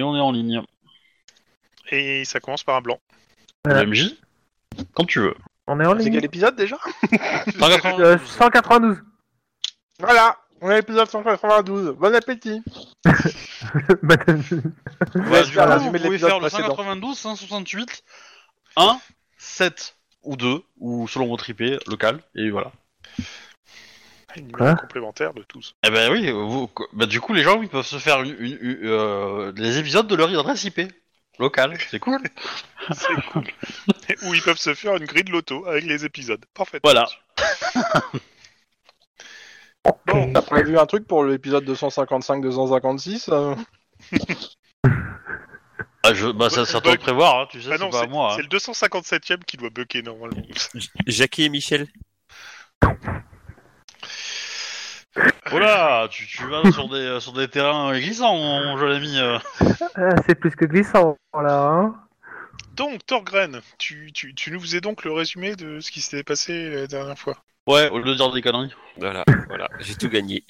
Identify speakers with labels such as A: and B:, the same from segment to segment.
A: on est en ligne.
B: Et ça commence par un blanc.
C: Voilà.
A: MJ Quand tu veux.
C: Euh, On est en
D: C'est
C: ligne.
D: quel épisode déjà
A: 192.
C: Euh, 192.
D: Voilà, on est à l'épisode 192. Bon appétit.
C: Madame-
A: Voilà, du
D: faire
A: coup,
D: le
A: vous
D: résumé de
A: pouvez
D: l'épisode
A: faire le
D: précédent.
A: 192, 168, 1, 7 ou 2, ou selon votre IP local, et voilà.
B: Un numéro
C: Quoi
B: Ah, complémentaire de Bah, tous.
A: Eh ben oui, vous- bah du coup les gens ils peuvent se faire une, une- une- euh, les épisodes de leur adresse IP locale, c'est cool.
B: C'est cool. Et où ils peuvent se faire une grille de loto avec les épisodes. Parfait.
A: Voilà.
D: Bon, t'as prévu un truc pour l'épisode 255-256 euh,
A: Ah, je, bah ça, ça doit
B: Bug.
A: prévoir, hein, tu sais,
B: Ah
A: c'est
B: non,
A: pas à
B: c'est
A: moi.
B: c'est le 257ème qui doit bucker normalement.
E: Jackie et Michel.
A: hein. Voilà, tu, tu vas sur des euh, sur des terrains glissants, mon jeune ami. euh.
C: Ah, c'est plus que glissant, là. Hein
B: Donc, Thorgren, tu, tu, tu nous faisais donc le résumé de ce qui s'était passé la dernière fois.
A: Ouais, au lieu de dire des conneries.
E: Voilà, voilà, j'ai tout gagné.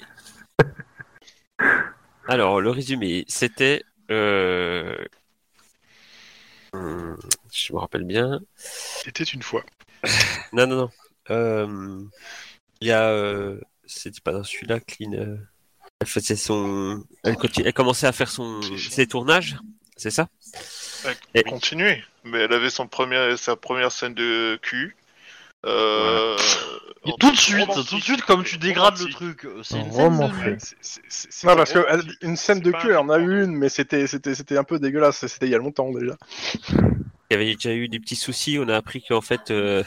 E: Alors, le résumé, c'était. euh, hum, Je me rappelle bien.
B: C'était une fois.
E: Non, non, non. Euh, Il y a. euh, C'était pas dans celui-là, Clean. euh, Elle faisait son. Elle, continue... elle commençait à faire son... ses tournages, c'est ça
F: Continuez. Mais elle avait son premier, sa première scène de cul. Euh,
A: Et
F: en-
A: tout de suite,
F: romantique.
A: tout de suite comme tu dégrades le
F: Romantique.
A: truc, c'est une scène
C: Romantique.
A: de
C: Ouais.
A: nuit.
B: C'est- c'est- c'est- c'est
D: Non,
B: pas
D: parce que
B: romantique,
D: elle- une scène
B: c'est
D: de
B: pas
D: cul, elle en a
B: important.
D: eu une, mais c'était c'était c'était un peu dégueulasse. C'était il y a longtemps déjà.
E: Il y avait déjà eu des petits soucis. On a appris qu'en fait euh,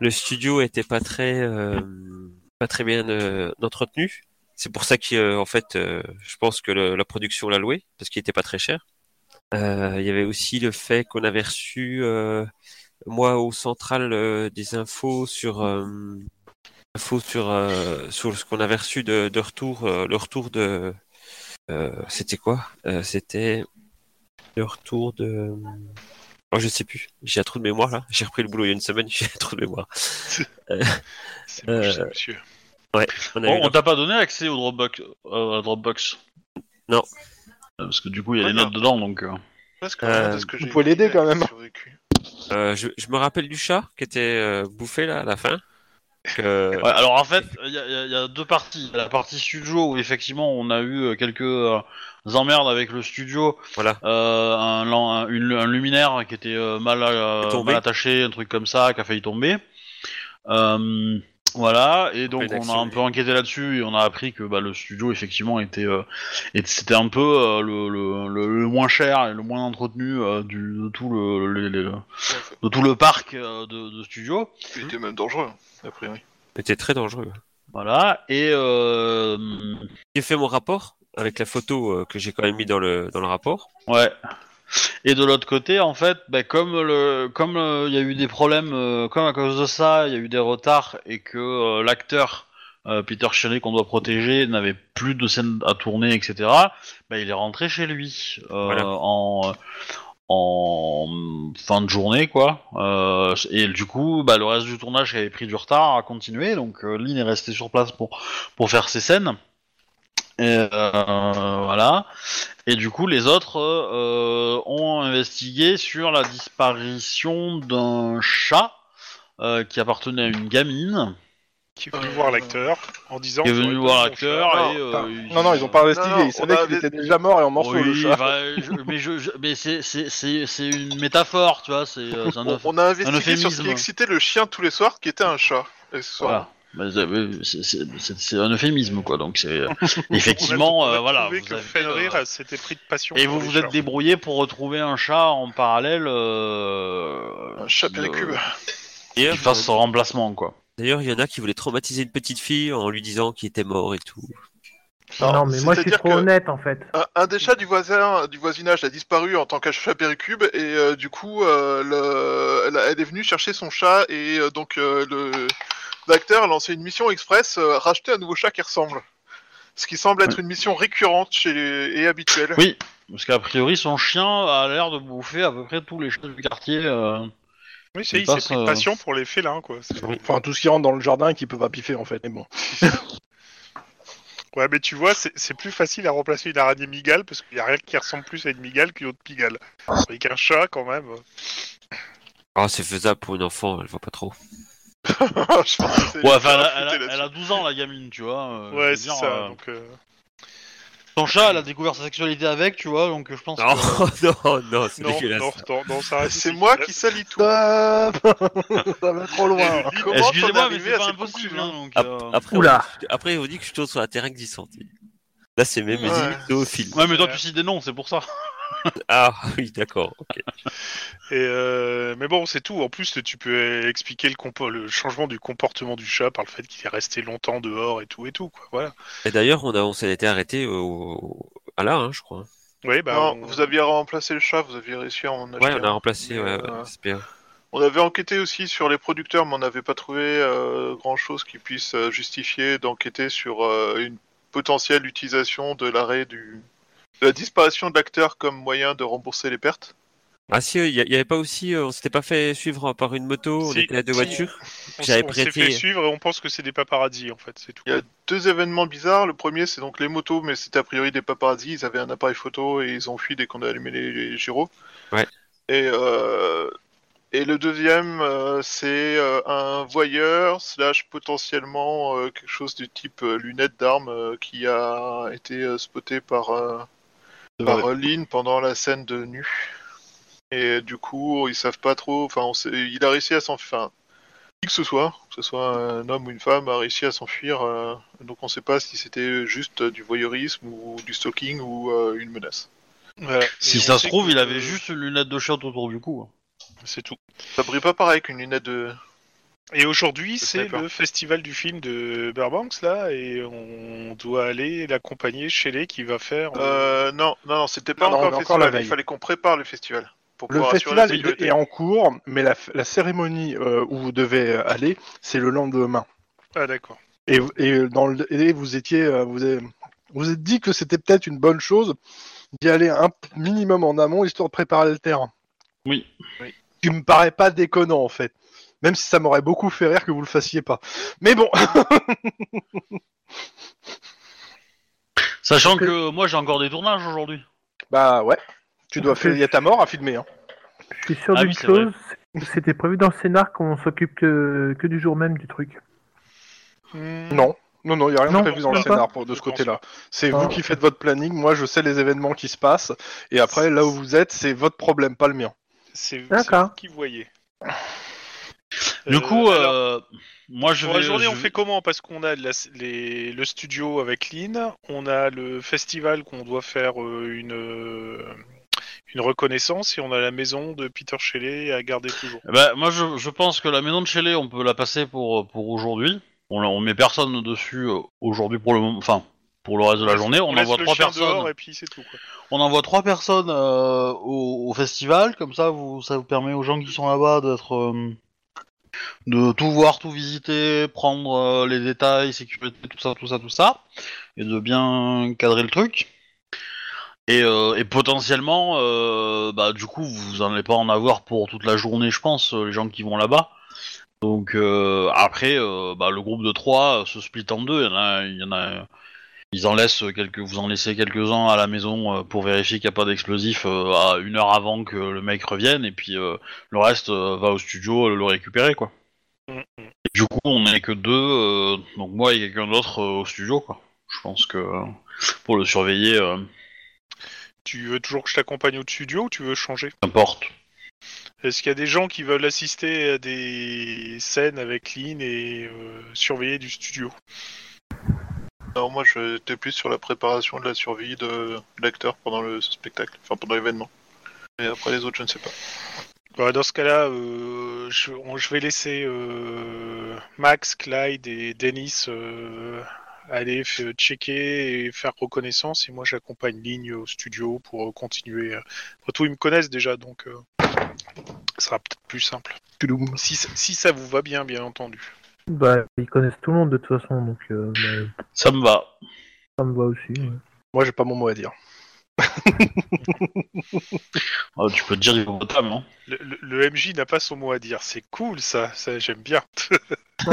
E: le studio était pas très euh, pas très bien euh, entretenu. C'est pour ça que euh, en fait euh, je pense que le- la production l'a loué parce qu'il était pas très cher. Euh, il y avait aussi le fait qu'on avait reçu euh, moi au central euh, des infos sur euh, infos sur euh, sur ce qu'on avait reçu de, de retour euh, le retour de euh, c'était quoi Euh, c'était le retour de Oh, je sais plus, j'ai un trou de mémoire là. J'ai repris le boulot il y a une semaine, j'ai un trou de mémoire.
B: C'est moche, ça,
E: Euh,
B: monsieur.
E: On a
A: Bon,
E: eu
A: on t'a pas donné accès au Dropbox, euh, à Dropbox.
E: Non.
A: Euh, Parce que du coup il y a
F: Ouais,
A: des notes dedans donc. euh.
F: Presque rien de
E: Euh,
F: ce que
D: vous
F: j'ai
D: pouvez l'aider, quand même.
F: sur le cul.
E: Euh, je, je me rappelle du chat qui était euh, bouffé là à la fin. Donc, euh,
A: Ouais, alors en fait, il y, a- il y a- il y a deux parties. La partie studio où effectivement on a eu euh, quelques euh, emmerdes avec le studio,
E: Voilà.
A: Euh, un, lan- un- une- un luminaire qui était euh, mal, euh,
E: Qui est tombé.
A: mal attaché, un truc comme ça, qui a failli tomber. Euh, voilà, et donc
E: Tombé
A: on a un
E: d'action.
A: peu enquêté là-dessus et on a appris que bah, le studio effectivement était, euh, et c'était un peu euh, le, le- le- le moins cher et le moins entretenu euh, du, de, tout le, le- le- le-
F: Ouais,
A: de tout le parc euh, de, de studio.
F: Il était même dangereux, a priori.
E: C'était très dangereux.
A: Voilà, et euh,
E: J'ai fait mon rapport avec la photo euh, que j'ai quand même mis dans le dans le rapport.
A: Ouais. Et de l'autre côté, en fait, bah, comme le, comme euh, il y a eu des problèmes, euh, comme à cause de ça, il y a eu des retards et que euh, l'acteur euh, Peter Shelley qu'on doit protéger n'avait plus de scène à tourner, etc. Bah, il est rentré chez lui euh,
E: Voilà.
A: en en fin de journée, quoi. Euh, et du coup, bah, le reste du tournage qui avait pris du retard a continué, donc euh, Lynn est restée sur place pour pour faire ses scènes. Et, euh, voilà. Et du coup, les autres euh, euh, ont investigué sur la disparition d'un chat euh, qui appartenait à une gamine,
B: Qui est venu voir l'acteur en disant.
A: qui est venu
B: Ouais,
A: voir
B: mon chat.
A: l'acteur et... euh,
D: Enfin, non, non, ils ont pas
F: Non, non,
D: investigué. Ils
F: on
D: savaient
F: a
D: qu'il
F: investi-
D: était déjà mort et en morceaux le
A: Oui,
D: chat.
A: bah, je- mais, je, je- mais c'est, c'est, c'est, c'est une métaphore, tu vois, c'est, euh, c'est un...
F: On, on a investigué
A: euphémisme.
F: sur ce qui excitait le chien tous les soirs, qui était un chat. Et ce soir,
A: Voilà. Mais, euh, C'est, c'est- c'est- c'est un euphémisme, quoi, donc c'est... euh,
B: On
A: Effectivement,
B: a- on a
A: euh, voilà.
B: trouvé
A: vous
B: que
A: avez,
B: Fenrir
A: euh,
B: euh, s'était pris de passion.
A: Et
B: pour
A: vous
B: les
A: vous êtes
B: chats.
A: débrouillé pour retrouver un chat en parallèle... Euh...
F: un chat bien
A: de-
F: cube.
E: D'ailleurs,
A: Qui
E: euh,
A: fasse son remplacement, quoi.
E: d'ailleurs, il y en a qui voulaient traumatiser une petite fille en lui disant qu'il était mort et tout.
C: non,
F: Alors,
C: mais moi je suis
F: c'est-à-dire
C: trop
F: que-
C: honnête en fait.
F: Un, un des chats du, voisin, du voisinage a disparu en tant qu'un chat péricube et euh, du coup, euh, le- elle, a- elle est venue chercher son chat et euh, donc euh, le l'acteur a lancé une mission express, euh, racheter un nouveau chat qui ressemble. Ce qui semble être une mission récurrente chez les- et habituelle.
A: Oui, parce qu'a priori son chien a l'air de bouffer à peu près tous les chiens du quartier. euh.
B: Oui, c'est
A: Il
B: il s'est
A: passe,
B: pris de
A: euh,
B: passion pour les félins, quoi. C'est-
D: Enfin, tout ce qui rentre dans le jardin et qui peut pas piffer en fait. Mais bon.
B: Ouais, mais tu vois, c'est c'est plus facile à remplacer une araignée migale parce qu'il n'y a rien qui ressemble plus à une migale qu'une autre migale. Avec un chat, quand même.
E: Ah, c'est faisable pour une enfant, elle voit pas trop.
F: Je pense que c'est-
A: Ouais, enfin, elle a, elle a-
F: Foutez là-dessus.
A: elle a 12 ans, la gamine, tu vois. euh, je
B: Ouais,
A: veux
B: c'est
A: dire,
B: ça.
A: euh,
B: Donc, euh,
A: Ton chat, elle a découvert sa sexualité avec, tu vois, donc euh, je pense
E: Non,
A: que...
E: non, non, c'est
B: non,
E: dégueulasse.
B: non, non, non, ça reste.
F: C'est moi qui salis tout.
D: Ça va trop loin.
F: Comment t'en es
A: Excusez-moi, mais
F: arrivé
A: c'est
F: à
A: pas
F: cette
A: impossible,
F: conclusion
A: hein, donc...
E: Ap-
A: euh,
E: après,
C: Oula.
E: on- après, on dit que je tourne sur un terrain glissant. Là, c'est même
F: Ouais.
E: limite zoophiles.
A: Ouais, mais toi, tu cites des noms, c'est pour ça.
E: Ah oui, d'accord. ok.
B: Et euh, mais bon, c'est tout. En plus, tu peux expliquer le, compo- le changement du comportement du chat par le fait qu'il est resté longtemps dehors et tout et tout. Quoi. Voilà.
E: Et d'ailleurs, on, a- on s'en était arrêté au... à là, hein, je crois.
B: Oui, bah,
F: non,
B: on-
F: vous aviez remplacé le chat, vous aviez réussi à en
B: Ah,
F: acheter.
E: Ouais, on a
F: un.
E: remplacé. Ouais, ouais,
F: Euh,
E: c'est bien.
F: On avait enquêté aussi sur les producteurs, mais on n'avait pas trouvé grand chose qui puisse euh, justifier d'enquêter sur euh, une potentielle utilisation de l'arrêt du. de la disparition de l'acteur comme moyen de rembourser les pertes.
E: Ah si, il y, y avait pas aussi, euh, on s'était pas fait suivre par une moto,
B: Si,
E: on était à deux
B: si.
E: voitures.
B: on s-
E: j'avais
B: on s'est
E: prêté-
B: fait suivre et on pense que c'est des paparazzis en fait. C'est tout.
F: Il y a deux événements bizarres. Le premier, c'est donc les motos, mais c'était a priori des paparazzis. Ils avaient un appareil photo et ils ont fui dès qu'on a allumé les, les gyros.
E: Ouais.
F: Et, euh, et le deuxième, euh, c'est euh, un voyeur, slash potentiellement euh, quelque chose du type euh, lunettes d'armes euh, qui a été euh, spoté par, euh, par euh, Lynn pendant la scène de nu. Et euh, du coup, ils savent pas trop. Enfin, on sait- il a réussi à s'enfuir. Enfin, qui que ce soit, que ce soit un homme ou une femme, a réussi à s'enfuir. euh, donc, on sait pas si c'était juste euh, du voyeurisme ou du stalking ou euh, une menace.
B: Voilà.
A: Si
B: Et on
A: ça se
B: sait
A: trouve,
B: que-
A: il avait juste une lunette de chat autour du cou. hein.
B: C'est tout.
F: Ça brille pas pareil qu'une lunette de.
B: Et aujourd'hui,
F: Le
B: c'est
F: sniper.
B: le festival du film de Burbanks là, et on doit aller l'accompagner chez les qui va faire.
F: Euh, non, non, non, c'était pas
D: Non,
F: encore
D: on est
F: le
D: encore
F: festival.
D: la veille.
F: il fallait qu'on prépare le festival pour
D: Le
F: pouvoir
D: festival
F: assurer la
D: est,
F: sécurité.
D: est en cours, mais la, f- la cérémonie euh, où vous devez euh, aller, c'est le lendemain.
B: Ah d'accord.
D: Et, et dans le, et vous étiez, euh, vous avez- vous êtes dit que c'était peut-être une bonne chose d'y aller un p- minimum en amont, histoire de préparer le terrain.
A: Oui.
B: Oui.
D: Ce Qui me paraît pas déconnant en fait. Même si ça m'aurait beaucoup fait rire que vous le fassiez pas. Mais bon,
A: Sachant
D: que-
A: que moi, j'ai encore des tournages aujourd'hui.
D: bah ouais. Tu dois faire, il y a ta mort à filmer. Hein.
C: Je suis sûr
A: Ah
C: d'une
A: oui, c'est
C: chose, c'était prévu dans le scénar qu'on s'occupe que, que du jour même du truc.
D: Non, non, non, il y a rien
C: Non,
D: de prévu dans le
C: même
D: scénar
B: pas.
D: pour, de
B: Je
D: ce
B: pense
D: côté-là. C'est
C: Ah.
D: vous qui faites votre planning. Moi, je sais les événements qui se passent. Et après, là où vous êtes, c'est votre problème, pas le mien.
B: C'est c'est
C: D'accord.
B: vous qui voyez.
A: Du
B: Euh,
A: coup,
B: alors,
A: euh, moi, je
B: Pour
A: vais...
B: la journée,
A: je
B: on
A: vais-
B: fait comment Parce qu'on a de la- les- le studio avec Lynn, on a le festival qu'on doit faire euh, une, euh, une reconnaissance, et on a la maison de Peter Shelley à garder toujours.
A: Bah, moi, je, je pense que la maison de Shelley, on peut la passer pour, euh, pour aujourd'hui. On, la- on met personne dessus euh, aujourd'hui pour le moment. Enfin, pour le reste de la journée, on,
B: laisse
A: envoie
B: le
A: trois
B: chien
A: personnes.
B: dehors, et puis c'est tout. quoi.
A: On envoie trois personnes euh, au, au festival, comme ça, vous, ça vous permet aux gens qui sont là-bas d'être, euh, de tout voir, tout visiter, prendre euh, les détails, sécurité, tout ça, tout ça, tout ça, et de bien cadrer le truc. Et, euh, et potentiellement, euh, bah, du coup, vous n'allez pas en avoir pour toute la journée, je pense, euh, les gens qui vont là-bas. Donc euh, après, euh, bah, le groupe de trois euh, se split en deux. Il y en a, il y en a ils en laissent quelques, vous en laissez quelques-uns à la maison euh, pour vérifier qu'il n'y a pas d'explosif euh, à une heure avant que le mec revienne, et puis euh, le reste euh, va au studio euh, le récupérer, quoi.
B: Mm,
A: Et du coup, on n'est que deux, euh, donc moi et quelqu'un d'autre euh, au studio, quoi. Je pense que euh, pour le surveiller, euh,
B: Tu veux toujours que je t'accompagne au studio ou tu veux changer
A: importe.
B: Est-ce qu'il y a des gens qui veulent assister à des scènes avec Lynn et euh, surveiller du studio
F: Non, moi, j'étais plus sur la préparation de la survie de, de l'acteur pendant le spectacle, enfin pendant l'événement. Et après les autres, je ne sais pas.
B: Bah, Dans ce cas-là, euh, je, on- je vais laisser euh, Max, Clyde et Dennis euh, aller f- checker et faire reconnaissance. Et moi, j'accompagne Ligne au studio pour euh, continuer. Après tout, ils me connaissent déjà, donc euh, ça sera peut-être plus simple.
D: Touloum.
B: Si, ça- si ça vous va bien, bien entendu.
C: Bah, ils connaissent tout le monde de toute façon, donc euh, mais
A: Ça me va.
C: ça me va aussi. ouais.
D: Moi, j'ai pas mon mot à dire.
A: Ah, tu peux te dire hippopotame, hein.
B: Le, le- le MJ n'a pas son mot à dire. C'est cool, ça. ça J'aime bien.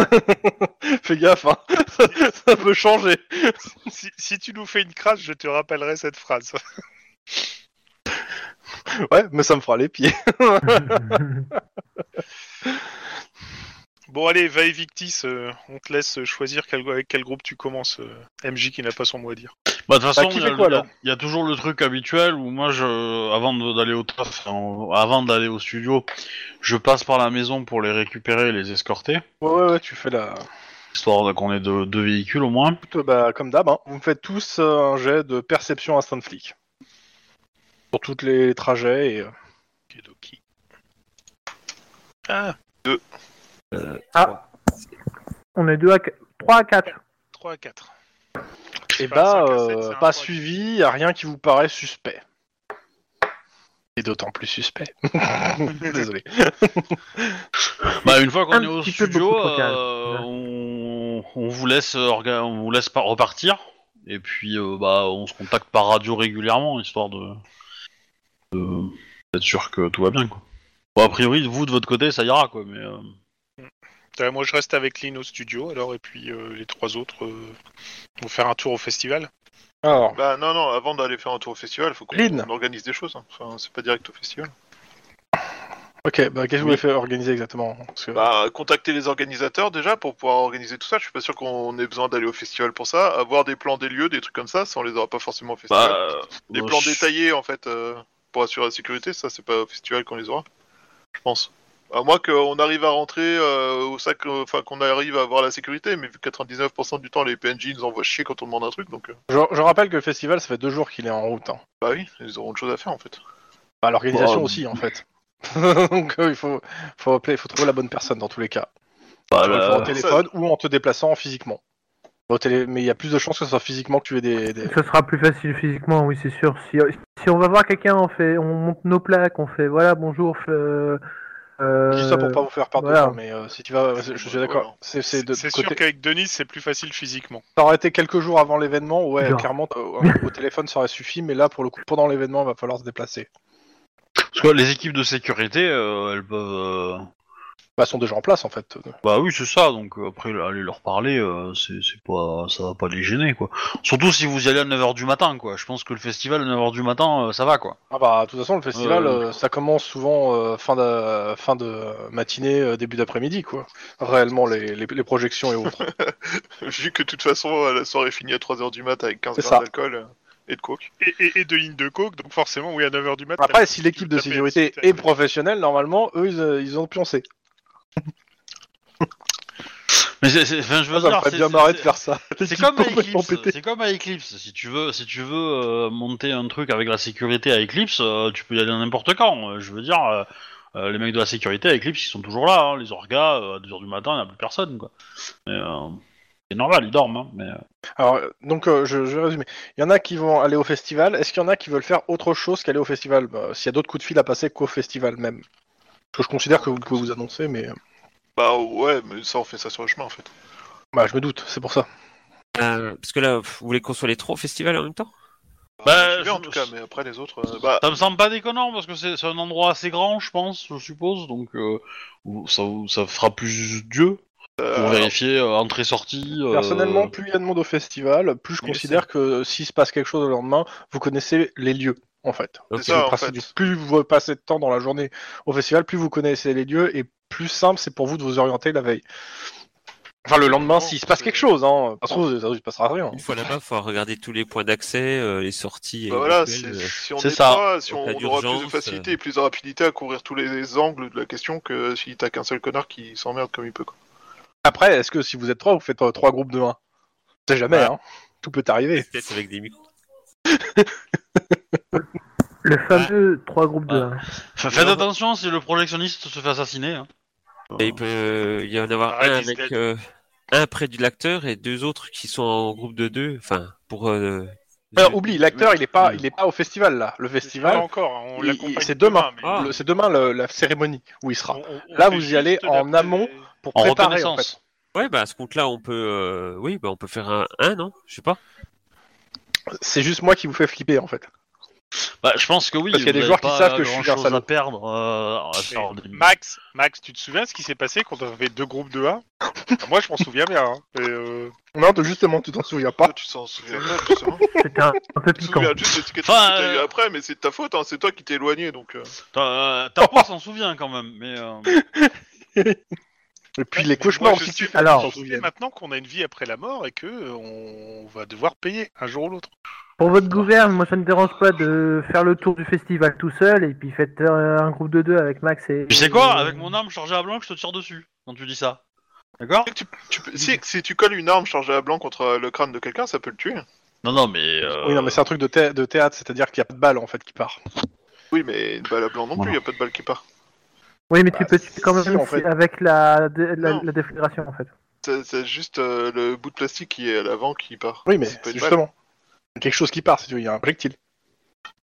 D: Fais gaffe, hein. ça peut changer.
B: si, si tu nous fais une crasse, je te rappellerai cette phrase.
D: Ouais, mais ça me fera les pieds.
B: Bon, allez, va Victis. euh, on te laisse choisir quel- avec quel groupe tu commences. euh, MJ qui n'a pas son mot à dire.
A: Bah, de toute
D: Bah,
A: façon,
D: qui
A: il y,
D: fait
A: a-
D: quoi,
A: il y a-
D: là
A: il y a toujours le truc habituel où moi, je, avant de- d'aller au taf, en- avant d'aller au studio, je passe par la maison pour les récupérer et les escorter,
D: Ouais, ouais, ouais, tu fais la.
A: histoire de- qu'on ait deux, deux véhicules au moins.
D: Écoute, bah, comme d'hab, hein, vous me faites tous euh, un jet de perception instant flic. Pour tous les trajets. Et... euh,
B: Kidoki. Ah,
C: On est deux à 3 à 4.
B: 3 à 4.
D: Et
B: Enfin,
D: bah,
B: cinq à sept,
D: euh,
B: c'est un
D: pas
B: point.
D: suivi, y a rien qui vous paraît suspect. Et d'autant plus suspect. Désolé.
A: Bah, une fois qu'on
C: Un
A: est au
C: petit peu
A: studio,
C: beaucoup trop calme.
A: euh, on, on vous laisse, euh, orga- on vous laisse pas repartir. Et puis, euh, bah, on se contacte par radio régulièrement, histoire de, de- d'être sûr que tout va bien, quoi. Bon, a priori, vous de votre côté, ça ira, quoi. Mais euh,
B: moi, je reste avec Lynn au studio, alors, et puis euh, les trois autres euh, vont faire un tour au festival.
D: Alors,
F: Bah non, non, avant d'aller faire un tour au festival, faut qu'on
D: Lynn.
F: on organise des choses. hein. Enfin, c'est pas direct au festival.
D: ok, bah, qu'est-ce que vous voulez faire organiser exactement Parce que-
F: Bah, contacter les organisateurs déjà pour pouvoir organiser tout ça. Je suis pas sûr qu'on ait besoin d'aller au festival pour ça. Avoir des plans des lieux, des trucs comme ça, ça on les aura pas forcément au festival.
A: bah, euh,
F: des
A: bah,
F: plans
A: je-
F: détaillés en fait euh, pour assurer la sécurité, ça c'est pas au festival qu'on les aura, je pense. À moins qu'on arrive à rentrer euh, au sac, euh, enfin qu'on arrive à avoir la sécurité, mais vu que 99% du temps les PNJ nous envoient chier quand on demande un truc, donc euh,
D: je, je rappelle que le festival, ça fait deux jours qu'il est en route. hein.
F: bah oui, ils auront autre chose à faire en fait.
D: Bah, l'organisation
A: Bon,
D: aussi, en fait. Donc, euh, il faut, faut appeler, faut trouver la bonne personne dans tous les cas.
A: bah,
D: Soit
A: là,
D: en téléphone ou en te déplaçant physiquement. Au télé- Mais il y a plus de chances que ce soit physiquement que tu aies des. des-
C: Ce sera plus facile physiquement, oui, c'est sûr. Si, si on va voir quelqu'un, on fait, on monte nos plaques, on fait voilà, bonjour. euh, euh,
D: Je dis ça pour pas vous faire perdre de
C: voilà.
D: temps, mais euh, si tu vas, je suis d'accord. C'est c'est de
B: C'est
D: côté-
B: sûr qu'avec Denis, c'est plus facile physiquement.
D: Ça aurait été quelques jours avant l'événement, ouais,
C: Genre.
D: clairement, euh, au téléphone ça aurait suffi, mais là, pour le coup, pendant l'événement, il va falloir se déplacer.
A: parce que les équipes de sécurité, euh, elles peuvent. euh,
D: Bah, ils sont déjà en place, en fait.
A: Bah oui, c'est ça. Donc euh, après, là, aller leur parler, euh, c'est c'est pas, ça va pas les gêner, quoi. Surtout si vous y allez à 9h du matin, quoi. Je pense que le festival à 9h du matin, euh, ça va, quoi.
D: Ah bah, de toute façon, le festival,
A: Euh.
D: euh, ça commence souvent euh, fin, de, fin de matinée, euh, début d'après-midi, quoi. Réellement, les, les- les projections et autres.
F: Vu que de toute façon euh, la soirée finit à 3h du mat avec 15
D: C'est
F: grammes
D: ça.
F: d'alcool euh, et de coke. Ah,
B: Et, et, et de lignes de coke, donc forcément, oui, à 9h du matin.
D: Après, si l'équipe de
B: Taper,
D: sécurité
B: taper.
D: est professionnelle, normalement, eux, ils, euh, ils ont pioncé.
A: Mais c'est, c'est- enfin, je veux
D: Ah, Ça me
A: dire,
D: ferait
A: c'est-
D: bien
A: c'est-
D: marrer de
A: c'est-
D: faire ça.
A: C'est
D: L'équipe
A: comme à
D: complètement
A: Eclipse.
D: pétée.
A: C'est comme à Eclipse. Si tu veux, si tu veux euh, monter un truc avec la sécurité à Eclipse, euh, tu peux y aller n'importe quand. Euh, je veux dire, euh, euh, les mecs de la sécurité à Eclipse, ils sont toujours là. hein. Les orgas, euh, à 2h du matin, il n'y a plus personne, quoi. Mais, euh, c'est normal, ils dorment. hein, mais, euh,
D: Alors, euh, donc, euh, je, je vais résumer. Il y en a qui vont aller au festival. Est-ce qu'il y en a qui veulent faire autre chose qu'aller au festival Bah, S'il y a d'autres coups de fil à passer qu'au festival même. Parce que je considère que vous pouvez vous annoncer, mais euh,
F: Bah ouais, mais ça on fait ça sur le chemin en fait.
D: bah, je me doute, c'est pour ça.
E: Euh, parce que là, pff, vous voulez qu'on soit les trois au festival en même temps
A: Bah,
F: je vais en
A: je-
F: tout cas, mais après les autres, euh, bah
A: Ça me semble pas déconnant parce que c'est c'est un endroit assez grand, je pense, je suppose, donc euh, où ça, où ça fera plus Dieu pour
F: euh,
A: vérifier euh, entrée-sortie. euh,
D: Personnellement, plus il y a de monde au festival, plus je
E: Oui,
D: considère que s'il se passe quelque chose le lendemain, vous connaissez les lieux, en fait.
E: Ok.
F: ça.
D: Le
F: en
D: principe
F: fait.
D: du- Plus vous passez de temps dans la journée au festival, plus vous connaissez les lieux et plus simple c'est pour vous de vous orienter la veille. Enfin, le lendemain,
F: Bon,
D: s'il se passe
F: c'est-
D: quelque chose, hein. Pas trop, ça ne se passera rien.
E: euh, Une fois là-bas, faut regarder tous les points d'accès, euh, les sorties. et
F: Bah voilà, si,
E: éventuelles, euh,
F: si on
A: c'est
F: est
A: ça.
F: trois, si
E: En
F: on,
E: cas
F: on aura plus de
E: d'urgence,
F: facilité et plus de rapidité à couvrir tous les angles de la question que si t'as qu'un seul connard qui s'emmerde comme il peut. Quoi.
D: Après, est-ce que si vous êtes trois, vous faites euh, trois groupes de un C'est jamais, hein. Tout peut arriver.
E: euh, Peut-être avec des micros.
C: Le fameux trois groupes de.
A: Ouais.
C: un.
A: fa- Faites attention si le projectionniste se fait assassiner. hein.
E: Et il peut euh, y en avoir
B: Arrête,
E: un
B: il se
E: avec
B: lève.
E: euh, un près du l'acteur et deux autres qui sont en groupe de deux. Enfin, pour. euh,
D: Alors,
B: Bah,
E: je-
D: oublie, l'acteur, il est pas, il est pas au festival là. Le
B: Pas
D: festival,
B: encore, hein, on
D: il-
B: l'accompagne.
D: il- c'est demain.
B: mais
E: Ah.
D: le- c'est demain le- la cérémonie où il
F: Ah.
D: sera
B: on- on- on
D: Là,
B: fait
D: vous y
B: juste
D: allez en
B: la-
D: amont. pour
A: En
D: préparer en fait.
A: reconnaissance.
E: Ouais, bah à ce compte-là, on peut. euh, Oui, bah on peut faire un, un non Je sais pas.
D: C'est juste moi qui vous fais flipper en fait.
A: Bah, je pense que oui.
D: Parce qu'il y a
A: vous
D: des
A: avez
D: joueurs qui
A: pas
D: savent que je suis un
A: grand-chose
D: salaud.
A: à perdre. euh, à
B: Mais
A: faire des-
B: Max, Max, tu te souviens de ce qui s'est passé quand on avait deux groupes de A Enfin, Moi, je m'en souviens bien. hein. Mais, euh,
D: Non, t- justement, tu t'en souviens pas.
F: Toi, tu t'en souviens pas, justement.
C: C'était un, un peu
F: tu te
C: piquant.
F: souviens juste de ce que
A: Enfin,
F: t'as eu
A: euh,
F: après, mais c'est de ta faute, hein, c'est toi qui t'es éloigné, donc... euh.
A: T'as- euh, Ta peau s'en souvient quand même, mais. euh,
D: Et puis
B: ouais,
D: les
B: mais
D: cauchemars
B: moi, je
D: aussi.
B: sais-
D: tu-
C: Alors.
D: tu t'en
B: Je sais
D: souviens.
B: maintenant qu'on a une vie après la mort et que euh, on va devoir payer un jour ou l'autre.
C: Pour votre gouverne, moi ça ne me dérange pas de faire le tour du festival tout seul et puis faites euh, un groupe de deux avec Max et.
A: Tu sais quoi Avec mon arme chargée à blanc, je te tire dessus quand tu dis ça. D'accord
F: Tu- tu peux- si, si tu colles une arme chargée à blanc contre euh, le crâne de quelqu'un, ça peut le tuer.
A: Non, non, mais. euh,
D: Oui, non, mais c'est un truc de, thé- de théâtre, c'est-à-dire qu'il n'y a pas de balle en fait qui part.
F: Oui, mais une balle à blanc non
A: Voilà.
F: plus, il n'y a pas de balle qui part.
C: Oui, mais tu
D: Bah,
C: peux tuer quand même
D: si, en fait.
C: avec la, dé- la,
F: Non.
C: la déflagration en fait.
F: C'est c'est juste euh, le bout de plastique qui est à l'avant qui part.
D: Oui, mais
F: C'est pas une balle.
D: justement. Il y a Quelque chose qui part, si tu veux, il y a un projectile.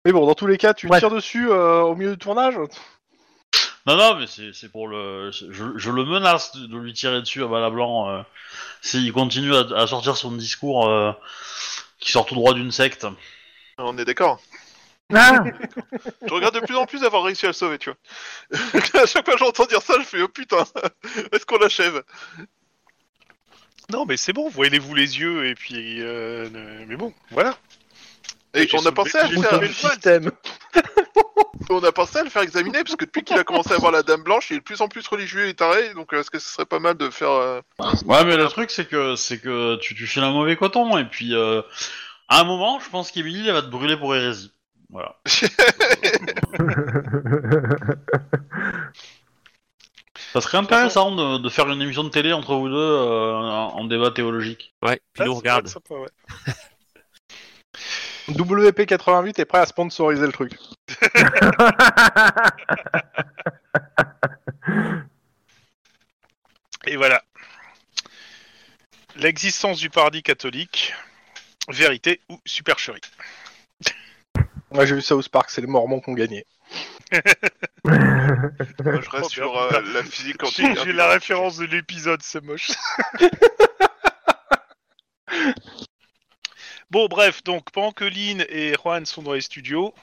D: Mais bon, dans tous les cas, tu
C: Ouais.
D: tires dessus euh, au milieu du tournage
A: Non, non, mais c'est c'est pour le. c'est- Je, je le menace de, de lui tirer dessus à balle blanc euh, s'il continue à, à sortir son discours euh, qui sort tout droit d'une secte.
F: On est d'accord.
C: Ah
F: Je regarde de plus en plus d'avoir réussi à le sauver, tu vois. à chaque fois que j'entends dire ça, je fais oh putain, est-ce qu'on l'achève
B: Non, mais c'est bon, voyez-vous les yeux et puis. euh, ne- mais bon, voilà.
F: Et
B: J'ai
F: on a pensé à lui
B: sauvé-
F: faire,
B: j'ai
D: du
B: une sauvé-
D: système.
F: on a pensé à le faire examiner parce que depuis qu'il a commencé à avoir la dame blanche, il est de plus en plus religieux et taré. Donc euh, est-ce que ce serait pas mal de faire euh,
A: Ouais, mais le truc, c'est que c'est que tu, tu files un mauvais coton, et puis euh, à un moment, je pense qu'Emily elle va te brûler pour hérésie. Voilà. Ça serait intéressant de, de faire une émission de télé entre vous deux euh, en, en débat théologique.
E: Ouais, puis
B: Ah,
E: nous on
B: c'est
E: regarde.
B: pas sympa, ouais.
D: WP88 est prêt à sponsoriser le truc.
C: Ah!
B: Et voilà. L'existence du paradis catholique, vérité ou supercherie.
D: Moi, j'ai vu South Park, c'est les Mormons qui ont gagné.
F: Moi, je reste sur euh, la physique quantique. hein,
B: J'ai
F: puis-
B: la référence de l'épisode, c'est moche. bon, bref, donc pendant que Lynn et Juan sont dans les studios,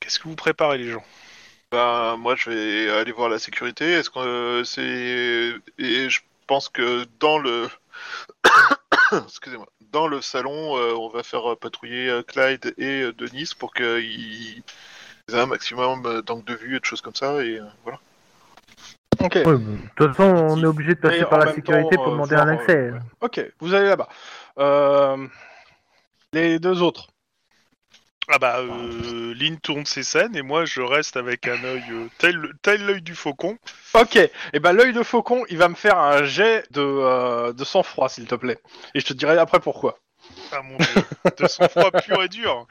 B: qu'est-ce que vous préparez les gens
F: Ben, moi, je vais aller voir la sécurité. Est-ce que euh, c'est et je pense que dans le excusez-moi dans le salon, euh, on va faire euh, patrouiller euh, Clyde et euh, Denis pour qu'ils aient un maximum euh, d'angle de vue et de choses comme ça. Et euh, voilà.
D: Ok.
C: Ouais, bon, De toute façon, on est obligé de passer
D: Et
C: par
D: en
C: la
D: même
C: sécurité
D: temps,
C: pour
D: euh,
C: demander
D: voir,
C: un accès.
D: euh, ouais. Ok, vous allez là-bas. Euh, Les deux autres.
B: Ah bah, euh, Lynn tourne ses scènes et moi je reste avec un œil euh, tel, tel l'œil du faucon.
D: Ok, et ben l'œil de faucon, il va me faire un jet de, euh, de sang-froid, s'il te plaît. Et je te dirai après pourquoi.
B: Ah mon dieu, de sang-froid pur et dur.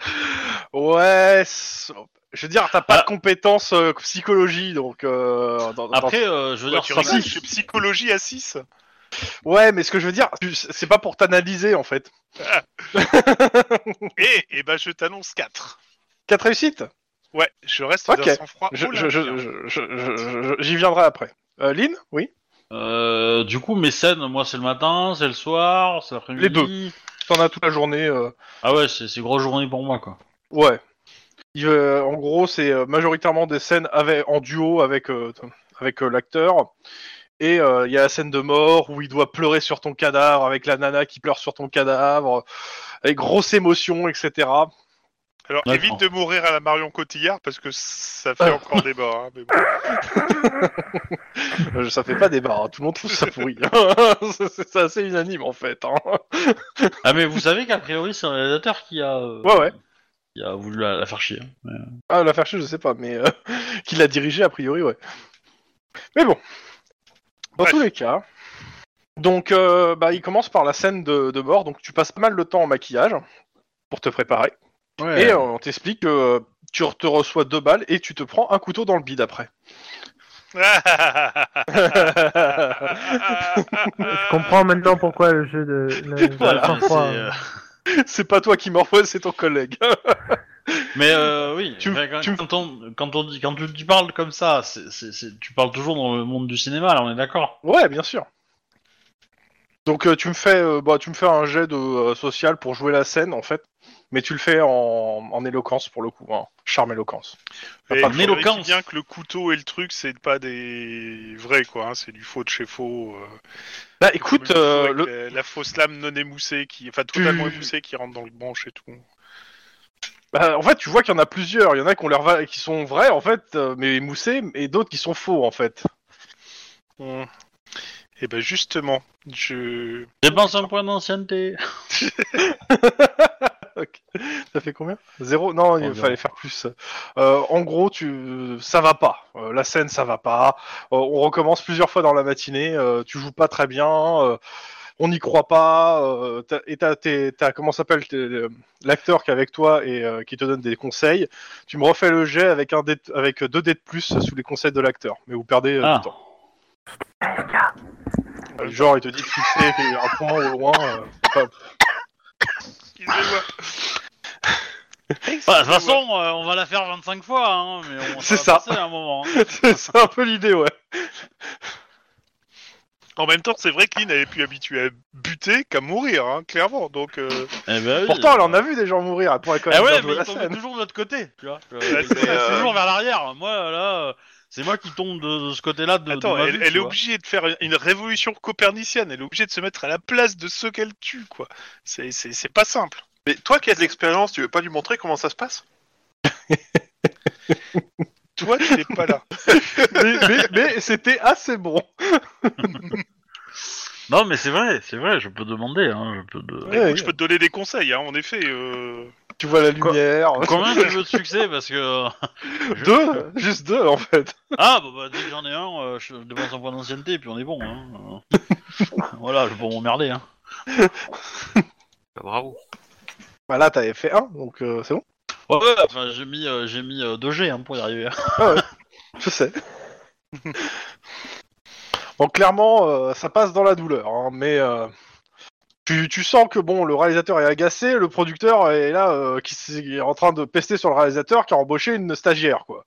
D: Ouais, c'est- je veux dire, t'as pas
A: Ah.
D: de compétences euh, psychologie, donc... euh, dans- dans-
A: Après, euh, je veux
B: Quoi,
A: dire,
B: tu
A: ça-
B: rigoles, je suis psychologie à 6.
D: Ouais, mais ce que je veux dire, tu- c'est pas pour t'analyser, en fait.
B: Et, et bah je t'annonce 4.
D: Quatre réussites
B: Ouais, je reste
D: Ok.
B: d'un sang-froid.
D: Je- je- je-
B: olympien.
D: je- je- je- je- J'y viendrai après. Euh, Lynn Oui
A: euh, du coup, mes scènes, moi, c'est le matin, c'est le soir, c'est l'après-midi.
D: Les T'en as toute la journée. euh,
A: Ah ouais, c'est c'est grosse journée pour moi, quoi.
D: Ouais. Il, euh, en gros, c'est euh, majoritairement des scènes avec, en duo avec, euh, avec euh, l'acteur. Et euh, il y a la scène de mort où il doit pleurer sur ton cadavre, avec la nana qui pleure sur ton cadavre, avec grosse émotion, etc.
B: Alors
A: D'accord.
B: évite de mourir à la Marion Cotillard parce que ça fait encore débat. Hein, mais bon.
D: Euh, ça fait pas débat, hein. tout le monde trouve ça pourri. hein. C'est- c'est c'est assez unanime en fait. hein.
A: Ah, mais vous savez qu'a priori, c'est le réalisateur qui a, euh,
D: Ouais, ouais.
A: qui a voulu la, la faire chier.
D: Ah, la faire chier, je sais pas, mais euh, qui l'a dirigé a priori, ouais. Mais bon, dans
B: Bref.
D: tous les cas. Donc, euh, bah, il commence par la scène de, de mort, donc tu passes pas mal de temps en maquillage pour te préparer.
A: Ouais.
D: Et euh, on t'explique que euh, tu re- te reçois deux balles et tu te prends un couteau dans le bide après.
B: Ah.
C: Je comprends maintenant pourquoi le jeu de le- le
A: Voilà, mais c'est,
C: sang-froid.
A: euh,
D: c'est pas toi qui m'envoie, c'est ton collègue.
A: Mais euh, oui,
D: Tu-
A: enfin, quand,
D: tu-
A: quand on, quand on dit, quand tu, tu parles comme ça, c'est- c'est- c'est- tu parles toujours dans le monde du cinéma, là, on est d'accord.
D: Ouais, bien sûr. Donc euh, tu me fais, euh, bah, tu me fais un jet de euh, social pour jouer la scène en fait. mais tu le fais en, en éloquence pour le coup, hein. charme éloquence.
B: Et
A: par
B: il faut
A: l'éloquence.
B: bien que le couteau et le truc, c'est pas des vrais, quoi. hein, c'est du faux de chez faux. euh,
D: Bah
B: comme
D: écoute,
B: il faut
D: euh,
B: avec
D: le-
B: la, la fausse lame non émoussée, qui, enfin totalement émoussée, qui rentre dans le branche et tout.
D: bah, en fait tu vois qu'il y en a plusieurs, il y en a qui, ont leur va- qui sont vrais en fait, euh, mais moussés, et d'autres qui sont faux en fait.
B: Et ben justement, je
A: Dépense un point d'ancienneté.
D: Ok. Ça fait combien Zéro Non, il
A: Environ.
D: fallait faire plus. Euh, en gros, tu, ça va pas. Euh, la scène, ça va pas. Euh, on recommence plusieurs fois dans la matinée. Euh, tu joues pas très bien. Euh, on n'y croit pas. Euh, t'as- et t'as, t'es- t'as- comment s'appelle t'es- euh, l'acteur qui est avec toi et euh, qui te donne des conseils. Tu me refais le jet avec un dé de- avec deux dés de plus sous les conseils de l'acteur, mais vous perdez euh,
A: Ah.
D: du temps. Euh, Genre, il te dit de fixer un point au loin. euh, pas-
B: Excusez-moi.
A: Bah, de toute façon, euh, on va la faire 25 fois, hein, mais on
D: C'est
A: va
D: ça.
A: passer à un moment. hein.
D: c'est c'est un peu l'idée, ouais.
B: En même temps, c'est vrai que Lynn, elle est plus habituée à buter qu'à mourir, hein, clairement. Donc euh,
A: Eh ben oui.
D: Pourtant, elle en a vu des gens mourir. Elle pourrait quand
A: Eh
D: même bien
A: ouais,
D: jouer
A: mais
D: la
A: il tombe
D: scène.
A: toujours de l'autre côté, tu vois. Euh,
B: Ouais,
A: il tombe
F: mais, euh,
A: toujours vers l'arrière. Moi, là, euh, c'est moi qui tombe de, de ce côté-là Ah, de, de
B: attends,
A: ma
B: elle,
A: vue,
B: elle
A: tu
B: est
A: vois.
B: obligée de faire une révolution copernicienne. Elle est obligée de se mettre à la place de ceux qu'elle tue, quoi. C'est c'est- c'est pas simple.
F: Mais toi qui as de l'expérience, tu veux pas lui montrer comment ça se passe
B: Toi, tu n'es pas là.
D: mais, mais- mais c'était assez bon.
A: Non, mais c'est vrai, c'est vrai, je peux demander. Hein, je peux de...
B: Mais écoute, je peux te donner des conseils, hein, en effet. euh,
D: Tu vois la lumière.
A: Combien tu veux de succès Parce que. euh,
D: Deux, juste deux en fait.
A: Ah, bah, bah dès que j'en ai un, euh, je dépense un point d'ancienneté et puis on est bon. Hein. Euh, voilà, je vais pas m'emmerder. Hein.
E: Bah, bravo.
D: Bah là, t'avais fait un, donc euh, c'est bon.
A: Ouais, ouais, enfin, j'ai mis, euh, j'ai mis 2G hein, pour y arriver.
D: Je sais. donc clairement, euh, ça passe dans la douleur, hein, mais. euh, Tu, tu sens que bon, le réalisateur est agacé, le producteur est là, euh, qui s- qui est en train de pester sur le réalisateur qui a embauché une stagiaire, quoi.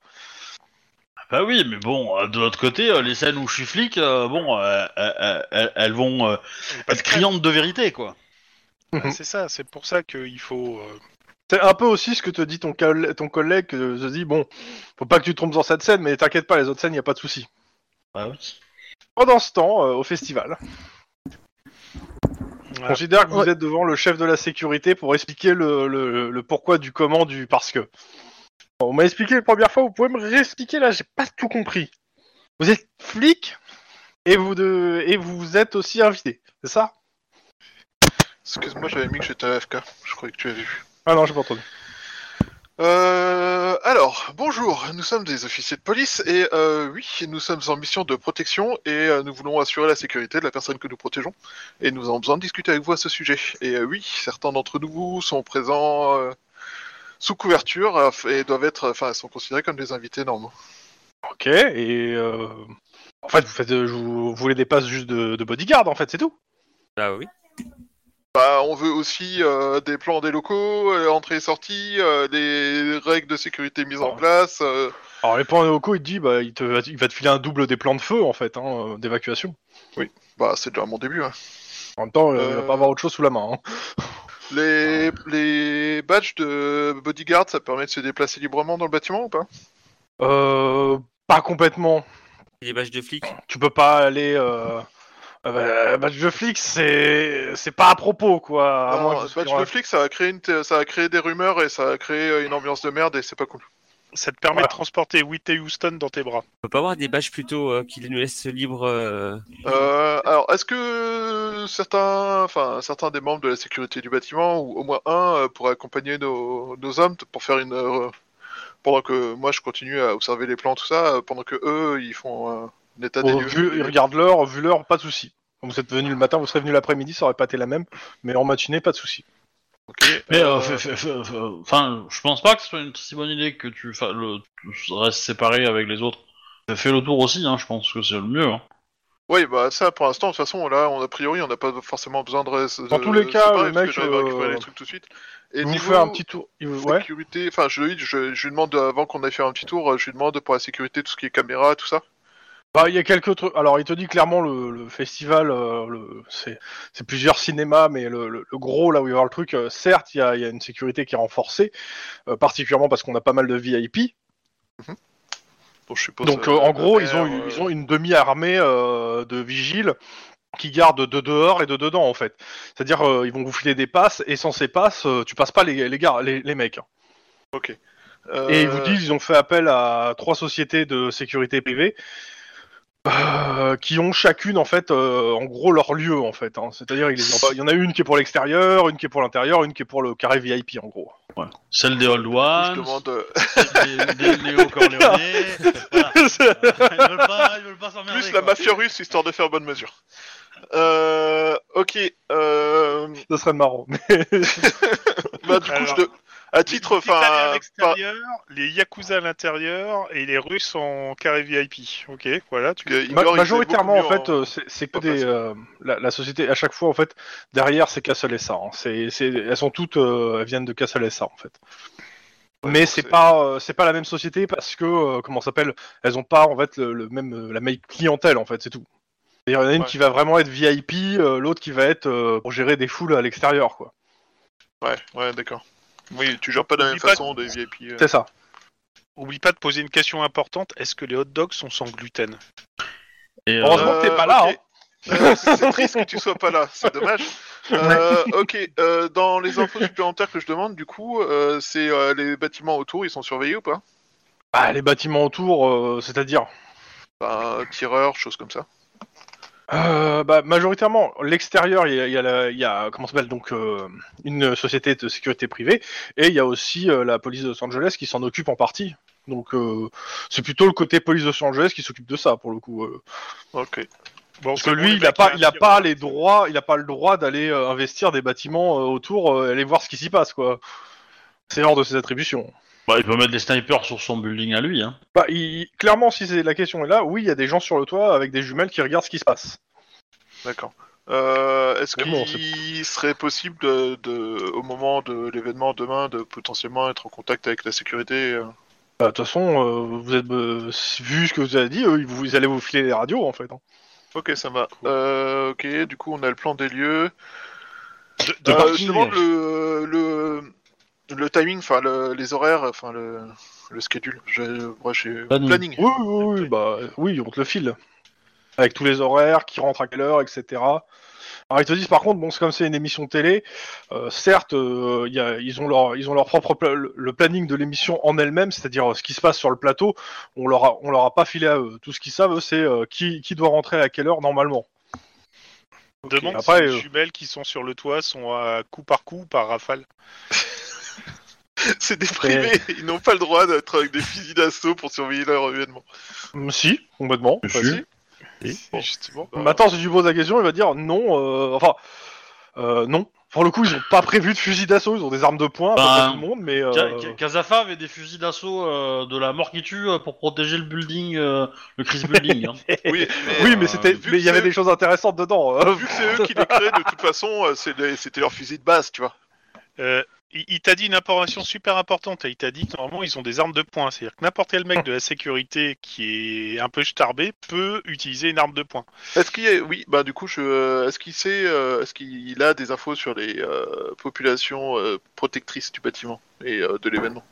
A: Bah oui, mais bon, euh, de l'autre côté, euh, les scènes où je suis flic, euh, bon, euh, euh, elles, elles vont euh, être criantes de vérité, quoi.
B: Ah, C'est ça, c'est pour ça qu'il faut. euh,
D: C'est un peu aussi ce que te dit ton, coll- ton collègue, que je dis, bon, faut pas que tu te trompes dans cette scène, mais t'inquiète pas, les autres scènes, y a pas de souci.
A: Bah oui.
D: Pendant ce temps, euh, au festival,
B: Ouais.
D: considère que vous
C: Ouais.
D: êtes devant le chef de la sécurité pour expliquer le, le- le pourquoi du comment du parce que. Bon, on m'a expliqué la première fois, vous pouvez me réexpliquer là, j'ai pas tout compris. Vous êtes flic et vous, de... et vous êtes aussi invité, c'est ça
F: Excuse-moi, j'avais mis que j'étais AFK. Je croyais que tu avais vu.
D: Ah non, j'ai pas entendu.
F: Euh, alors, bonjour, nous sommes des officiers de police et euh, oui, nous sommes en mission de protection et euh, nous voulons assurer la sécurité de la personne que nous protégeons et nous avons besoin de discuter avec vous à ce sujet. Et euh, oui, certains d'entre nous sont présents euh, sous couverture euh, et doivent être, enfin, sont considérés comme des invités normaux.
D: Ok, et euh, en fait, vous, faites, euh, je vous, vous voulez des passes juste de, de bodyguard, en fait, c'est tout.
E: Bah oui.
F: Bah, on veut aussi euh, des plans des locaux, euh, entrées et sorties, euh, des règles de sécurité mises en place. euh,
D: Alors les plans locaux, il te dit, bah, il, te, il va te filer un double des plans de feu en fait, hein, euh, d'évacuation.
F: bah, c'est déjà mon début. hein.
D: En même temps, euh, il va
F: Euh.
D: pas avoir autre chose sous la main. hein.
F: Les, les badges de bodyguard, ça permet de se déplacer librement dans le bâtiment ou pas
D: Euh, pas complètement.
E: Les badges de flics.
D: Tu peux pas aller. Euh... euh, bah, badge de flic, c'est c'est pas à propos quoi. à moins
F: Non,
D: que vous
F: badge
D: soyez-
F: de flic, ça a, créé une t- ça a créé des rumeurs et ça a créé euh, une ambiance de merde et c'est pas cool.
B: Ça te permet
D: Voilà.
B: de transporter Whitney Houston dans tes bras.
E: On peut pas avoir des badges plutôt euh, qui nous laissent libres. euh,
F: Euh, alors, est-ce que certains, enfin, certains des membres de la sécurité du bâtiment, ou au moins un, euh, pourraient accompagner nos, nos hommes t- pour faire une. euh, pendant que moi je continue à Bah, observer les plans, tout ça, euh, pendant que eux, ils font euh, un état des
D: Au-
F: lieux
D: vu- il regarde l'heure, vu l'heure, pas de souci. Comme Vous êtes venu le matin, vous serez venu l'après-midi, ça aurait pas été la même, mais en matinée, pas de souci.
F: Ok,
A: Mais,
F: euh,
A: euh, fait- fait- fait- fait- enfin, je pense pas que ce soit une si bonne idée que tu fa- le- tu restes séparé avec les autres. Fais le tour aussi, hein, je pense que c'est le mieux. hein.
F: Oui, bah ça pour l'instant, de toute façon, là, on, a priori, on n'a pas forcément besoin de. de
D: Dans tous les
F: de
D: cas,
F: séparer,
D: le
F: parce que
D: mec,
F: j'arrive à récupérer
D: euh,
F: les trucs tout de suite. Et
D: vous
F: niveau
D: faites un petit tour. il vous- Ouais.
F: sécurité, enfin, je, je, je lui demande, euh, avant qu'on aille faire un petit tour, euh, je lui demande pour la sécurité tout ce qui est caméra, tout ça.
D: Bah, il y a quelques trucs. Alors, il te dit clairement le, le festival, euh, le, c'est, c'est plusieurs cinémas, mais le, le- le gros là où il va y avoir le truc, euh, certes, il y, a, il y a une sécurité qui est renforcée, euh, particulièrement parce qu'on a pas mal de VIP.
F: Bon, je suppose,
D: Donc,
F: euh,
D: euh, en gros, ils
F: derrière,
D: ont, eu-
F: euh,
D: ils ont une demi-armée euh, de vigiles qui gardent de dehors et de dedans en fait. C'est-à-dire, euh, ils vont vous filer des passes et sans ces passes, euh, tu passes pas les les, gars, les, les mecs. hein.
F: euh,
D: Et ils vous disent, ils ont fait appel à trois sociétés de sécurité privée euh, qui ont chacune en fait, euh, en gros leur lieu en fait. hein. C'est-à-dire, ils les ont pas- il y en a une qui est pour l'extérieur, une qui est pour l'intérieur, une qui est pour le carré VIP en gros.
A: Celle des Old
D: ah,
F: Je
A: Ones,
F: demande euh,
A: celle des, des Léo Corleone. voilà. Ils veulent pas- ils veulent pas s'emmerder,
F: plus la
A: quoi.
F: mafia russe histoire de faire bonne mesure. Euh, ok. Euh,
D: Ça serait marrant.
F: bah, du coup,
B: Alors,
F: je de- à titre,
B: Les Italiens à
F: enfin, euh, pas-
B: l'extérieur, les Yakuza à l'intérieur et les Russes en carré VIP. Ok, voilà. Tu...
F: que
D: Ma-
F: Igor, il
D: majoritairement
F: faisait
D: en
F: beaucoup hein.
D: fait,
F: mieux
D: euh, c'est- c'est que
F: en
D: des
F: face.
D: euh, la, la société à chaque fois en fait derrière c'est Castle SA. hein. C'est- c'est- elles sont toutes euh, elles viennent de Castle SA en fait. Mais
F: bon,
D: c'est
F: c'est-
D: pas euh, c'est pas la même société parce que euh, comment ça s'appelle elles ont pas en fait le, le même euh, la même clientèle en fait c'est tout. Il y en a une
F: Ouais.
D: qui va vraiment être VIP, euh, l'autre qui va être euh, pour gérer des foules à l'extérieur quoi.
F: Ouais, ouais, d'accord. Oui, tu gères pas de la même
B: Oublie pas
F: façon des VIP. euh.
D: C'est ça.
B: Oublie pas de poser une question importante. Est-ce que les hot dogs sont sans gluten
A: Et, euh,
D: Heureusement que t'es pas là. hein.
F: ok. Euh, c'est triste que tu sois pas là, c'est dommage. Euh, ok, euh, dans les infos supplémentaires que je demande, du coup, euh, c'est euh, les bâtiments autour, ils sont surveillés ou pas
D: hein. Ah, les bâtiments autour, euh, c'est-à-dire
F: Enfin, tireurs, choses Bah, comme ça.
D: Euh, bah, majoritairement, l'extérieur, il y a, il y a la- il y a, comment ça s'appelle donc euh, une société de sécurité privée et il y a aussi euh, la police de Los Angeles qui s'en occupe en partie. Donc euh, c'est plutôt le côté police de Los Angeles qui s'occupe de ça pour le coup. euh.
F: Ok.
B: bon,
D: Parce que lui, il a pas, il a pas les droits, il a pas le droit d'aller euh, investir des bâtiments euh, autour, euh, aller voir ce qui s'y passe quoi. C'est hors de ses attributions.
A: bah, il peut mettre des snipers sur son building à lui. Hein.
D: Bah, il- clairement, si c'est la question est là, oui, il y a des gens sur le toit avec des jumelles qui regardent ce qui se passe.
F: D'accord. Euh, Est-ce
D: Mais bon,
F: qu'il serait possible, de, de- au moment de l'événement demain, de potentiellement être en contact avec la sécurité euh
D: Bah, de toute façon, euh, vous êtes, euh, vu ce que vous avez dit, euh, ils, vous, ils allaient vous filer les radios en fait. hein.
F: Ok, ça va. Euh, ok, du coup, on a le plan des lieux.
B: De,
F: Euh,
A: parking.
F: je demande le, le, le timing, enfin le- les horaires, enfin le, le schedule. Je, moi, je-
A: Planning.
F: planning.
D: Oui, oui, oui, bah, oui, on te le file. Avec tous les horaires, qui rentre à quelle heure, etc. Alors ils te disent par contre, bon, c'est comme c'est une émission télé, euh, certes, euh, il y a- ils, ont leur, ils ont leur propre pla- le planning de l'émission en elle-même, c'est-à-dire euh, ce qui se passe sur le plateau, on leur a, on leur a pas filé à eux. Tout ce qu'ils savent, eux, c'est euh, qui, qui doit rentrer à quelle heure normalement.
B: Demande
D: après,
B: si
D: euh,
B: les jumelles qui sont sur le toit sont à coup par coup par rafale.
F: C'est des privés, ils n'ont pas le droit d'être avec des fusils d'assaut pour surveiller leur événement.
D: Hum, si, complètement.
A: Je
D: Vas-y.
A: suis.
F: Justement.
D: Euh, Maintenant, si tu poses la question, il va dire non. euh, enfin, euh, non. Pour le coup, ils ont pas prévu de fusil d'assaut. Ils ont des armes de poing, à peu
A: Ben,
D: près tout le monde, mais euh,
A: Ka- Ka- Kazafa avait des fusils d'assaut euh, de la mort qui tue euh, pour protéger le building, euh, le Chris Building. hein.
F: oui,
D: oui, mais
A: euh,
D: c'était,
F: vu
D: mais il
F: que
D: y avait
F: c'est-
D: des choses intéressantes dedans. euh.
F: Vu que c'est eux qui les créent, de toute façon, euh, c'est des- c'était leur fusil de base, tu vois.
B: Euh, il il t'a dit une information super importante. et Il t'a dit que normalement ils ont des armes de poing. C'est-à-dire que n'importe quel mec de la sécurité qui est un peu starbé peut utiliser une arme de poing.
F: Est-ce qu'il y a... oui, bah du coup, je... euh, est-ce qu'il sait, euh, est-ce qu'il a des infos sur les euh, populations euh, protectrices du bâtiment et euh, de l'événement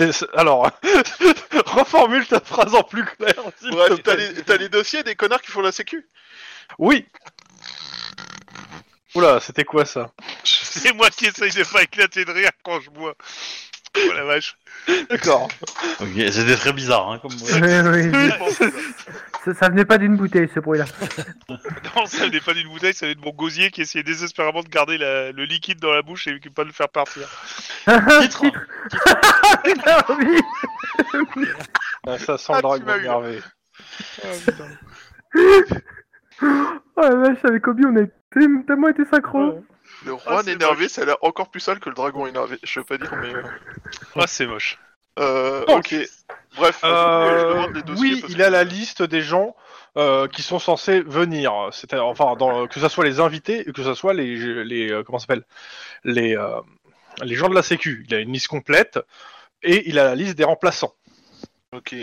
D: Et c'est- Alors, reformule ta phrase en plus clair. s'il te
F: Bref,
D: plaît.
F: t'as les... t'as les dossiers des connards qui font la sécu
D: Oui. Oula, c'était quoi ça
B: C'est moi qui essaye de pas éclater de rire quand je bois. Oh la vache.
D: D'accord.
A: Ok, C'était très bizarre. Hein, comme...
C: Oui, oui, oui. ça, ça venait pas d'une bouteille ce bruit-là.
B: Non, ça n'est pas d'une bouteille, ça venait de mon gosier qui essayait désespérément de garder la- le liquide dans la bouche et qui pas le faire partir.
A: Titre.
C: Putain, oui.
D: Ah, ça sent
F: Ah,
D: le
F: tu
D: dragon
F: m'as eu.
D: énervé.
C: Oh la vache, avec Obi, on a été- tellement été synchro.
F: Le roi
B: Ah, c'est
F: énervé, ça a l'air encore plus sale que le dragon énervé. Je veux pas dire, mais. euh,
B: Ah, c'est moche.
F: Euh,
D: Donc,
F: ok. Bref, je
D: Euh,
F: demande les dossiers
D: oui,
F: parce
D: il
F: que-
D: a la liste des gens euh, qui sont censés venir. C'est-à-dire, enfin, dans- que ça soit les invités, et que ça soit les, les euh, comment ça s'appelle les euh, les gens de la Sécu. Il a une liste complète et il a la liste des remplaçants.
F: Ok.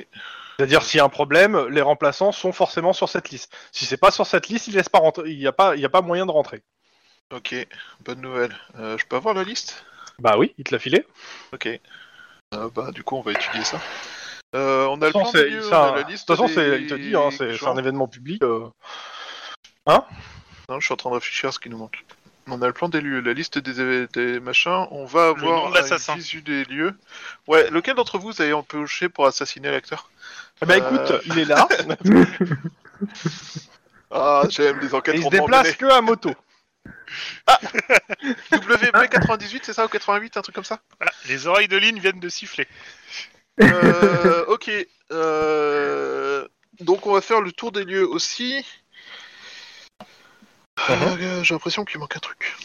D: C'est-à-dire s'il y a un problème, les remplaçants sont forcément sur cette liste. Si c'est pas sur cette liste, ils laissent pas rentrer. Il n'y a pas, il y a pas moyen de rentrer.
F: Ok, bonne nouvelle. Euh, je peux avoir la liste
D: Bah oui, il te l'a filé.
F: Ok. Euh, bah du coup on va étudier ça. Euh, on a
D: De
F: le
D: toute
F: plan
D: façon, c'est-
F: milieu,
D: ça-
F: on a la
D: de
F: liste.
D: toute façon,
F: des-
D: c'est- il te dit, hein, c'est c'est un événement public. euh. Hein
F: Non, je suis en train de réfléchir à ce qui nous manque. On a le plan des lieux, la liste des, éve- des machins. On va
B: Le nom
F: avoir
B: de l'assassin.
F: une visu des lieux. Ouais, lequel d'entre vous avez empoché pour assassiner l'acteur
D: Eh ben,
F: Euh,
D: écoute, il est là.
F: Ah, j'aime les enquêtes
D: et il se
F: romanes,
D: déplace que à moto.
F: mais- WP98, c'est ça ou 88, un truc comme ça
B: Voilà, les oreilles de Lynn viennent de siffler.
F: Euh, ok. Euh, Donc on va faire le tour des lieux aussi.
D: Uh-huh.
F: Euh, J'ai l'impression qu'il manque un truc.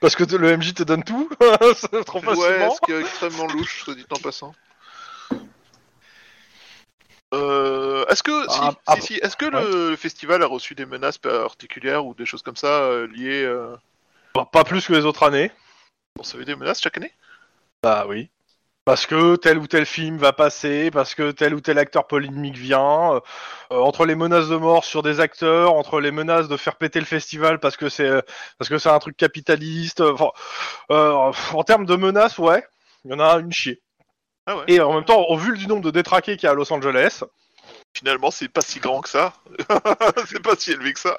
D: Parce que te- le MJ te donne tout, c'est trop
F: Ouais,
D: facilement.
F: ce qui est extrêmement louche, soit dit en passant. Euh, est-ce que, si,
D: Ah,
F: si,
D: ah bon.
F: si, est-ce que le, festival a reçu des menaces particulières ou des choses comme ça euh, liées euh...
D: Bah, pas plus que les autres années.
F: On recevait des menaces chaque année
D: Bah oui. Parce que tel ou tel film va passer, parce que tel ou tel acteur polémique vient, euh, euh, entre les menaces de mort sur des acteurs, entre les menaces de faire péter le festival parce que c'est euh, parce que c'est un truc capitaliste. euh, enfin, euh, pff, en termes de menaces, ouais, il y en a une chier.
F: Ah ouais.
D: Et en même temps, au vu du nombre de détraqués qu'il y a à Los Angeles,
F: Finalement, c'est pas si grand que ça. c'est pas si élevé que ça.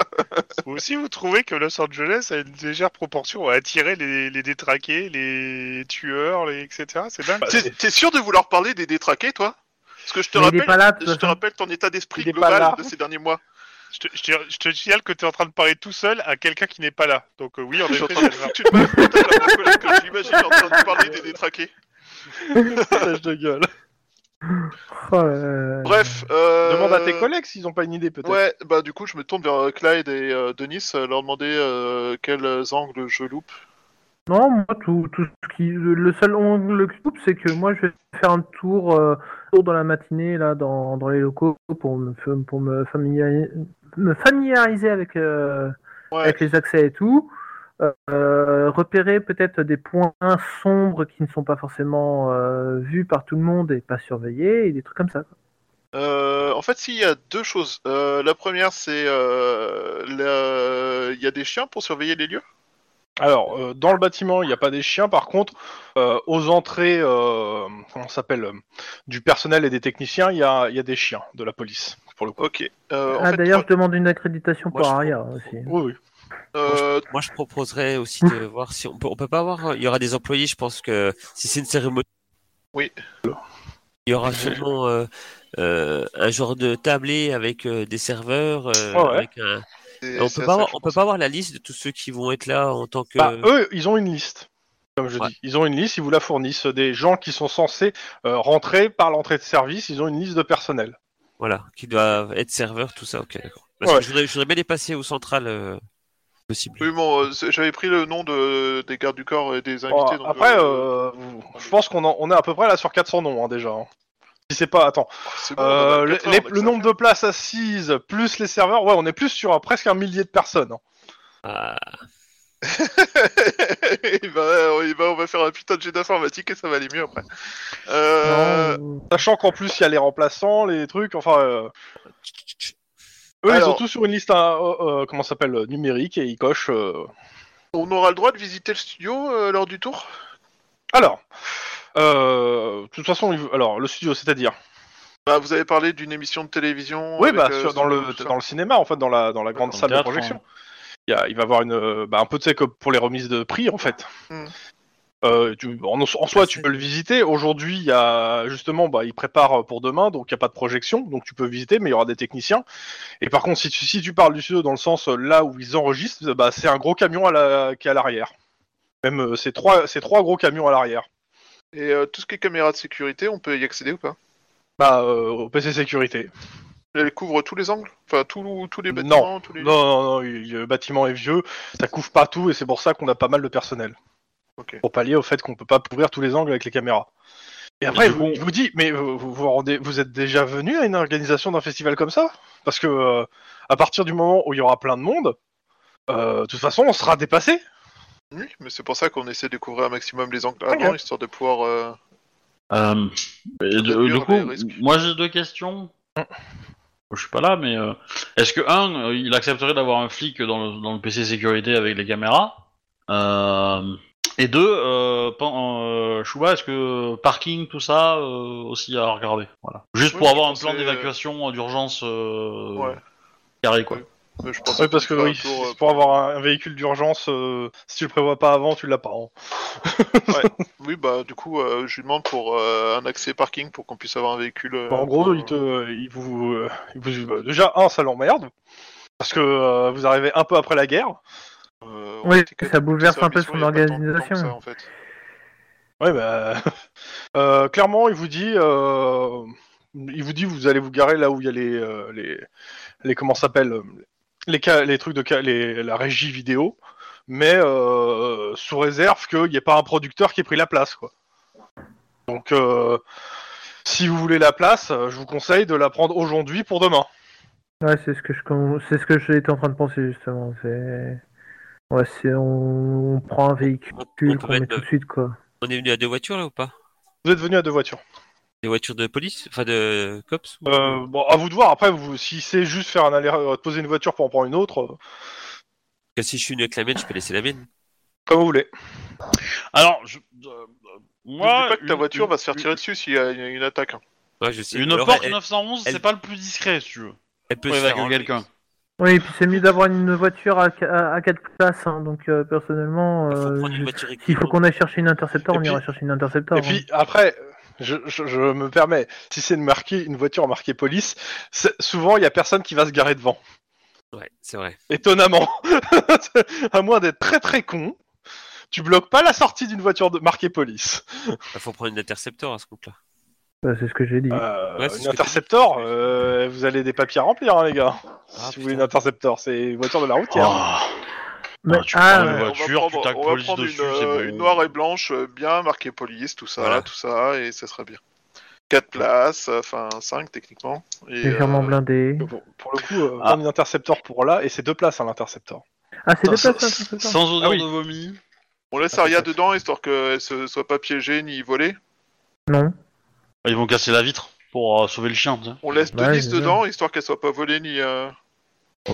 B: Vous aussi, vous trouvez que Los Angeles a une légère proportion à attirer les, les détraqués, les tueurs, les etc. C'est dingue.
D: Bah,
F: T'es, t'es sûr de vouloir parler des détraqués, toi Parce que je te
C: Mais il est
F: rappelle,
C: pas là, de toute
F: je te
C: façon.
F: rappelle ton état d'esprit
D: Il est pas
F: global
D: là.
F: de ces derniers mois.
B: Je te, je te- je te signale que tu es en train de parler tout seul à quelqu'un qui n'est pas là. Donc euh, oui, en
F: Je suis en
B: effet,
F: train de
B: c'est vrai.
F: foutre une meuf totale à ma collègue que j'imagine en train de parler des détraqués.
D: Euh, putain, je gueule.
C: Oh, euh,
F: Bref, euh...
D: Demande à tes collègues s'ils ont pas une idée peut-être.
F: Ouais, bah du coup, je me tourne vers euh, Clyde et euh, Denis, euh, leur demander euh, quels angles je loupe.
C: Non, moi, tout, tout ce qui, le seul ongle que je coupe, c'est que moi, je vais faire un tour, euh, tour dans la matinée, là, dans, dans les locaux, pour me, fa- pour me, familiariser, me familiariser avec, euh,
F: Ouais.
C: avec les accès et tout. Euh, repérer peut-être des points sombres qui ne sont pas forcément euh, vus par tout le monde et pas surveillés, et des trucs comme ça. quoi.
F: Euh, en fait, s'il y a deux choses. Euh, la première, c'est euh, la- il y a des chiens pour surveiller les lieux.
D: Alors, euh, dans le bâtiment, il n'y a pas des chiens. Par contre, euh, aux entrées, euh, comment ça s'appelle, euh, du personnel et des techniciens, il y a, il y a des chiens de la police, pour le coup.
F: Ok. Euh, en
C: ah,
F: fait,
C: d'ailleurs, je demande une accréditation
E: moi,
C: pour
E: je-
C: Aria aussi.
D: Oui, oui.
F: euh,
E: Moi, je proposerais aussi de voir si on peut, on peut pas avoir. euh, Il y aura des employés, je pense que si c'est une cérémonie.
F: Oui.
E: Il y aura sûrement euh, euh, un genre de tablé avec euh, des serveurs. euh,
D: Ouais, ouais.
E: avec un-
F: c'est-
E: On
F: c'est
E: peut
F: à
E: pas
F: ça
E: avoir,
F: que je
E: on peut pas avoir la liste de tous ceux qui vont être là en tant que.
D: Bah, eux, ils ont une liste. Comme je
E: Ouais.
D: dis, ils ont une liste, ils vous la fournissent. Des gens qui sont censés euh, rentrer par l'entrée de service, ils ont une liste de personnel.
E: Voilà, qui doivent être serveurs, tout ça. Ok, d'accord. Parce
D: Ouais.
E: que je voudrais, je voudrais bien les passer au central euh, possible.
F: Oui, bon, euh, c'est- j'avais pris le nom de, des gardes du corps et des
D: Bon,
F: invités. donc,
D: après,
F: euh,
D: euh, vous- je pense qu'on en- on est à peu près là sur 400 noms hein, déjà. hein. Si c'est pas, attends,
F: c'est bon, on a 24 heures,
D: euh, le, les-
F: donc
D: le
F: bah, ça-
D: nombre de places assises plus les serveurs, ouais, on est plus sur euh, presque un millier de personnes. hein.
E: Ah,
F: Eh ben, euh, eh ben, on va faire un putain de jet d'informatique et ça va aller mieux après. Euh,
C: Non,
D: Sachant qu'en plus il y a les remplaçants, les trucs, enfin euh, eux ils
F: Alors-
D: sont tous sur une liste hein, euh, euh, comment ça s'appelle euh, numérique et ils cochent. euh.
F: On aura le droit de visiter le studio euh, lors du tour
D: Alors, euh, de toute façon, ils- alors le studio, c'est-à-dire.
F: bah, Vous avez parlé d'une émission de télévision.
D: Oui,
F: avec,
D: bah
F: euh,
D: sur- dans
F: ce-
D: le
F: tout ça.
D: dans le cinéma en fait, dans la dans la grande
A: Dans le
D: salle
A: théâtre,
D: de projection. Il, y a- il va y avoir une euh, bah, un peu de sais comme pour les remises de prix en fait.
F: Hmm.
D: Euh, tu- en, en soi, tu peux le visiter. Aujourd'hui, il y a justement, bah, ils préparent pour demain, donc il n'y a pas de projection, donc tu peux visiter, mais il y aura des techniciens. Et par contre, si tu, si tu parles du studio dans le sens euh, là où ils enregistrent, bah, c'est un gros camion à la, qui est à l'arrière. Même euh, c'est trois, c'est trois gros camions à l'arrière.
F: Et euh, tout ce qui est caméra de sécurité, on peut y accéder ou pas
D: Bah, euh, au PC sécurité.
F: Elle couvre tous les angles Enfin, tous- tous les bâtiments tous les...
D: Non, non, non, il- le bâtiment est vieux, ça couvre pas tout, et c'est pour ça qu'on a pas mal de personnel.
F: Ok.
D: Pour pallier au fait qu'on peut pas couvrir tous les angles avec les caméras. Et après,
A: du
D: vous,
A: coup-
D: il vous dit, mais euh, vous, vous, rendez, vous êtes déjà venu à une organisation d'un festival comme ça Parce que euh, à partir du moment où il y aura plein de monde, euh, de toute façon, on sera dépassé.
F: Oui, mais c'est pour ça qu'on essaie de couvrir un maximum les angles
D: Ok.
F: avant, histoire de pouvoir euh,
A: Euh, et
F: Ça
A: du,
F: peut être
A: du
F: dur,
A: coup,
F: les risques.
A: moi j'ai deux questions. Je suis pas là, mais euh, est-ce que un, euh, il accepterait d'avoir un flic dans le, dans le PC sécurité avec les caméras Euh, Et deux, euh, pen- euh, Chouba, est-ce que parking, tout ça, euh, aussi à regarder Voilà. Juste
F: Oui,
A: pour
F: je
A: avoir un
F: pensais-
A: plan d'évacuation euh, d'urgence euh,
F: Ouais.
A: carré, quoi.
F: Mais je pense
D: Oui, parce que
F: faire un
D: oui,
F: tour, euh,
D: c'est pour avoir un un véhicule d'urgence, euh, si tu le prévois pas avant, tu l'as pas. hein.
F: Oui, bah du coup, euh, je lui demande pour euh, un accès parking pour qu'on puisse avoir un véhicule. euh,
D: en gros,
F: pour-
D: il, te, il vous, euh, il vous- bah, déjà un, ça l'emmerde parce que euh, vous arrivez un peu après la guerre.
F: euh, on
C: Oui,
F: était quatre
C: ça bouleverse un peu
F: services,
C: son
F: ouais, il y a pas tant- tant que ça, hein.
C: organisation.
F: en fait.
D: Ouais, bah euh, clairement, il vous dit, euh, il vous dit, vous allez vous garer là où il y a les, euh, les, les comment ça s'appelle, euh, les ca- les trucs de ca- les, la régie vidéo, mais euh, sous réserve qu'il n'y ait pas un producteur qui ait pris la place, quoi. Donc, euh, si vous voulez la place, euh, je vous conseille de la prendre aujourd'hui pour demain.
C: Ouais, c'est ce que je con- c'est ce que j'étais en train de penser justement. C'est ouais, c'est on... on prend un véhicule
E: On- on
C: qu'on
E: peut
C: met
E: mettre
C: tout
E: le-
C: de suite quoi.
E: On est venu à deux voitures là ou pas
D: Vous êtes venu à deux voitures.
E: Des voitures de police Enfin de cops ou-
D: Euh, bon, à vous de voir. Après, vous, si c'est juste faire un aller, euh, poser une voiture pour en prendre une autre, euh,
E: Parce que Si je suis venu avec la mienne, je peux laisser la mienne.
D: comme vous voulez.
A: Alors, je, euh, euh, moi,
F: N'oublie pas que ta
A: une-
F: voiture
A: une-
F: va se faire tirer dessus s'il y a une, une attaque. hein.
E: Ouais, je sais.
A: Une
E: Alors,
A: Porsche
E: elle,
A: 911,
E: elle-
A: c'est pas le plus discret, si tu veux.
E: elle peut
A: Pour
E: se faire
A: évacuer
E: enlever.
A: quelqu'un.
C: Oui, et puis c'est mieux d'avoir une voiture à, ca- à, à quatre places. hein. Donc euh, personnellement,
E: Il faut
C: euh,
E: prendre une
C: je-
E: voiture
C: s'il faut qu'on aille chercher une interceptor,
D: Et
C: on
D: puis-
C: ira chercher une interceptor. hein.
D: Et puis après, je, je- je me permets, si c'est une, marquée, une voiture marquée police, c'est- souvent il y a personne qui va se garer devant.
E: Ouais, c'est vrai.
D: Étonnamment, à moins d'être très très con, tu bloques pas la sortie d'une voiture de- marquée police.
E: Il Bah, faut prendre une interceptor à ce compte-là.
C: Bah, c'est ce que j'ai dit.
D: Euh,
E: Mmh. Ouais, c'est ce
D: une
E: que
D: interceptor,
E: t'as dit.
D: euh, vous avez des papiers à remplir, hein, les gars.
E: Ah,
D: si vous voulez une
E: putain.
D: interceptor, c'est une voiture de la route.
C: Mais-
A: Ah, tu
C: ah,
A: prends une
C: ouais.
F: on va
A: voiture,
F: prendre,
A: tu tacs
F: on va
A: police
F: prendre
A: dessus,
F: une,
A: c'est
F: euh,
A: bon.
F: une noire et blanche euh, bien marquée police, tout ça,
E: Voilà.
F: tout ça, et ça sera bien. 4 places, euh, enfin 5 techniquement. Et,
C: légèrement
F: euh,
C: blindé.
D: Pour, pour le coup, euh,
A: Ah.
D: prendre une interceptor pour là, et c'est deux places à l'interceptor.
C: Ah, c'est deux places
A: Sans-
C: l'interceptor.
A: Sans odeur
D: Ah oui.
A: de vomi.
F: on laisse
D: Ah,
F: Aria
D: c'est ça.
F: dedans histoire qu'elle se soit pas piégée ni volée.
C: Non.
A: Bah, Ils vont casser la vitre pour euh, sauver le chien. tiens.
F: On laisse
C: Ouais,
F: Denise
C: c'est ça.
F: dedans histoire qu'elle soit pas volée ni. euh,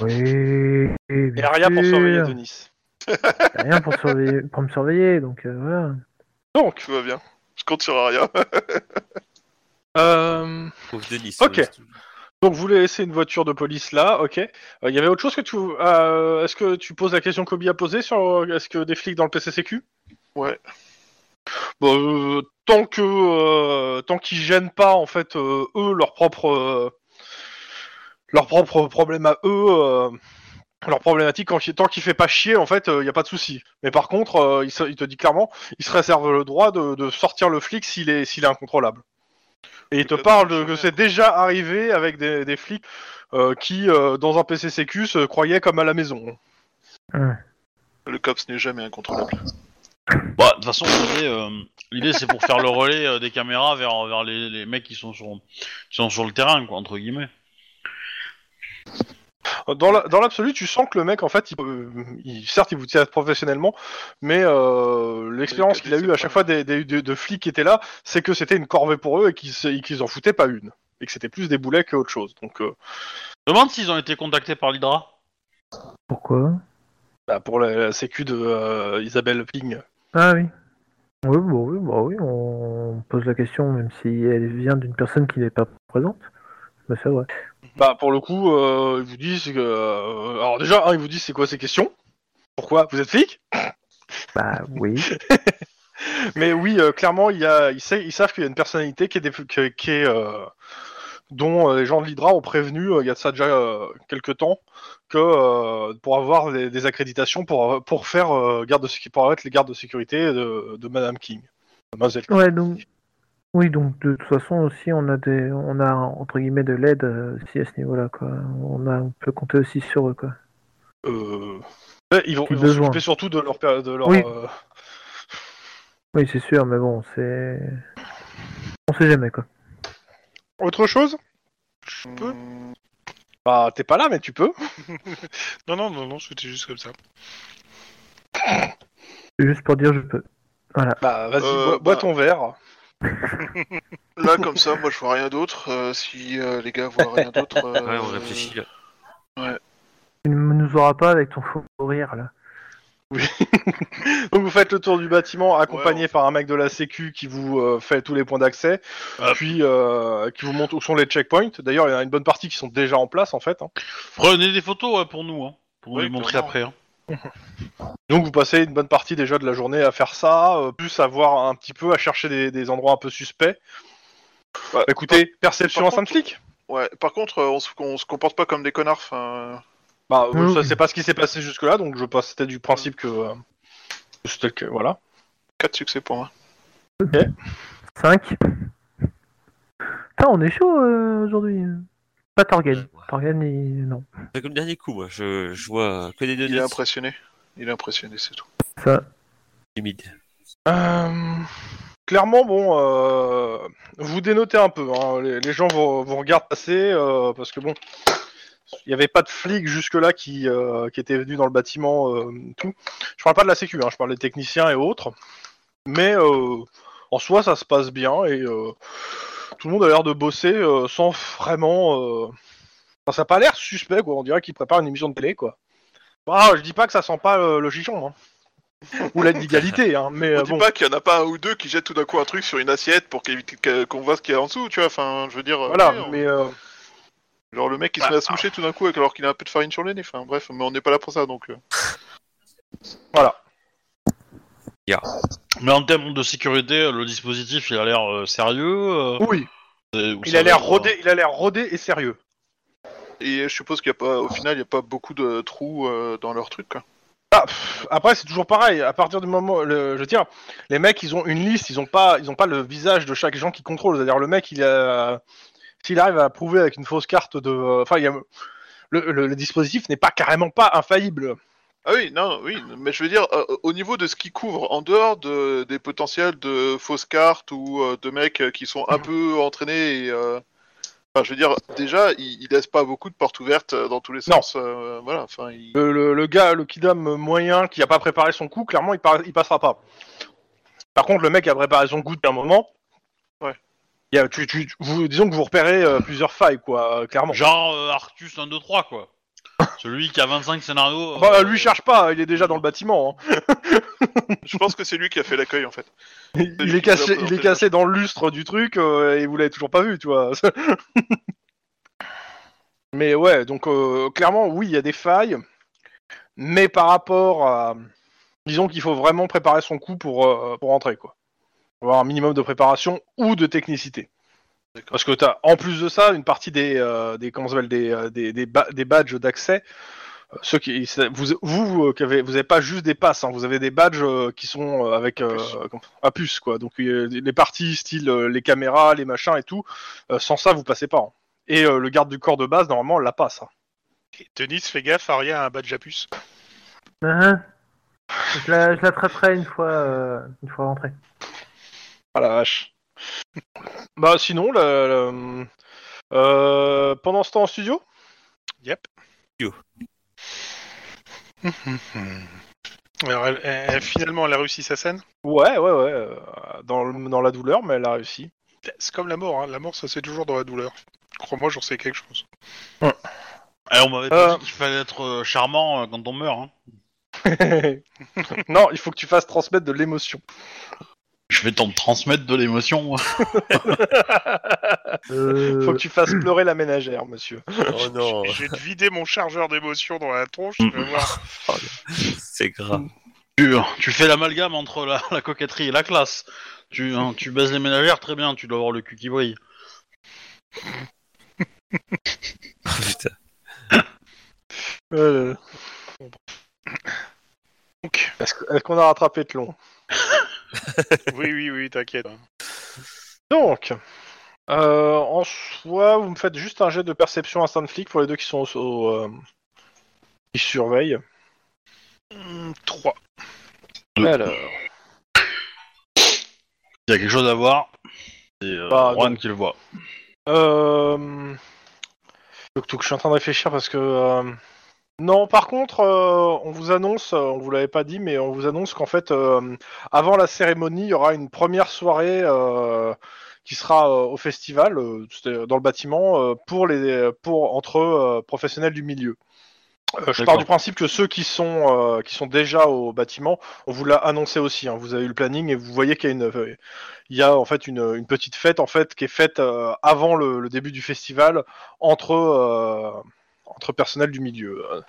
C: Oui.
D: Et Aria pour surveiller
C: Denis.
D: Denis.
C: Rien pour surveiller, pour me surveiller. Donc euh, voilà.
D: Donc,
F: Tout va bien. Je compte sur Aria.
D: euh,
E: Pauvre Denis.
D: Ok.
E: ouais, c'est-
D: Donc vous voulez laisser une voiture de police là, ok. Euh, Il y avait autre chose que tu... euh, Est-ce que tu poses la question qu'Obi a posée sur... euh, Est-ce que des flics dans le PCCQ
F: Ouais.
D: Bon, euh, tant que... euh, tant qu'ils gênent pas, en fait, euh, eux, leur propre... euh, leur propre problème à eux... euh, leur problématique, quand il- tant qu'il fait pas chier, en fait, il n'y a pas de souci. Mais par contre, euh, il, se- il te dit clairement, il se réserve le droit de, de sortir le flic s'il est, s'il est incontrôlable. Et il te
F: Peut-être
D: parle
F: que
D: de,
F: je
D: que
F: vais-
D: c'est déjà arrivé avec des, des flics euh, qui, euh, dans un PCCQ, se croyaient comme à la maison.
F: Le COPS n'est jamais
C: Ah.
F: incontrôlable.
A: Bah, de toute façon, l'idée, euh, l'idée, c'est pour faire le relais euh, des caméras vers, vers les, les mecs qui sont, sur, qui sont sur le terrain, quoi, entre guillemets.
D: Dans la- dans l'absolu, tu sens que le mec, en fait, il, euh, il- certes, il vous tient professionnellement, mais euh, l'expérience
F: Oui,
D: qu'il a
F: c'est
D: eue à
F: pas-
D: chaque fois des, des- de, de flics qui étaient là, c'est que c'était une corvée pour eux et qu'ils se- et qu'ils en foutaient pas une. Et que c'était plus des boulets qu'autre chose. Donc, euh,
A: Demande s'ils ont été contactés par l'Hydra.
C: Pourquoi
D: bah, pour la, la sécu de euh, Isabelle Ping.
C: Ah oui. Oui, bon, oui, bah oui, on pose la question, même si elle vient d'une personne qui n'est pas présente. Bah ça, ouais.
D: Bah, pour le coup, euh, ils vous disent que. euh, alors, déjà, un, ils vous disent c'est quoi ces questions Pourquoi Vous êtes flic
C: Bah oui.
D: Mais oui, euh, clairement, il y a, ils, sa- ils savent qu'il y a une personnalité qui est, dé- que- qui est, euh, dont euh, les gens de l'Hydra ont prévenu, euh, il y a de ça déjà euh, quelques temps, que euh, pour avoir des, des accréditations pour, avoir- pour faire euh, garde de sécu- pour être les gardes de sécurité de, de Madame King. Mademoiselle King.
C: Ouais, donc. Oui, donc de toute façon aussi, on a des, on a entre guillemets de l'aide euh, aussi à ce niveau-là, quoi. On a, on peut compter aussi sur eux, quoi.
D: Euh, ouais, ils vont,
C: Plus
D: ils vont
C: besoin.
D: s'occuper surtout de leur. per- De leur
C: Oui.
D: euh,
C: Oui, c'est sûr, mais bon, c'est, on sait jamais, quoi.
D: Autre chose
B: Je peux
F: Hmm,
D: Bah, t'es pas là, mais tu peux.
B: Non, non, non, non, c'était juste comme ça.
C: C'est Juste pour dire, je peux.
D: Bah, vas-y,
F: Euh,
D: bois, bois
F: bah-
D: ton verre.
F: Là, comme ça, moi, je vois rien d'autre. euh, si euh, les gars voient rien d'autre. euh,
E: Ouais, on réfléchit là.
C: Tu ne nous auras pas avec ton faux rire là.
D: Donc vous faites le tour du bâtiment accompagné par un mec de la sécu qui vous euh, fait tous les points d'accès,
A: Hop.
D: puis euh, qui vous montre où sont les checkpoints. D'ailleurs, il y en a une bonne partie qui sont déjà en place en fait. hein.
A: Prenez des photos ouais, pour nous, hein, pour nous
F: Oui,
A: les montrer
F: clairement.
A: après. hein.
D: Donc vous passez une bonne partie déjà de la journée à faire ça, euh, plus à voir un petit peu, à chercher des, des endroits un peu suspects. Bah,
F: Ouais,
D: Écoutez, perception
F: par
D: à 5 flics
F: Ouais, par contre, euh, on se, on se comporte pas comme des connards. enfin,
D: Bah, euh,
C: Oui,
D: ça
C: oui.
D: c'est pas ce qui s'est passé jusque-là, donc je passe c'était du principe que euh, que c'était le cas, voilà.
F: 4 succès pour moi.
C: 5. Putain, on est chaud euh, aujourd'hui. Pas Torgan.
E: Ouais.
C: Torgan, il... non.
E: C'est comme dernier coup, moi. Je, je vois que des
F: Il est
E: données
F: impressionné. Il est impressionné, c'est tout.
C: Ça.
E: timides.
D: Euh, clairement, bon, euh, vous dénotez un peu. hein. Les, les gens vous, vous regardent passer euh, parce que bon, il n'y avait pas de flics jusque-là qui, euh, qui étaient venus dans le bâtiment. euh, tout. Je parle pas de la Sécu, hein, je parle des techniciens et autres. Mais euh, en soi, ça se passe bien et euh, tout le monde a l'air de bosser euh, sans vraiment. euh, enfin, ça n'a pas l'air suspect, quoi. On dirait qu'ils préparent une émission de télé, quoi. Ah, je dis pas que ça sent pas euh, le chichon, hein. ou l'aide d'égalité, hein, mais
F: On
D: euh,
F: dit
D: bon.
F: pas qu'il y en a pas un ou deux qui jettent tout d'un coup un truc sur une assiette pour qu'éviter que- qu'on voit ce qu'il y a en dessous, tu vois. Enfin, je veux dire. euh,
D: Voilà,
F: ouais, on-
D: mais euh,
F: Genre le mec qui se met à se moucher tout d'un coup alors qu'il a un peu de farine sur le nez. Enfin bref, mais on n'est pas là pour ça donc. euh.
A: Mais en termes de sécurité, le dispositif, il a l'air euh, sérieux. euh,
D: oui,
A: c'est- ou
D: il
A: ça
D: a l'air
A: va être,
D: rodé, il a l'air rodé et sérieux.
F: Et je suppose qu'il y a pas, au final, il n'y a pas beaucoup de trous euh, dans leur truc. Quoi.
D: Après, c'est toujours pareil. À partir du moment, le, je veux dire, les mecs, ils ont une liste, ils ont pas, ils ont pas le visage de chaque gens qui contrôle. C'est-à-dire le mec, il a, s'il arrive à prouver avec une fausse carte de, enfin, il y a- le, le- le dispositif n'est pas carrément pas infaillible.
F: Ah oui, non, oui, mais je veux dire, euh, au niveau de ce qui couvre, en dehors de, des potentiels de fausses cartes ou euh, de mecs qui sont un peu entraînés et. euh, Enfin, je veux dire, déjà, il, il laisse pas beaucoup de portes ouvertes euh, dans tous les
D: Non.
F: sens. euh, voilà, enfin, il-
D: Le, le- le gars, le kidam moyen qui a pas préparé son coup, clairement, il, par- il passera pas. Par contre, le mec qui a préparé son coup depuis un moment.
F: Ouais.
D: il y a- tu- tu- vous, disons que vous repérez euh, plusieurs failles, quoi, euh, clairement.
A: Genre euh, Arctus 1, 2, 3, quoi. Celui qui a 25 scénarios. euh,
D: Enfin, Bah, lui cherche pas, il est déjà dans le bâtiment. hein.
F: je pense que c'est lui qui a fait l'accueil en fait. C'est
D: Il
F: lui
D: est
F: qui nous a
D: cassé, il
F: présenté
D: est cassé dans le lustre du truc euh, et vous l'avez toujours pas vu, tu vois. mais ouais, donc euh, clairement, oui, il y a des failles, mais par rapport à, disons qu'il faut vraiment préparer son coup pour euh, pour entrer, quoi. Avoir un minimum de préparation ou de technicité.
F: D'accord.
D: Parce que t'as, en plus de ça, une partie des euh, des comment ça s'appelle, des euh, des, des ba- des badges d'accès. euh, Ceux qui c'est- vous vous euh, qui avez, vous avez pas juste des passes, hein, vous avez des badges euh, qui sont euh, avec euh,
F: puce.
D: comme- à puce quoi. Donc euh, les parties style euh, les caméras, les machins et tout, euh, sans ça vous passez pas. hein. Et euh, le garde du corps de base normalement l'a pas ça.
B: Et Denis, fais gaffe, Aria a un badge à puce.
C: Hein je la- je l'attraperai une fois euh, une fois rentré.
D: Ah la vache. bah sinon la- la- euh, pendant ce temps en studio,
B: Yep.
E: Yo.
B: Alors, elle- elle- finalement, elle a réussi sa scène.
D: ouais ouais ouais, euh, dans le- dans la douleur mais elle a réussi.
B: C'est comme la mort, hein. la mort ça c'est toujours dans la douleur. Crois-moi, j'en sais quelque chose.
A: eh, on m'avait pas
D: Euh.
A: dit qu'il fallait être euh, charmant euh, quand on meurt. hein.
D: non, il faut que tu fasses transmettre de l'émotion.
A: Je vais t'en transmettre de l'émotion. moi.
C: Euh,
D: Faut que tu fasses pleurer la ménagère, monsieur.
E: Oh non,
B: J'ai dû vider mon chargeur d'émotion dans la tronche, tu vas voir.
E: c'est Oh, grave.
A: Tu, tu fais l'amalgame entre la, la coquetterie et la classe. Tu, hein, tu baises les ménagères très bien, tu dois avoir le cul qui brille.
E: Putain.
D: Euh,
B: Donc,
D: Est-ce que- est-ce qu'on a rattrapé Tlon
B: oui, oui, oui, t'inquiète.
D: Donc, euh, en soi, vous me faites juste un jet de perception instant flic pour les deux qui sont au, au, euh, qui surveillent. Hmm,
B: 3.
D: Alors,
A: Il y a quelque chose à voir. C'est euh,
D: Bah,
A: Juan qui le voit.
D: euh, donc, donc, je suis en train de réfléchir parce que euh, Non, par contre, euh, on vous annonce, euh, on vous l'avait pas dit, mais on vous annonce qu'en fait, euh, avant la cérémonie, il y aura une première soirée euh, qui sera euh, au festival, euh, c'était dans le bâtiment, euh, pour les, pour entre euh, professionnels du milieu. Euh, je
A: D'accord.
D: pars du principe que ceux qui sont euh, qui sont déjà au bâtiment, on vous l'a annoncé aussi. hein, vous avez eu le planning et vous voyez qu'il y a une, euh, il y a en fait une, une petite fête en fait qui est faite euh, avant le, le début du festival entre euh, entre personnel du milieu. euh.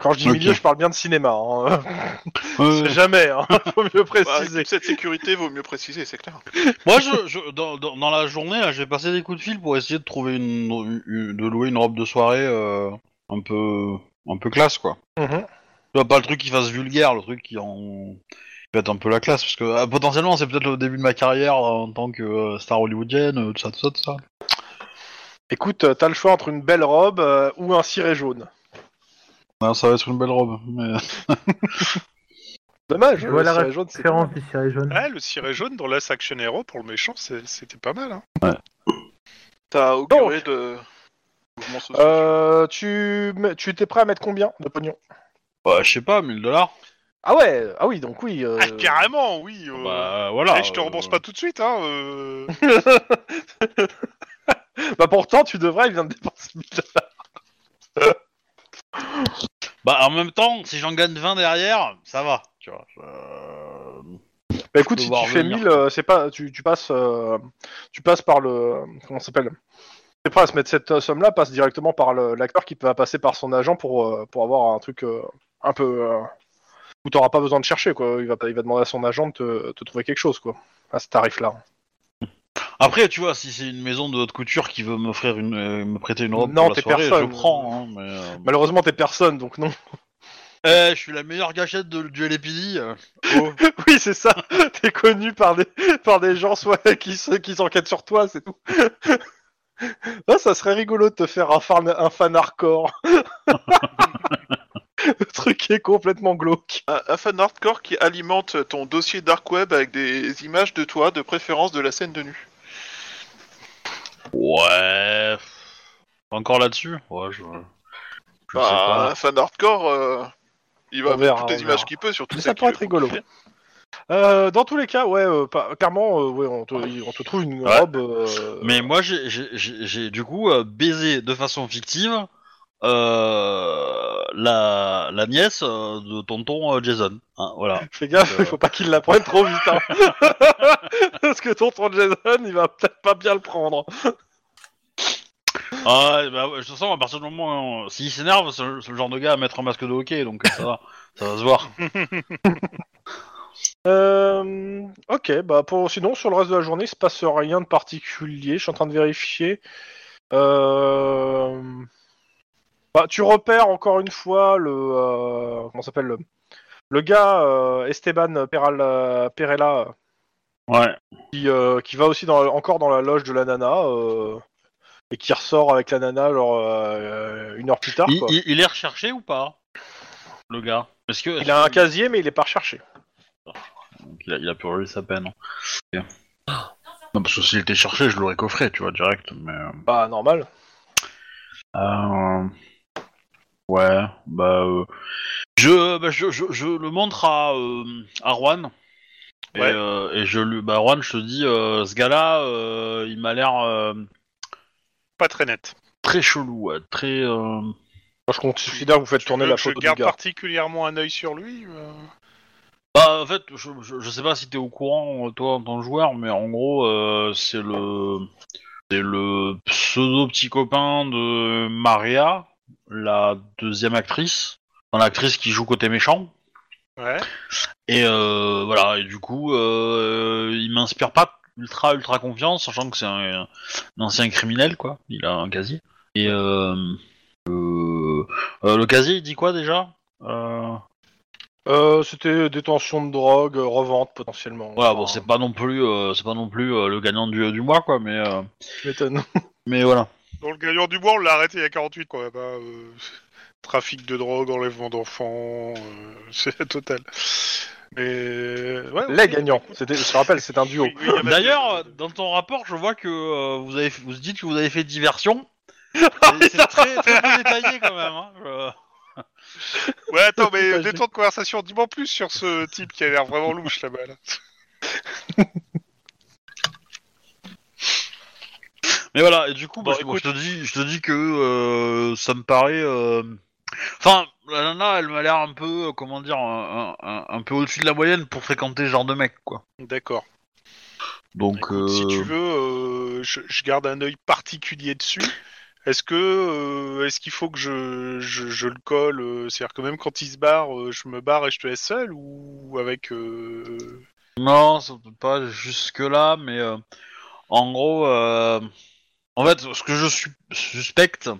D: Quand je dis
A: Ok.
D: milieu, je parle bien de cinéma. hein.
A: Euh,
D: C'est jamais, hein. faut mieux
F: Bah,
D: préciser.
F: cette sécurité vaut mieux préciser, c'est clair.
A: Moi, je, je- dans, dans- dans la journée, là, j'ai passé des coups de fil pour essayer de trouver une, une- de louer une robe de soirée euh, un peu, un peu classe, quoi.
D: Mhm.
A: Tu vois, Pas le truc qui fasse vulgaire, le truc qui en qui pète un peu la classe, parce que ah, potentiellement, c'est peut-être le début de ma carrière euh, en tant que euh, star hollywoodienne, euh, tout ça, tout ça, tout ça.
D: Écoute, euh, t'as le choix entre une belle robe euh, ou un ciré jaune.
A: Ouais, ça va être une belle robe. mais-
D: Dommage.
C: Je
D: le
C: vois la
D: ciré jaune, c'est
C: référence du ciré jaune.
B: Ah, le ciré jaune dans Last Action Hero pour le méchant, c'est- c'était pas mal. Hein.
F: T'as auguré de mouvements sociaux.
D: Euh, tu mets- tu étais prêt à mettre combien de pognon
A: Bah, je sais pas, 1000 dollars.
D: Ah ouais, ah oui, donc oui. euh,
B: Ah, carrément, oui. euh,
A: Bah, voilà.
B: eh, je te rembourse
A: euh,
B: pas tout de suite. Hein, euh.
D: bah pourtant tu devrais, il vient de dépenser 1000 dollars.
A: Bah, en même temps, si j'en gagne 20 derrière, ça va, tu vois. Euh,
D: Bah écoute,
A: Je peux
D: si
A: voir
D: tu fais
A: venir.
D: 1000, euh, c'est pas, tu, tu passes, euh, tu passes par le, comment ça s'appelle T'es prêt à se mettre cette euh, somme-là, passe directement par le- l'acteur qui va passer par son agent pour euh, pour avoir un truc euh, un peu euh, où t'auras pas besoin de chercher quoi. Il va, il va demander à son agent de te, te trouver quelque chose quoi à ce tarif-là.
A: Après, tu vois, si c'est une maison de haute couture qui veut m'offrir une, euh, me prêter une robe
D: Non,
A: pour la
D: t'es
A: soirée,
D: personne.
A: je prends. hein, mais, euh,
D: Malheureusement, t'es personne, donc non.
A: eh, je suis la meilleure gâchette de, du LAPD. euh. Oh.
D: Oui, c'est ça. T'es connu par des par des gens soit qui se- qui s'enquêtent sur toi, c'est tout. Ah, ça serait rigolo de te faire un fan, un fan hardcore. Le truc est complètement glauque.
F: Un, un fan hardcore qui alimente ton dossier dark web avec des images de toi, de préférence de la scène de nu.
A: Ouais. Encore là-dessus Ouais, je. je sais
F: Bah,
A: pas.
F: un fan hardcore, euh, il va
D: On verra,
F: mettre toutes
D: on
F: les images
D: verra.
F: qu'il peut, surtout
D: Mais
F: celles
D: ça pourrait
F: qui
D: être
F: le font
D: rigolo.
F: kiffer.
D: Euh, dans tous les cas, ouais, euh, pas- clairement, euh, ouais, on, te, on te trouve une
A: Ouais.
D: robe. euh,
A: Mais moi, j'ai- j'ai- j'ai j'ai, du coup euh, baisé de façon fictive euh, la, la nièce euh, de tonton euh, Jason. Hein, voilà.
D: Fais gaffe,
A: Euh.
D: il faut pas qu'il la prenne trop vite. hein. Parce que tonton Jason, il va peut-être pas bien le prendre.
A: Ah, bah, ouais, de toute façon, à partir du moment où. on- S'il s'énerve, c'est le c'est le genre de gars à mettre un masque de hockey, donc euh, ça va, ça va se voir.
D: Euh, ok, bah pour, sinon sur le reste de la journée, il se passe rien de particulier. Je suis en train de vérifier. Euh, bah, tu repères encore une fois le euh, comment s'appelle le, le gars euh, Esteban Peral- Perella euh,
A: Ouais.
D: qui, euh, qui va aussi dans, encore dans la loge de la nana euh, et qui ressort avec la nana genre euh, une heure plus tard.
A: Il,
D: quoi.
A: il- il est recherché ou pas, le gars Parce que
D: Il a un casier mais il est pas recherché.
A: il a, il a purgé sa peine. Ok. Non, parce que s'il était cherché, je l'aurais coffré, tu vois, direct. Mais euh,
D: Bah normal.
A: euh, ouais, bah, euh, je, bah, je, je, je le montre à euh, à Juan. Et,
B: Ouais.
A: euh, et je lui, bah, Juan, je te dis, euh, ce gars-là, euh, il m'a l'air euh,
B: Pas très net.
A: très chelou, ouais, très. euh,
D: Moi, je considère que vous faites tourner
B: Je-
D: la
B: je
D: photo du
B: garde
D: gars.
B: particulièrement un œil sur lui. euh.
A: Bah, en fait, je, je, je sais pas si t'es au courant, euh, toi, en tant que joueur, mais en gros, euh, c'est le. C'est le pseudo-petit copain de Maria, la deuxième actrice. Enfin, l'actrice qui joue côté méchant.
B: Ouais.
A: Et euh, voilà, et du coup, euh, il m'inspire pas ultra, ultra confiance, sachant que c'est un, un ancien criminel, quoi. Il a un casier. Et euh, euh, euh, le casier, il dit quoi déjà Euh,
D: Euh, c'était détention de drogue, euh, revente potentiellement.
A: Voilà,
D: Enfin,
A: bon, c'est pas non plus, euh, c'est pas non plus euh, le gagnant du, du mois, quoi, mais, euh,
D: tu m'étonnes.
A: mais voilà.
B: Dans le gagnant du bois, on l'a arrêté il y a 48, quoi. Bah, euh, Trafic de drogue, enlèvement d'enfants, euh, c'est la totale. Mais. Ouais,
D: Les
B: ok.
D: gagnants. C'était, je te rappelle, c'est un duo.
B: Oui, oui, il y en a
A: D'ailleurs, euh,
B: deux.
A: dans ton rapport, je vois que euh, vous avez, vous dites que vous avez fait diversion. Et c'est très, très peu détaillé quand même. hein, je-
B: Ouais, attends, mais détour de conversation, dis-moi plus sur ce type qui a l'air vraiment louche là-bas. là.
A: Mais voilà, et du coup, bah,
D: Bon,
A: je, bon, je te dis, je te dis que euh, ça me paraît. euh, Enfin, la nana, elle m'a l'air un peu, euh, comment dire, un, un- un- un peu au-dessus de la moyenne pour fréquenter ce genre de mec, quoi.
B: D'accord.
A: Donc,
B: Bah, Si
A: euh,
B: tu veux, euh, je, je garde un œil particulier dessus. Est-ce que euh, est-ce qu'il faut que je, je, je le colle euh, C'est-à-dire que même quand il se barre, euh, je me barre et je te laisse seul ou avec euh,
A: non, ça peut pas jusque là, mais euh, en gros, euh, en fait, ce que je su- suspecte.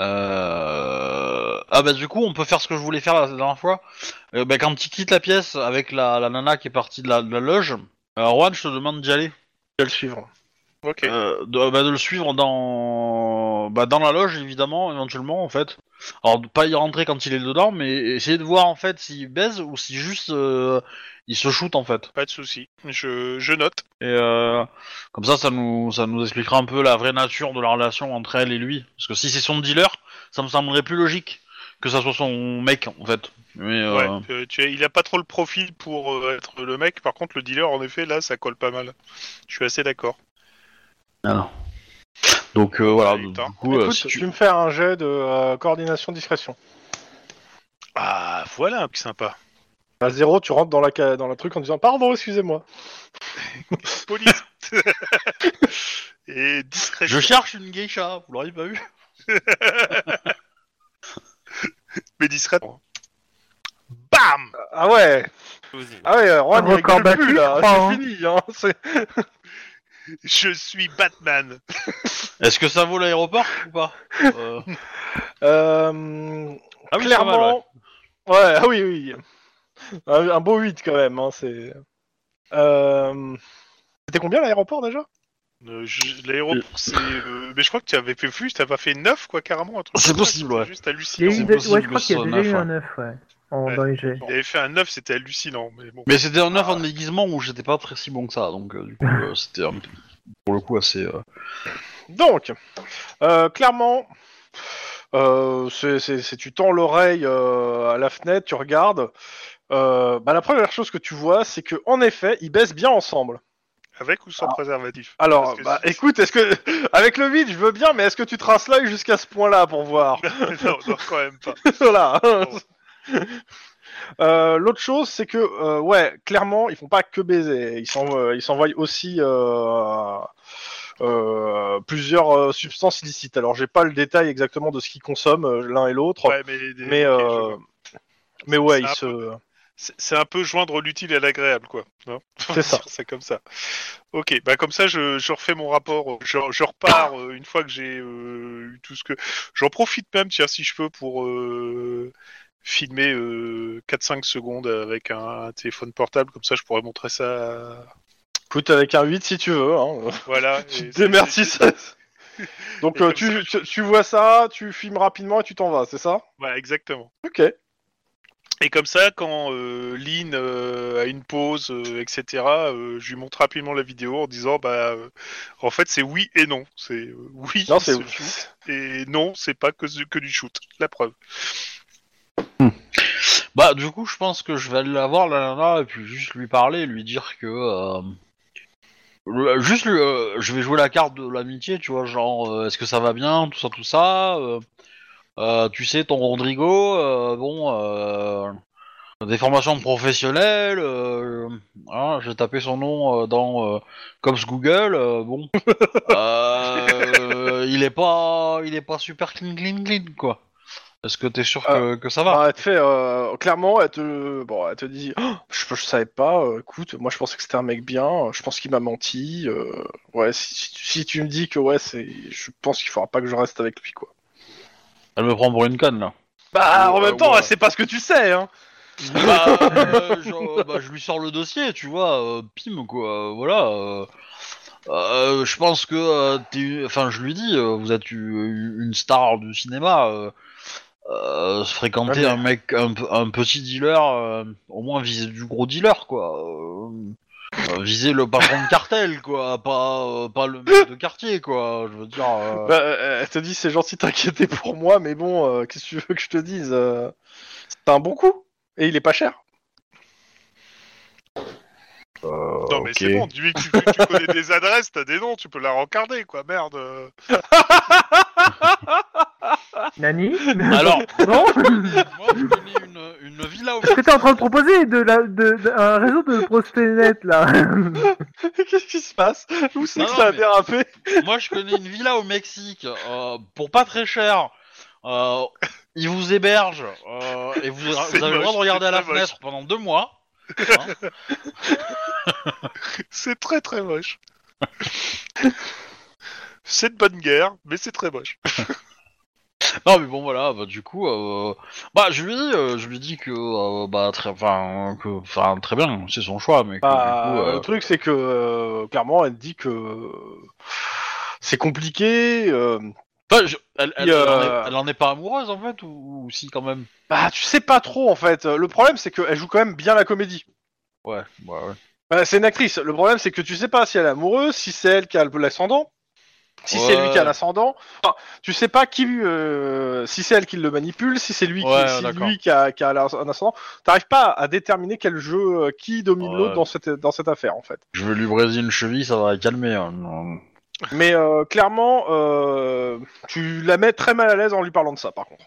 A: euh, Ah bah du coup on peut faire ce que je voulais faire la dernière fois. Euh, bah, quand tu quittes la pièce avec la, la nana qui est partie de la, de la loge, euh, Juan je te demande d'y aller.
D: Je vais le suivre.
B: Ok.
A: Euh, de, bah, de le suivre dans bah, dans la loge évidemment éventuellement en fait alors de pas y rentrer quand il est dedans mais essayer de voir en fait s'il baise ou si juste euh, il se shoot en fait
B: Pas de souci. Je, je note.
A: et euh, comme ça ça nous ça nous expliquera un peu la vraie nature de la relation entre elle et lui parce que si c'est son dealer ça me semblerait plus logique que ça soit son mec en fait mais euh,
B: Ouais. Euh, tu as- il a pas trop le profil pour euh, être le mec. Par contre, le dealer, en effet, là, ça colle pas mal. Je suis assez d'accord.
A: voilà. donc euh, voilà
B: Ouais,
A: du
B: putain.
A: coup euh,
D: Écoute,
A: si
D: tu
A: tu
D: peux me faire un jet de euh, coordination discrétion.
B: Ah, voilà, un petit sympa.
D: À zéro, tu rentres dans la ca- dans le truc en disant pardon, excusez-moi.
B: Police. Et discret.
A: je cherche une geisha vous l'auriez pas vu
B: Mais discret. Bam
D: Ah ouais, ah ouais, euh, Juan,
C: Un
D: il
C: record
D: rigole
C: battu,
D: plus,
C: je
D: là, c'est
C: crois, hein.
D: fini. Hein, c'est-
B: Je suis Batman.
A: est-ce que ça vaut l'aéroport ou pas Euh,
D: Euh,
A: Ah oui, c'est pas mal, ouais.
D: clairement. ouais. ah oui, oui. Un, un beau 8 quand même. Hein, c'est. Euh, C'était combien l'aéroport déjà
B: Euh, je- L'aéroport, c'est. euh, Mais je crois que tu avais fait plus, t'as pas fait 9, quoi, carrément. un truc
A: C'est
B: comme ça,
A: possible,
B: c'était
A: ouais.
B: juste
C: Il y a
B: hallucinant.
C: eu
A: C'est
C: des-
A: possible
C: ouais, je crois
A: que
C: qu'il y a
A: ce
C: déjà
A: soit
C: eu
A: neuf,
C: un œuf, ouais. En,
B: Ouais.
C: Dans les jets.
B: Il avait fait un 9, c'était hallucinant. Mais bon.
A: Mais c'était un œuf en déguisement où j'étais pas très si bon que ça, donc euh, du coup euh, c'était un- pour le coup assez. euh,
D: Donc, euh, clairement, euh, c'est- c'est- c'est- tu tends l'oreille euh, à la fenêtre, tu regardes. Euh, bah, la première chose que tu vois, c'est que en effet, ils baissent bien ensemble.
B: Avec ou sans préservatif
D: Alors,
B: Parce que
D: bah,
B: si-
D: écoute, est-ce que avec le vide, je veux bien, mais est-ce que tu traces l'œil jusqu'à ce point-là pour voir
B: non, non, quand même pas.
D: Voilà.
B: Bon.
D: Euh, L'autre chose, c'est que euh, ouais, clairement, ils font pas que baiser. Ils s'en- euh, ils s'envoient aussi euh, euh, plusieurs euh, substances illicites. Alors, j'ai pas le détail exactement de ce qu'ils consomment euh, l'un et l'autre,
B: Ouais, mais. des-
D: mais
B: ok, je
D: euh,
B: vois.
D: mais ouais,
B: C'est
D: ils
B: un
D: se.
B: C'est c'est un peu joindre l'utile à l'agréable, quoi. non On va
D: C'est ça.
B: dire comme ça. Ok, bah comme ça, je, je refais mon rapport. euh, Je, je repars euh, une fois que j'ai euh, eu tout ce que. J'en profite même, tiens, si je peux, pour euh, filmer euh, 4-5 secondes avec un, un téléphone portable. Comme ça, je pourrais montrer ça. à-
D: Écoute, avec un 8 si tu veux. Hein.
B: Voilà.
D: Tu
B: et-
D: te démercies, ça. Donc,
B: Et
D: euh,
B: comme
D: tu, tu, tu vois ça, tu filmes rapidement et tu t'en vas, c'est ça
B: Voilà, exactement.
D: Ok.
B: Et comme ça, quand euh, Lynn euh, a une pause, euh, etc., euh, je lui montre rapidement la vidéo en disant, bah, euh, en fait, c'est oui et non. C'est euh, oui,
D: Non,
B: il
D: c'est
B: se shoot, et non, c'est pas que, que du shoot. La preuve.
A: Bah du coup je pense que je vais aller la voir la nana et puis juste lui parler, lui dire que euh, le- juste lui, euh, je vais jouer la carte de l'amitié, tu vois, genre euh, est-ce que ça va bien, tout ça, tout ça. euh, euh, tu sais ton Rodrigo, euh, bon. euh, des formations professionnelles, euh, hein, j'ai tapé son nom euh, dans euh, Cops Google, euh, bon, Euh, il est pas, il est pas super clean clean clean quoi. Est-ce que t'es sûr que, que ça va
D: Bah, elle te fait euh, clairement, elle te, bon, elle te dit, Oh, je, je savais pas. euh, écoute, moi je pensais que c'était un mec bien. euh, Je pense qu'il m'a menti. euh, ouais, si, si tu- si tu me dis que ouais, c'est, je pense qu'il faudra pas que je reste avec lui, quoi.
A: Elle me prend pour une conne là.
D: Bah, en
F: Ouais,
D: même temps,
F: ouais.
D: c'est pas ce que tu sais, hein.
A: bah, euh, je, bah, je lui sors le dossier, tu vois, euh, pim quoi, euh, voilà. euh, euh, je pense que, euh, t'es une- enfin, je lui dis, euh, vous êtes u- une star du cinéma. Euh, euh, fréquenter
D: Ouais, mais-
A: un mec, un, p- un petit dealer, euh, au moins viser du gros dealer quoi. Euh, euh, viser le patron de cartel, quoi, pas, euh, pas le mec de quartier, quoi. Je veux dire. euh,
D: Bah, euh, elle te dit c'est gentil de t'inquiéter pour moi, mais bon, euh, qu'est-ce que tu veux que je te dise euh, C'est un bon coup et il est pas cher. Bah,
B: Non, mais
A: ok.
B: c'est bon, dis-lui que tu, tu- tu connais des adresses, t'as des noms, tu peux la rencarder, quoi, merde. euh.
C: Nani
A: Alors,
C: Non
A: moi, je connais une, une villa au
C: T'étais en train de proposer de la, de, de- un réseau de proxénètes là.
D: qu'est-ce qui se passe Où c'est
A: Non,
D: que
A: non,
D: ça a
A: mais-
D: dérapé
A: Moi, je connais une villa au Mexique euh, pour pas très cher. Euh, ils vous hébergent euh, et vous, vous
B: C'est
A: avez le droit
B: moche,
A: de regarder à la
B: c'est très moche.
A: fenêtre pendant deux mois.
B: C'est très très moche. c'est de bonne guerre, mais c'est très moche.
A: Non, mais bon, voilà. Bah, du coup, euh, bah, je lui dis, euh, je lui dis que, euh, bah, très, enfin, que, enfin, très bien, c'est son choix, mais que,
D: Bah,
A: du coup, euh,
D: Le truc, c'est que euh, clairement, elle dit que euh, c'est compliqué. euh,
A: bah, je- elle, elle-
D: il, euh,
A: elle en est, elle en est pas amoureuse en fait, ou, ou si quand même.
D: bah, tu sais pas trop en fait. Euh, Le problème, c'est qu'elle joue quand même bien la comédie.
A: Ouais, ouais, ouais.
D: Bah, c'est une actrice. Le problème, c'est que tu sais pas si elle est amoureuse, si c'est elle qui a l'ascendant, si c'est lui qui
A: Ouais.
D: a l'ascendant. Enfin, tu sais pas qui, euh, si c'est elle qui le manipule, si c'est lui,
A: Ouais,
D: qui, si
A: d'accord.
D: lui qui a, qui a l'as- un ascendant. T'arrives pas à déterminer quel jeu, euh, qui domine
A: Ouais.
D: l'autre dans cette dans cette affaire en fait.
A: Je vais lui briser une cheville, ça va la calmer. hein. Non.
D: Mais euh, clairement, euh, tu la mets très mal à l'aise en lui parlant de ça, par contre.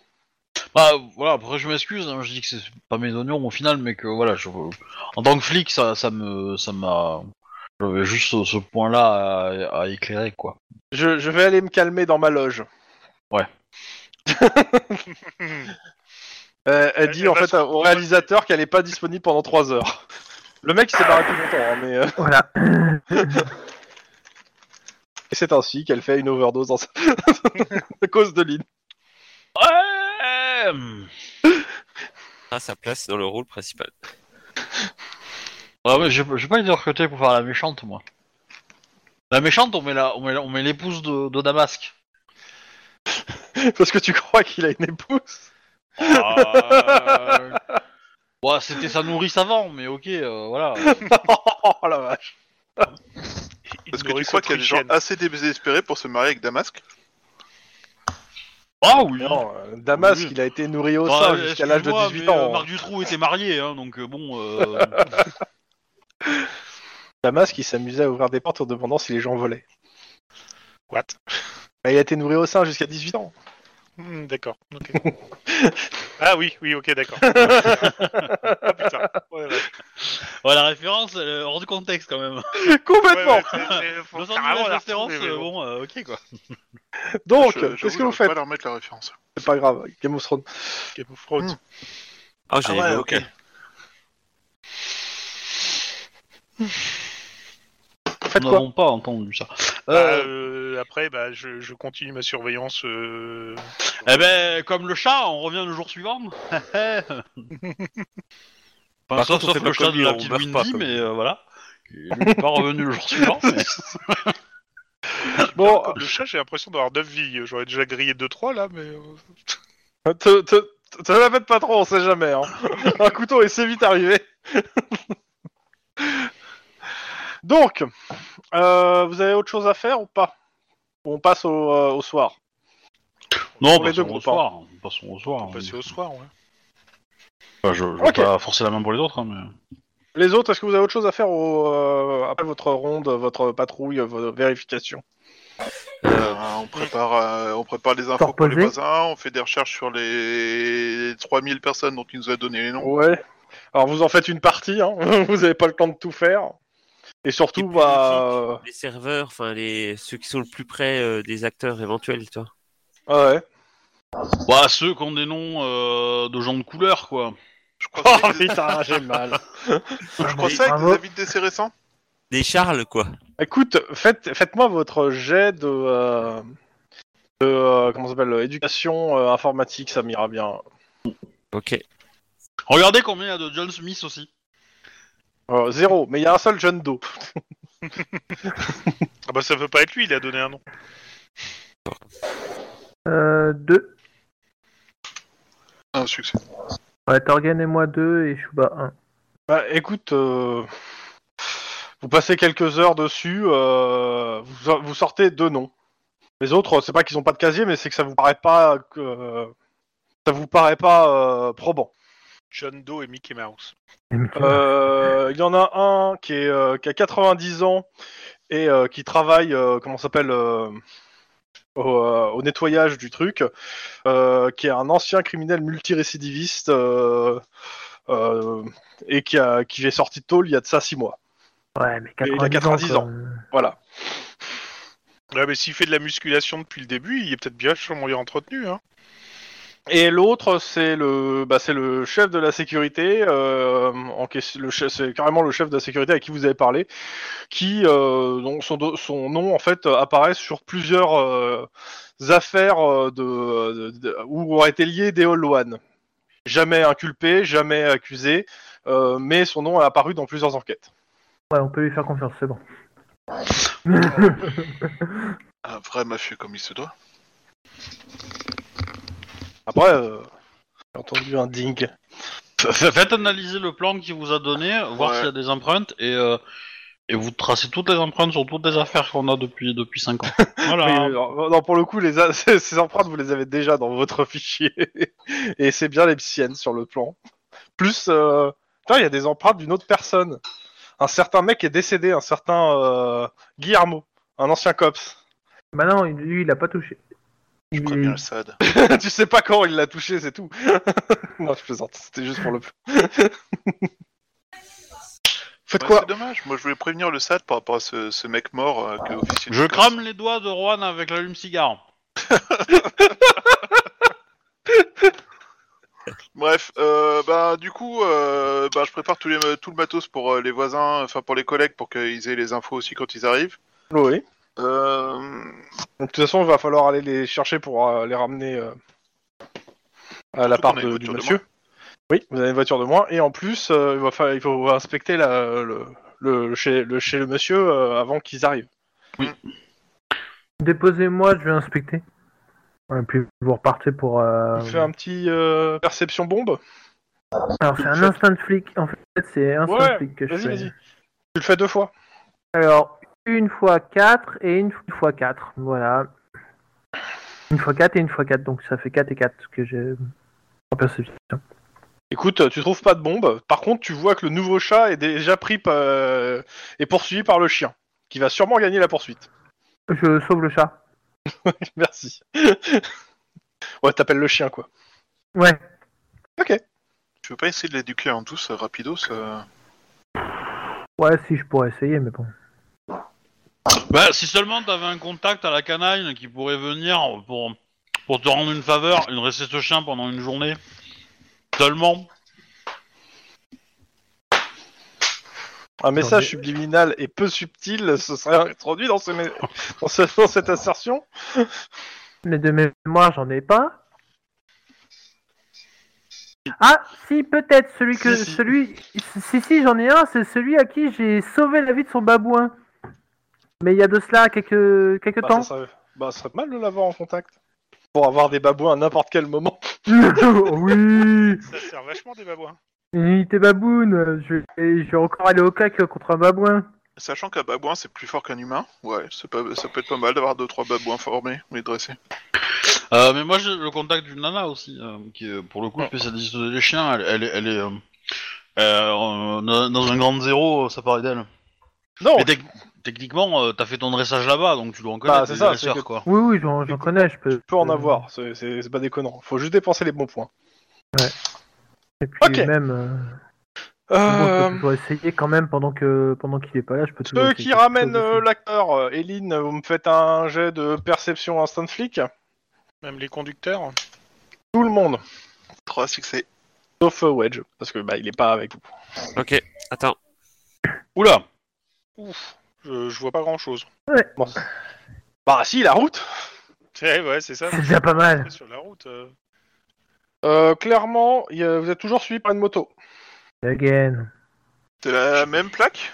A: Bah voilà, après je m'excuse, hein, je dis que c'est pas mes oignons au final, mais que voilà, je, en tant que flic, ça, ça me, ça m'a, j'avais juste ce, ce point-là à, à éclairer quoi.
D: Je, je vais aller me calmer dans ma loge.
A: Ouais.
D: Euh, elle
B: Elle-
D: dit
B: elle
D: en
B: va
D: fait
B: se-
D: au réalisateur qu'elle n'est pas disponible pendant 3 heures. Le mec il s'est barré plus longtemps, hein, mais euh,
C: voilà.
D: et c'est ainsi qu'elle fait une overdose dans sa- à cause de Lynn.
A: Ouais. euh,
E: à sa Ah, place dans le rôle principal.
A: Ah ouais, j'ai j'ai pas été recruté pour faire la méchante moi. La méchante, on met la, on met, la- on met l'épouse de, de Damasque.
D: Parce que tu crois qu'il a une épouse
A: Euh, ouais, c'était sa nourrice avant, mais ok, euh, voilà.
D: Oh la vache
F: Ah, Parce que tu crois qu'il y a des gens
B: Autrichienne.
F: assez désespérés pour se marier avec Damasque
A: Ah oui.
D: Non, euh, Damasque,
A: Oui.
D: il a été nourri au
A: Enfin,
D: sein jusqu'à l'âge de
A: excuse-moi,
D: 18
A: Bah, mais, euh,
E: hein.
D: ans. hein.
A: Marc Dutroux était marié, hein, donc euh, bon. euh,
D: Damasque, il s'amusait à ouvrir des portes en demandant si les gens volaient.
B: What
D: Mais il a été nourri au sein jusqu'à 18 ans.
B: Hmm, D'accord, ok. ah oui, oui, ok, d'accord. ah putain, ouais, ouais.
A: Ouais, la référence, elle est hors de contexte quand même.
B: Ouais,
D: Complètement
B: ouais, c'est- c'est- faut
A: Los
B: carrément
A: Angeles
B: la
A: référence,
B: retrouver, mais
A: euh,
B: bon.
A: bon, euh, ok quoi.
D: Donc,
F: Je- j'avoue,
D: qu'est-ce que vous
F: j'arrive
D: faites
F: pas à leur mettre la référence.
D: C'est pas grave, Game of Thrones.
B: Game of Thrones.
F: Hmm.
E: Ah, j'ai
F: Ah ouais,
E: ok.
D: Faites
A: Nous
D: quoi
A: n'avons pas entendu ça.
B: Bah,
A: Euh,
B: euh, après, bah, je, je continue ma surveillance. euh,
A: Eh ben, comme le chat, on revient le jour suivant. Enfin,
E: Par
A: sauf
E: contre,
A: sauf
E: on fait
A: le
E: pas
A: chat
E: comme
A: de la
E: lui, on
A: petite
E: meurt
A: Windy,
E: pas comme
A: mais
E: lui.
A: euh, voilà. Il n'est pas revenu le jour suivant. mais-
F: Ah,
D: Bon,
B: Le chat, j'ai l'impression d'avoir 9 vies. J'aurais déjà grillé 2-3 là, mais. euh,
D: euh, te, te, te- te la faites pas trop, on sait jamais. Hein. Un couteau et c'est vite arrivé. Donc, euh, vous avez autre chose à faire ou pas On passe au, euh, au soir.
A: Non,
D: Pour les
A: passons
D: deux
A: au
D: groupes,
A: soir. Passons au soir.
F: Ah,
B: Passer au soir, ouais.
A: Enfin, hein. je, je vais
D: Ok.
A: pas forcer la main pour les autres, hein, mais.
D: Les autres, est-ce que vous avez autre chose à faire au, euh, après votre ronde, votre patrouille, votre vérification
F: Euh, on, prépare, euh, on prépare les infos pour les
C: reposer
F: voisins, on fait des recherches sur les 3000 personnes dont il nous a donné les noms.
D: Ouais. Alors, vous en faites une partie, hein. vous n'avez pas le temps de tout faire. Et surtout,
E: Et puis,
D: bah,
E: les autres. Les serveurs, enfin les ceux qui sont le plus près euh, des acteurs éventuels, toi.
D: euh, ouais.
A: Bah, ceux qui ont des noms euh, de gens de couleur, quoi.
F: Je crois
D: Oh
B: Ah
F: que c'est avec
D: putain, j'ai mal.
C: Je
F: des- ça avec des avis de décès récents
E: Des Charles, quoi.
D: Écoute, faites, faites-moi votre jet de, euh, de euh, comment ça s'appelle, euh, éducation euh, informatique, ça m'ira bien.
E: Ok.
A: Regardez combien il y a de John Smith aussi.
D: Euh, zéro, mais il y a un seul jeune d'eau.
B: Ah bah ça peut pas être lui, il a donné un nom.
C: Euh, deux.
F: Un succès.
C: Ouais, Torgan et moi deux et Shuba un.
D: Bah, écoute, euh, Vous passez quelques heures dessus, euh, vous, so- vous sortez deux noms. Les autres, c'est pas qu'ils ont pas de casier, mais c'est que ça vous paraît pas que ça vous paraît pas euh, probant.
B: John Doe et Mickey Mouse.
D: Euh, il y en a un qui, est, euh, qui a 90 ans et euh, qui travaille, euh, comment ça s'appelle, euh, au, euh, au nettoyage du truc, euh, qui est un ancien criminel multirécidiviste euh, euh, et qui, a, qui est sorti de tôle il y a de ça 6 mois.
C: Ouais, mais
D: Et
C: 90
D: il a 90 ans.
C: quoi.
D: Voilà.
B: Ouais, Ah, mais s'il fait de la musculation depuis le début, il est peut-être bien sûrement bien entretenu. Hein.
D: Et l'autre, c'est le, bah, c'est le chef de la sécurité, euh, en question- le chef, c'est carrément le chef de la sécurité à qui vous avez parlé, qui, euh, dont son, do- son nom en fait euh, apparaît sur plusieurs euh, affaires euh, de, de- de- où auraient été liés des All One. Jamais inculpé, jamais accusé, euh, mais son nom a apparu dans plusieurs enquêtes.
C: Ouais, on peut lui faire confiance, c'est bon.
F: Un vrai mafieux comme il se doit.
D: Après, euh, j'ai entendu un ding.
A: F- Faites analyser le plan qu'il vous a donné, voir
F: Ouais.
A: s'il y a des empreintes et, euh, et vous tracez toutes les empreintes sur toutes les affaires qu'on a depuis depuis 5 ans. Voilà. hein.
D: Oui, non, non, pour le coup, les a- ces, ces empreintes, vous les avez déjà dans votre fichier. Et c'est bien les siennes sur le plan. Plus, euh, putain, il y a des empreintes d'une autre personne. Un certain mec est décédé, un certain euh, Guillermo, un ancien cops.
C: Bah non, il- lui, il a pas touché.
F: Je
A: Mm.
C: Il-
F: préviens le SAD.
D: tu sais pas quand il l'a touché, c'est tout. non, je plaisante, c'était juste pour le plan. Faites
F: Ouais,
D: quoi
F: c'est dommage. Moi, je voulais prévenir le SAD par rapport à ce, ce mec mort euh, que officiellement-
A: Je crame les doigts de Juan avec l'allume-cigare.
F: Bref, euh, bah du coup, euh, bah, je prépare tous les, tout le matos pour euh, les voisins, enfin pour les collègues, pour qu'ils aient les infos aussi quand ils arrivent.
D: Chloé
F: Euh,
D: Donc, De toute façon, il va falloir aller les chercher pour euh, les ramener euh, à la
F: Surtout
D: part
F: qu'on a
D: de-
F: une
D: du
F: voiture de
D: monsieur. oui, vous avez une voiture de moins. Et en plus, euh, il, va falloir- il faut inspecter la- le, le- chez, le, chez le monsieur euh, avant qu'ils arrivent.
C: Déposez-moi, je vais inspecter. Ouais, puis vous repartez pour. euh,
D: On fait un petit euh, perception bombe
C: Alors, c'est un
D: Faites-
C: instant de flic. En fait, c'est instant de
D: Ouais,
C: flic que je
D: Vas-y,
C: fais.
D: vas-y. Tu le fais deux fois.
C: Alors, une fois 4 et une fois 4. Voilà. Une fois 4 et une fois 4. Donc, ça fait 4 et 4 que j'ai en perception.
D: Écoute, euh, tu trouves pas de bombe. Par contre, tu vois que le nouveau chat est déjà pris par- et poursuivi par le chien, qui va sûrement gagner la poursuite.
C: Je sauve le chat.
D: Merci. ouais, t'appelles le chien, quoi.
C: Ouais.
F: tu veux pas essayer de l'éduquer en douce, euh, rapidos euh
C: Ouais, si je pourrais essayer, mais bon.
A: Bah, si seulement t'avais un contact à la canaille qui pourrait venir pour, pour te rendre une faveur, une recette chien pendant une journée. Seulement.
D: Un message
C: mais-
D: subliminal et peu subtil se serait introduit dans, ce mé- dans ce- dans cette assertion.
C: Mais de mémoire, j'en ai pas. Ah, si, peut-être, celui que.
A: Si, si.
C: Celui... si, si, j'en ai un, c'est celui à qui j'ai sauvé la vie de son babouin. Mais il y a de cela quelques, quelques
D: Bah,
C: temps.
D: ça serait... bah, ça serait mal de l'avoir en contact. Pour avoir des babouins à n'importe quel moment.
C: oui
B: Ça sert vachement des babouins.
C: Une unité baboune, je vais, et je vais encore aller au cac contre un babouin.
F: Sachant qu'un babouin c'est plus fort qu'un humain, ouais, c'est pas- ça peut être pas mal d'avoir deux trois babouins formés, mais dressés.
A: Euh, mais moi j'ai le contact d'une nana aussi, euh, qui est pour le
D: Oh.
A: coup spécialiste des chiens. Elle, elle est, elle est, euh, euh, dans dans un grand zéro, ça parlait d'elle.
D: Non,
A: Et tec- techniquement, euh, t'as fait ton dressage là-bas, donc tu dois en
D: Oh. Bah,
A: connaître
D: c'est
A: les
D: ça,
A: dresseurs,
D: c'est que-
A: quoi.
C: Oui, oui, j'en j'en connais, je peux.
D: tu peux en avoir. C'est- C'est c'est pas déconnant. Faut juste dépenser les bons points.
C: Et puis
D: Ok.
C: même, euh, bon, je
D: Euh,
C: peux toujours essayer quand même pendant que pendant qu'il est pas là, je peux toujours
D: ceux
C: essayer
D: qui
C: quelque
D: ramènent
C: chose
D: euh,
C: aussi.
D: l'acteur, euh, Eline, vous me faites un jet de perception instant flic
B: Même les conducteurs.
D: Tout le monde.
F: Trois succès.
D: Sauf euh, Wedge. Parce que bah, il est pas avec vous.
E: Ok, attends.
A: Oula
B: Ouf, je, je vois pas grand chose.
D: Bon. Bah si, la route
B: Ouais, ouais, c'est ça.
C: C'est déjà pas mal.
B: Sur la route. euh.
D: Euh, Clairement, il y a- vous êtes toujours suivi par une moto.
C: Again.
F: C'est la Euh, même plaque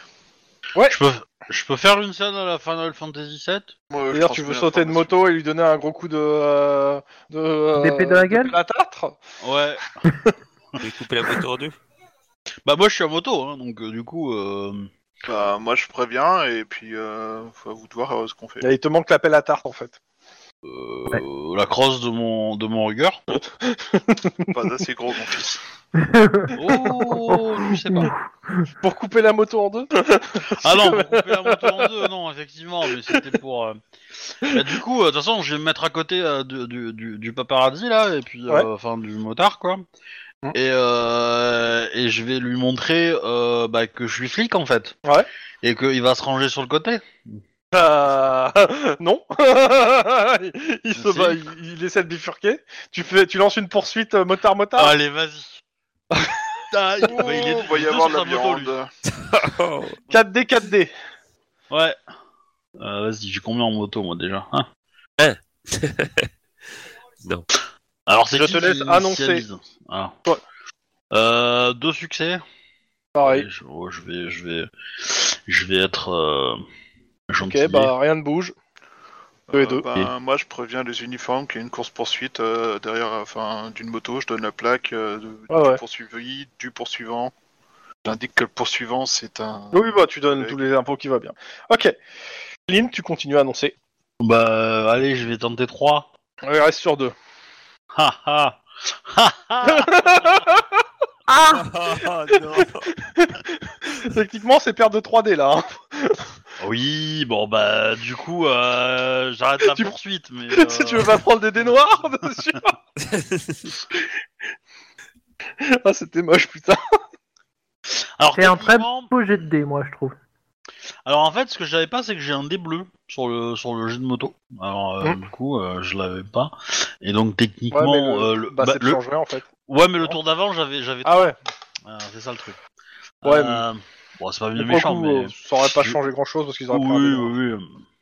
A: je peux, je peux faire une scène à la Final Fantasy VII
F: Moi, je
D: D'ailleurs, tu veux
F: transmets
D: sauter de
F: l'information.
D: moto et lui donner un gros coup de. euh, de euh,
C: D'épée dans la gueule
D: La tartre
A: Ouais.
E: Je vais couper la moto en deux.
A: Bah moi je suis à moto, hein, donc euh, du coup... euh,
F: Bah, moi je préviens et puis euh, faut vous de voir euh, ce qu'on fait.
D: Là, il te manque l'appel à tarte en fait.
A: Euh, La crosse de mon de mon rugueur.
F: Pas assez gros mon fils.
A: Oh, je sais pas.
D: Pour couper la moto en deux
A: Ah non, pour couper la moto en deux, non, effectivement, mais c'était pour. euh, bah, du coup, euh, de toute façon, je vais me mettre à côté euh, du, du, du, du paparazzi là, et puis, euh, enfin, du motard quoi.
D: Mhm.
A: Et, euh, et je vais lui montrer euh, bah, que je suis flic en fait.
D: Ouais.
A: Et qu'il va se ranger sur le côté.
D: Bah, non. il, il se
A: Si.
D: bat, il, il essaie de bifurquer. Tu fais, tu lances une poursuite euh, motard
F: Ah,
D: motard.
A: Allez, vas-y. Putain, il- bah, il est-
F: Oh, va
A: il
F: y
A: est
F: avoir de
A: sur
F: la
A: sa moto, lui.
F: viande.
D: Oh. 4D 4D.
A: Ouais. Euh, vas-y, j'ai combien en moto moi déjà hein
E: Hein. Non.
A: Alors c'est
D: Je
A: qui
D: te
A: qui
D: laisse annoncer.
A: initialise Ah.
D: Ouais.
A: Euh, deux succès.
D: Pareil.
A: Allez, Je, oh, je vais, je vais, je vais être euh,
D: Ok,
A: gentil.
D: bah rien ne bouge. Deux et
F: Euh,
D: deux.
F: ben, moi je préviens les uniformes qu'il y a une course poursuite derrière, enfin d'une moto. Je donne la plaque euh, de-
D: Ah Ouais,
F: du
D: ouais.
F: poursuivi, du poursuivant. J'indique que le poursuivant c'est un.
D: Oui, bah tu donnes
F: Ok.
D: tous les impôts qui va bien. Ok. Lynn, tu continues à annoncer.
A: Bah, euh, allez, je vais tenter trois.
D: Ouais, reste sur deux.
A: Ha ha. Ha, ha.
C: Ah
D: Techniquement, c'est perte de 3D là. hein.
A: oui, bon bah du coup euh, j'arrête la
D: Tu-
A: poursuite, mais euh,
D: si tu veux pas prendre des dés noirs dessus. ah, c'était moche, putain.
A: alors
C: C'est un très-
A: techniquement,
C: beau jet de dés, moi, je trouve.
A: Alors en fait, ce que je savais pas, c'est que j'ai un dé bleu sur le sur le jeu de moto. Alors euh, du coup, euh, je l'avais pas. Et donc techniquement, euh, le-
D: bah,
A: bah,
D: ça te
A: le-
D: change rien, en fait.
A: ouais, mais le tour d'avant, j'avais j'avais.
D: Ah ouais.
A: Ah, c'est ça le truc.
D: Ouais,
A: Euh, Bon, c'est pas bien
D: Mais pour
A: méchant,
D: le coup,
A: mais.
D: euh, ça aurait pas changé grand chose parce qu'ils auraient
A: Oui,
D: pris un
A: oui,
D: dé.
A: oui,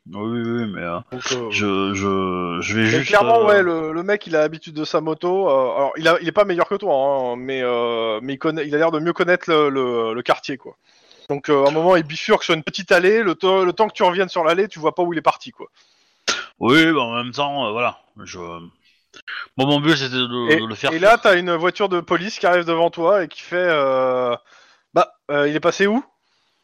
A: oui, oui, oui, mais euh,
D: Donc, euh,
A: je je je vais
D: mais
A: juste.
D: clairement,
A: euh,
D: ouais, le, le mec, il a l'habitude de sa moto. euh, alors, il, a, il est pas meilleur que toi, hein, mais, euh, mais il, connaît, il a l'air de mieux connaître le, le- le quartier, quoi. Donc, euh, à un moment, il bifurque sur une petite allée. Le, to- le temps que tu reviennes sur l'allée, tu vois pas où il est parti, quoi.
A: Oui, bah, en même temps, euh, voilà. Je. Bon, mon but c'était de, de le faire.
D: Et là, t'as une voiture de police qui arrive devant toi et qui fait. euh, Bah, euh, il est passé où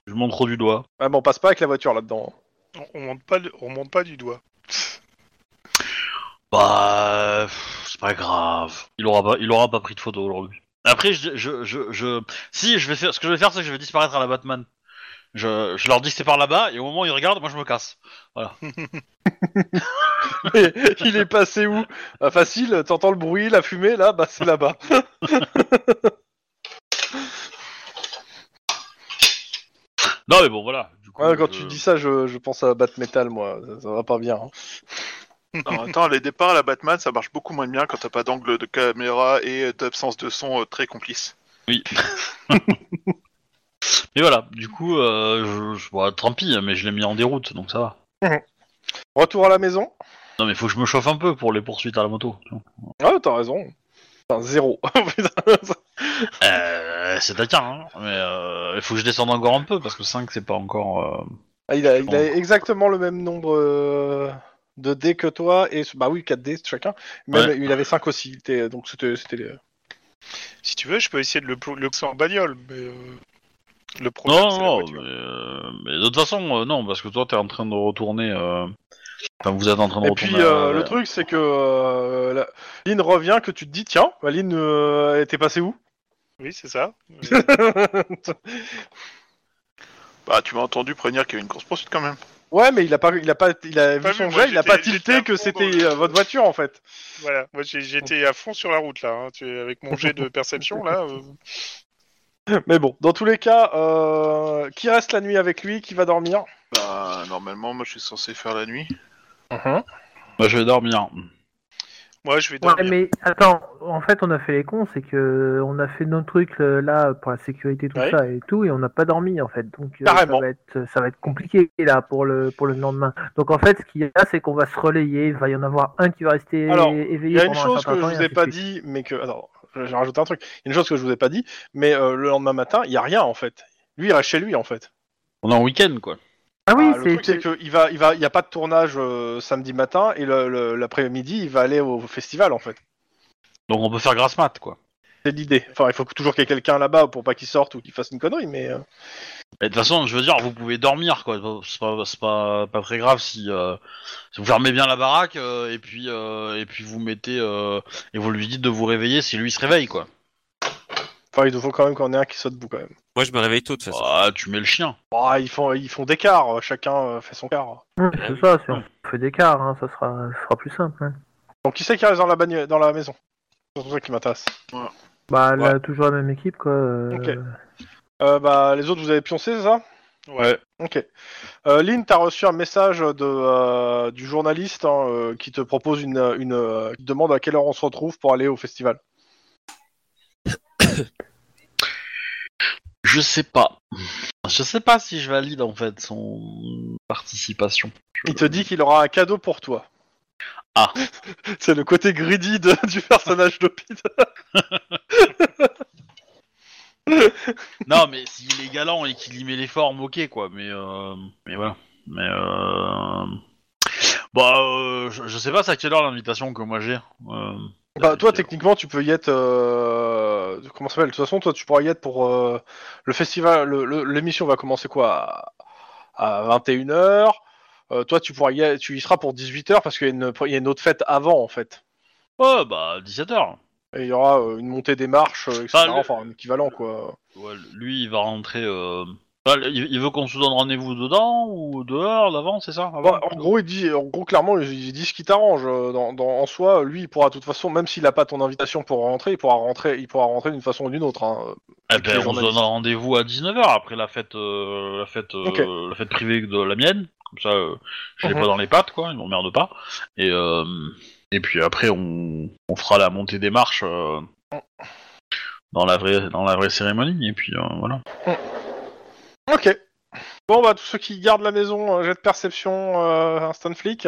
A: Je montre du doigt.
D: Ah, bah, on passe pas avec la voiture là-dedans.
B: On, on monte pas, le- on monte pas du doigt.
A: Bah, pff, c'est pas grave. Il aura pas, il aura pas pris de photo aujourd'hui. Après, je, je, je, je- si, je vais faire, ce que je vais faire, c'est que je vais disparaître à la Batman. Je, je leur dis que c'est par là-bas, et au moment où ils regardent, moi je me casse.
D: Et il est passé où Ah, Facile, t'entends le bruit, la fumée, là, bah, c'est là-bas.
A: Non, mais bon, voilà. Du coup, euh,
D: Ouais, quand
A: je-
D: tu dis ça, je, je pense à Bat Metal, moi. Ça, ça va pas bien. hein.
F: En même temps, les départs à la Batman, ça marche beaucoup moins bien quand t'as pas d'angle de caméra et d'absence de son euh, très complice.
A: Mais voilà, du coup, euh, je, je, bah, tant pis, mais je l'ai mis en déroute, donc ça va.
D: Retour à la maison
A: Non, mais faut que je me chauffe un peu pour les poursuites à la moto. tu vois.
D: Ah, t'as raison. Enfin, zéro.
A: Euh, c'est taquin, hein, mais euh, il faut que je descende encore un peu, parce que 5, c'est pas encore... euh,
D: Ah, il, a, il a exactement le même nombre euh, de dés que toi. et Bah oui, 4 dés chacun. Même,
A: Ouais.
D: Il avait 5 aussi, il était- donc c'était... c'était les-
B: Si tu veux, je peux essayer de le, pou- le pousser en bagnole, mais euh, le problème,
A: Non,
B: c'est la
A: non,
B: voiture.
A: mais, euh, mais de toute façon, euh, non, parce que toi, t'es en train de retourner. euh, Enfin, vous êtes en train de
D: Et
A: retourner.
D: puis euh,
A: à-
D: le truc, c'est que euh, la- Lynn revient, que tu te dis, tiens, bah, Lynn euh, était passée où
B: Oui, c'est ça.
F: Bah, tu m'as entendu prévenir qu'il y avait une course poursuite quand même.
D: Ouais, mais il a pas, il a pas, il a vu
B: Pas vu,
D: son
B: moi,
D: jet, il a pas
B: j'étais- j'étais
D: tilté
B: à fond
D: que
B: dans
D: c'était
B: le-
D: euh, votre voiture en fait.
B: voilà, moi j'ai- j'étais à fond sur la route là. hein. Tu- Avec mon jet de perception là, euh,
D: Mais bon, dans tous les cas, euh, qui reste la nuit avec lui, qui va dormir
F: Bah, normalement, moi je suis censé faire la nuit.
C: Mhm.
A: Bah, je vais dormir.
B: moi je vais
C: Ouais,
B: dormir.
C: mais attends, en fait, on a fait les cons, c'est que on a fait notre truc euh, là pour la sécurité, tout
D: Ouais.
C: ça et tout, et on n'a pas dormi en fait. Donc euh, ça
D: Carrément.
C: va être, ça va être compliqué là pour le pour le lendemain. Donc en fait, ce qu'il y a, c'est qu'on va se relayer. Il va y en avoir un qui va rester
D: Alors, Il
C: éveillé
D: y a une
C: pendant un
D: chose
C: certain
D: que je
C: temps, et
D: vous ai
C: ainsi de
D: pas
C: suite.
D: dit, mais que attends, j'ai rajouté un truc. Il y a une chose que je vous ai pas dit, mais euh, le lendemain matin, il y a rien en fait. Lui, il reste chez lui en fait.
A: On est en week-end, quoi.
C: Ah oui,
D: Ah, le
C: c'est
D: truc c'est qu'il va, il va, il y a pas de tournage euh, samedi matin et le- le- l'après-midi, il va aller au festival en fait.
A: Donc, on peut faire grasse mat, quoi.
D: C'est l'idée. Enfin, il faut toujours qu'il y ait quelqu'un là-bas pour pas qu'il sorte ou qu'il fasse une connerie, mais. euh,
A: Et de toute façon, je veux dire, vous pouvez dormir, quoi. C'est pas, c'est pas, pas très grave si, euh, si vous fermez bien la baraque euh, et puis euh, et puis vous mettez euh, et vous lui dites de vous réveiller si lui se réveille, quoi.
D: Enfin, il nous faut quand même qu'on ait un qui soit debout quand même.
E: Moi, je me réveille tôt de toute façon.
A: Ah, tu mets le chien.
D: Bah, ils font, ils font des quarts, chacun euh, fait son quart.
C: Hum, c'est ça, si on fait des quarts, hein, ça, sera, ça sera plus simple. hein.
D: Donc, qui c'est qui reste dans la, bagno- dans la maison C'est surtout ça qui m'intéresse.
C: Bah, là, toujours la même équipe, quoi. euh,
D: Ok. Euh, bah, les autres, vous avez pioncé, c'est ça
B: Ouais.
D: Ok. Euh, Lynn, t'as reçu un message de, euh, du journaliste hein, euh, qui te propose une, euh, une euh, qui te demande à quelle heure on se retrouve pour aller au festival.
A: Je sais pas. Je sais pas si je valide en fait son participation.
D: Il te dit qu'il aura un cadeau pour toi.
A: Ah.
D: C'est le côté greedy de- du personnage de Pete.
A: non, mais s'il est galant et qu'il y met les formes, ok, quoi. Mais euh, mais voilà. Mais euh... bah, euh, je, je sais pas, c'est à quelle heure l'invitation que moi j'ai. Euh,
D: Bah, toi, techniquement, tu peux y être. euh, Comment ça s'appelle De toute façon, toi, tu pourras y être pour euh, le festival. le- le- L'émission va commencer quoi À, 21h. Euh, toi, tu, pourras y être- tu y seras pour 18h parce qu'il y, a une- il y a une autre fête avant en fait.
A: Oh, bah 17 h
D: Et il y aura euh, une montée des marches, euh, etc.
A: Ah, le-
D: Enfin, un équivalent, quoi.
A: Ouais, lui, il va rentrer. euh, enfin, il il veut qu'on se donne rendez-vous dedans ou dehors, d'avant, c'est ça
D: Bah, en gros, il dit, en gros, clairement, il il dit ce qui t'arrange. euh, Dans, dans- en soi, lui, il pourra de toute façon, même s'il n'a pas ton invitation pour rentrer, il pourra rentrer, il pourra rentrer d'une façon ou d'une autre. hein.
A: Eh
D: avec les
A: ben, on se
D: journalistes.
A: donne rendez-vous à 19h après la fête, euh, la, fête euh,
D: Ok.
A: la fête privée de la mienne. Comme ça, euh, je l'ai
D: Mhm.
A: pas dans les pattes, quoi. Ils m'emmerdent pas. Et, euh, et puis après, on, on fera la montée des marches euh, dans, la vraie, dans la vraie cérémonie. Et puis euh, voilà.
D: Ok. Bon, bah, tous ceux qui gardent la maison, euh, jet de perception, euh, instant flic.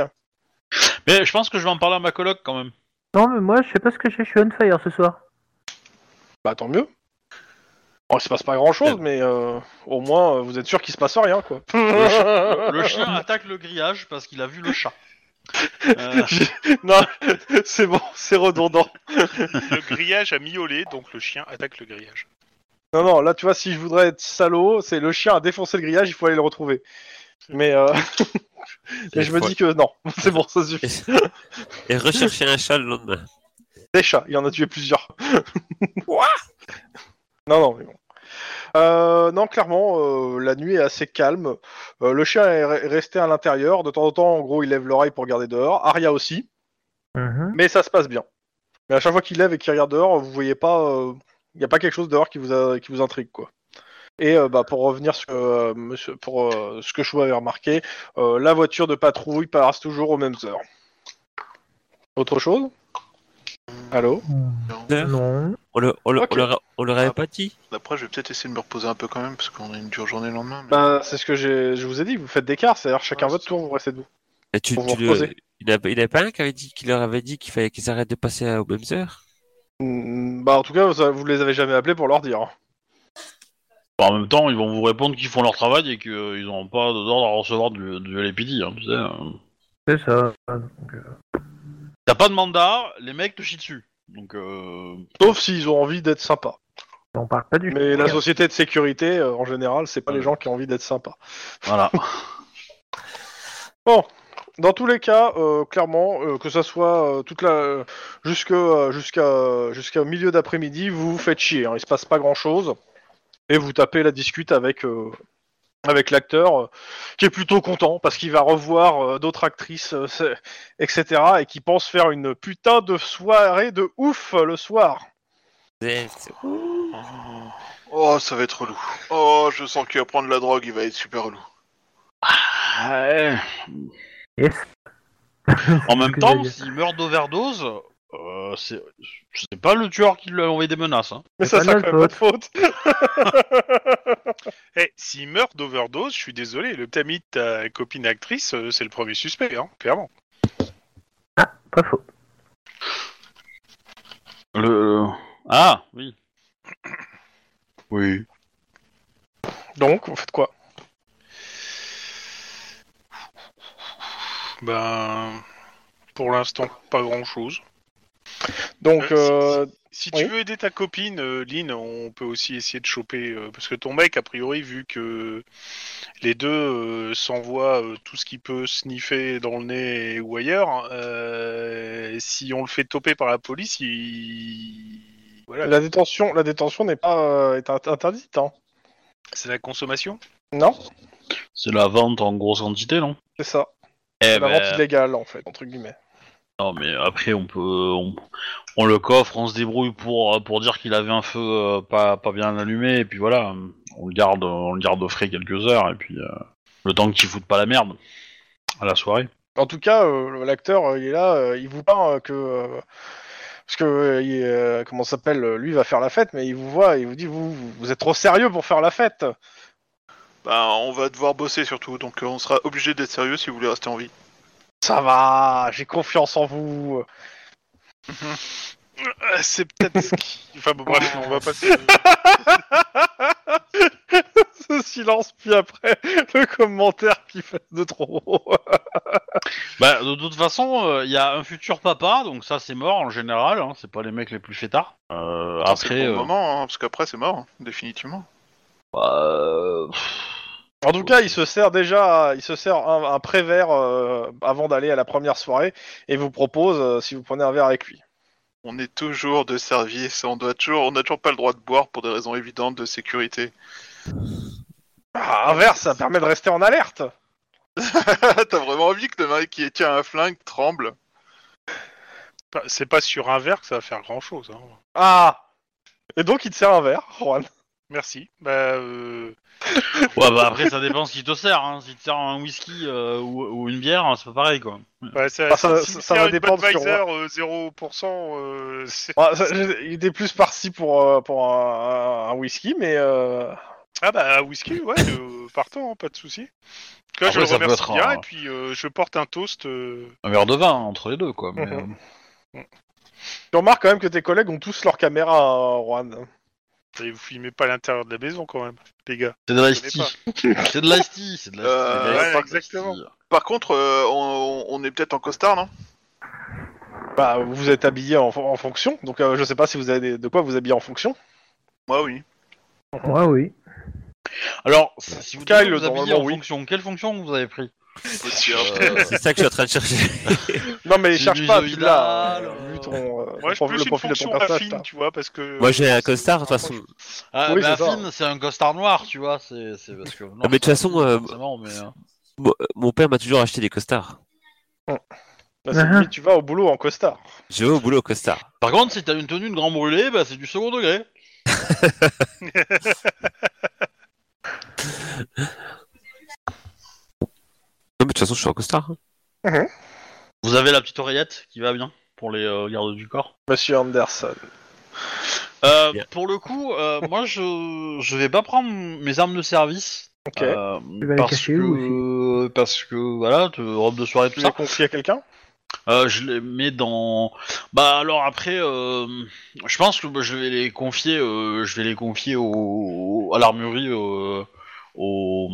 A: Mais je pense que je vais en parler à ma coloc quand même.
C: Non, mais moi, je sais pas ce que j'ai, je suis on fire ce soir.
D: Bah, tant mieux. Bon, il se passe pas grand chose, mais euh, au moins, euh, vous êtes sûr qu'il se passe rien, quoi.
A: Le, chi- le- le chien attaque le grillage parce qu'il a vu le chat. Euh,
D: non, c'est bon, c'est redondant.
B: Le grillage a miaulé, donc le chien attaque le grillage.
D: Non, non, là, tu vois, si je voudrais être salaud, c'est le chien a défoncé le grillage, il faut aller le retrouver. Mais, euh, mais je me dis que non, c'est bon, ça suffit.
E: Et rechercher un chat le lendemain.
D: Des chats, il en a tué plusieurs. Non, non, mais bon. Euh, non, clairement, euh, la nuit est assez calme. Euh, le chien est re- resté à l'intérieur. De temps en temps, en gros, il lève l'oreille pour regarder dehors. Aria aussi.
C: Mhm.
D: Mais ça se passe bien. Mais à chaque fois qu'il lève et qu'il regarde dehors, vous voyez pas, euh, il n'y a pas quelque chose dehors qui vous, a- qui vous intrigue quoi. Et euh, bah, pour revenir sur euh, monsieur, pour euh, ce que je avait remarqué, euh, la voiture de patrouille passe toujours aux mêmes heures. Autre chose Allô
C: Non.
E: On le, on le-
D: Ok. Ah.
E: on leur a- on leur avait pas dit.
F: Après, je vais peut-être essayer de me reposer un peu quand même, parce qu'on a une dure journée le lendemain. mais-
D: Bah, c'est ce que j'ai- je vous ai dit. Vous faites des quarts, c'est-à-dire chacun
F: Ouais,
D: votre
F: c'est
D: tour, vous restez debout.
E: Et tu,
D: Pour vous
E: tu le-
D: reposer.
E: il n'y avait pas un qui avait dit qui leur avait dit qu'il fallait qu'ils arrêtent de passer aux mêmes heures.
D: Mm, Bah, en tout cas, vous, vous les avez jamais appelés pour leur dire. hein.
A: Bah, en même temps, ils vont vous répondre qu'ils font leur travail et qu'ils n'ont pas d'ordre à recevoir du, du LAPD. hein, tu sais, euh.
C: C'est ça.
A: T'as pas de mandat, les mecs te chient dessus. Donc, euh,
D: Sauf s'ils ont envie d'être sympas.
C: On parle pas du
D: Mais la société de sécurité, euh, en général, c'est pas les
A: Ouais.
D: gens qui ont envie d'être sympas.
A: voilà.
D: Dans tous les cas, euh, clairement, euh, que ça soit euh, toute la euh, jusque euh, jusqu'à jusqu'à milieu d'après-midi, vous vous faites chier. hein, il se passe pas grand-chose et vous tapez la discute avec euh, avec l'acteur euh, qui est plutôt content parce qu'il va revoir euh, d'autres actrices, euh, c'est- etc. et qui pense faire une putain de soirée de ouf euh, le soir.
E: C'est-
F: Oh, ça va être relou. Oh, je sens qu'il va prendre la drogue, il va être super relou.
A: Ah, Ouais.
C: Yes.
A: En même
C: que
A: temps,
C: j'allais dire.
A: s'il meurt d'overdose, euh, c'est c'est pas le tueur qui lui a envoyé des menaces. hein.
D: Mais
C: C'est
D: ça,
C: pas
D: ça quand
C: notre
D: même pas de faute.
B: Eh, s'il meurt d'overdose, je suis désolé, le tamis de ta copine actrice, euh, c'est le premier suspect, hein, clairement.
C: Pas faux.
A: Le... Ah, oui. Oui.
D: Donc, vous faites quoi
B: Ben. Pour l'instant, pas grand chose.
D: Donc,
B: Euh,
D: euh,
B: Si
D: Oui.
B: tu veux aider ta copine, euh, Lynn, on peut aussi essayer de choper. euh, parce que ton mec, a priori, vu que les deux euh, s'envoient euh, tout ce qui peut sniffer dans le nez ou ailleurs, euh, si on le fait toper par la police, il. Voilà,
D: La détention, la détention n'est pas euh, est int- interdite, hein.
B: c'est la consommation.
D: Non,
A: C'est la vente en grosse quantité, non
D: c'est ça.
A: Eh
D: C'est la
B: euh,
D: vente
A: ben,
D: illégale, en fait, entre guillemets.
A: Non, mais après, on peut. On, on le coffre, on se débrouille pour, pour dire qu'il avait un feu euh, pas, pas bien allumé, et puis voilà. On le garde, on le garde au frais quelques heures, et puis. euh, le temps qu'il foute pas la merde. À la soirée.
D: En tout cas, euh, l'acteur, euh, il est là, euh, il vous peint euh, que. euh, parce que, euh, il, euh, comment ça s'appelle, euh, lui va faire la fête, mais il vous voit, il vous dit, vous, vous êtes trop sérieux pour faire la fête.
F: Bah, on va devoir bosser surtout, donc euh, on sera obligé d'être sérieux si vous voulez rester en vie.
D: Ça va, j'ai confiance en vous.
B: Ah, C'est peut-être ce qui. Enfin, bon, bref, on va passer.
D: Ce silence, puis après, le commentaire qui fait de trop.
A: Bah, de toute façon, euh, il y a un futur papa, donc ça c'est mort en général, hein, c'est pas les mecs les plus fêtards. Euh,
F: c'est
A: après,
F: le bon
A: euh,
F: moment, hein, parce qu'après c'est mort, hein, définitivement.
A: bah, euh, pff,
D: En tout cas, il se sert déjà, il se sert un, un pré-verre euh, avant d'aller à la première soirée et vous propose euh, si vous prenez un verre avec lui.
F: On est toujours de service, on doit toujours, on n'a toujours pas le droit de boire pour des raisons évidentes de sécurité.
D: Ah, un verre, ça permet de rester en alerte.
F: T'as vraiment envie que le mec qui tient un flingue tremble
B: Pas- C'est pas sur un verre que ça va faire grand-chose. hein.
D: Ah. Et donc, il te sert un verre, Oh, Juan.
B: Merci. Bah, euh,
A: ouais, bah, après ça dépend ce qui te sert, hein. si te sert un whisky euh, ou, ou une bière, c'est pas pareil quoi.
B: bah, ça,
D: Ah, ça-
B: si- si
D: ça- ça
B: faire
D: va
B: une
D: dépendre sur-
B: Budweiser, euh, 0%, euh, c'est-
D: Ah, ça, je- il était plus par-ci pour euh, pour un, un- un whisky, mais euh,
B: Ah bah whisky, ouais, euh, partons, hein, pas de souci. Là, je
A: Après,
B: le
A: ça peut
B: remercie
A: être
B: bien
A: un-
B: et puis euh, je porte un toast. euh,
A: Un verre de vin hein, entre les deux quoi. mais,
D: Mhm.
A: euh,
D: tu remarques quand même que tes collègues ont tous leur caméra, euh, Juan.
B: et vous filmez pas l'intérieur de la maison quand même, les gars.
A: C'est de l'ice
B: Je
A: c'est de l'ice c'est de l'ice
F: Euh, ouais,
B: exactement.
F: Par contre, euh, on, on est peut-être en costard, non
D: Bah, vous êtes habillés en, en fonction, donc euh, je sais pas si vous avez des- de quoi vous habillez en fonction.
F: Moi Ah oui.
C: Ouais, oui.
A: Alors, si vous
D: Kyle,
A: devez vous habiller
D: normalement,
A: en
D: oui.
A: fonction, quelle fonction vous avez pris
F: Euh,
E: C'est ça que je suis en train de chercher.
D: Non, mais
A: C'est
D: cherche
A: du
D: pas,
A: Zoïdal,
D: vu là, euh,
A: euh,
D: vu ton, euh,
B: Moi,
D: le
B: je
D: prof-
B: plus
D: le
B: une
D: profil de ton
B: fonction
D: personnage.
B: affine, tu vois, parce que. euh,
E: Moi j'ai un costard de toute façon.
A: Ah,
D: Oui,
A: bah,
D: c'est ça.
A: Finn, c'est un costard noir, tu vois, c'est c'est parce que.
E: Ah, mais de toute façon, euh,
A: C'est marrant, mais. euh,
E: Mon- Mon père m'a toujours acheté des costards.
D: Bah, c'est
C: Uh-huh.
D: limite, tu vas au boulot en costard.
E: Je vais au boulot au costard.
A: Par contre, si t'as une tenue de grand brûlé, bah c'est du second degré.
E: Non mais de toute façon je suis en costard. hein.
A: Vous avez la petite oreillette qui va bien pour les euh, gardes du corps.
D: Monsieur Anderson.
A: Euh,
E: Bien.
A: pour le coup, euh, moi je je vais pas prendre mes armes de service.
D: Ok.
A: euh,
C: Tu vas les
A: parce
C: cacher
A: que
C: où,
A: parce que voilà, te- robe de soirée tout
D: Tu l'as
A: ça.
D: confié à quelqu'un
A: Euh, je les mets dans. Bah alors après, euh, je pense que bah, je vais les confier, euh, je vais les confier au, à l'armurerie, euh, au,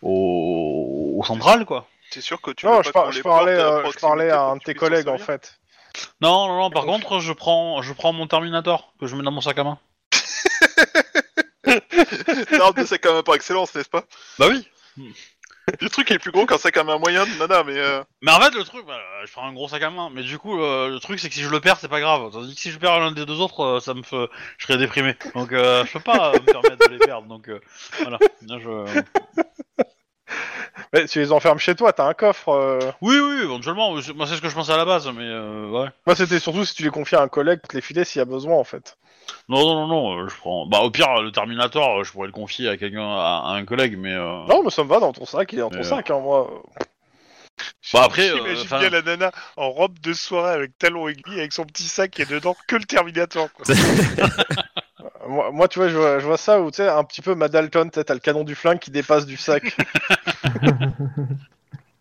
A: au au central quoi.
F: T'es sûr que tu veux
D: Non,
F: pas
D: je,
F: qu'on
D: par-
F: les
D: je
F: porte
D: parlais, euh, je
F: proximité
D: parlais à
F: pour que
D: un de
F: tu
D: tes
F: puisses t'en
D: collègues, en
F: servir
D: fait.
A: Non, non, non, par contre, je prends, je prends mon Terminator que je mets dans mon sac à main.
F: L'arme de sac à main par excellence, n'est-ce pas
A: Bah oui.
F: Le truc est plus gros qu'un sac à main moyen de nana, mais euh,
A: Mais en fait, le truc, bah, je prends un gros sac à main. Mais du coup, euh, le truc, c'est que si je le perds, c'est pas grave. Tandis que si je perds l'un des deux autres, euh, ça me fait... je serais déprimé. Donc, euh, je peux pas euh, me permettre de les perdre. Donc, euh, voilà. Là, je-
D: Mais tu les enfermes chez toi, t'as un coffre. euh.
A: Oui, oui, éventuellement. oui, c'est- Moi, c'est ce que je pensais à la base, mais euh, ouais.
D: Moi, c'était surtout si tu les confies à un collègue pour te les filer s'il y a besoin, en fait.
A: Non, non, non, non. euh, je prends. Bah, au pire, le Terminator, euh, je pourrais le confier à quelqu'un, à, à un collègue, mais. euh,
D: Non, mais ça me va dans ton sac, il est dans ton
A: Euh.
D: sac, hein, moi.
A: Bah, après, euh,
B: J'imagine
A: enfin,
B: bien la nana en robe de soirée avec talons aiguilles, avec son petit sac qui est dedans que le Terminator. Quoi.
D: Euh, Moi, moi, tu vois, je vois, je vois ça où, tu sais, un petit peu Madalton, t'as le canon du flingue qui dépasse du sac.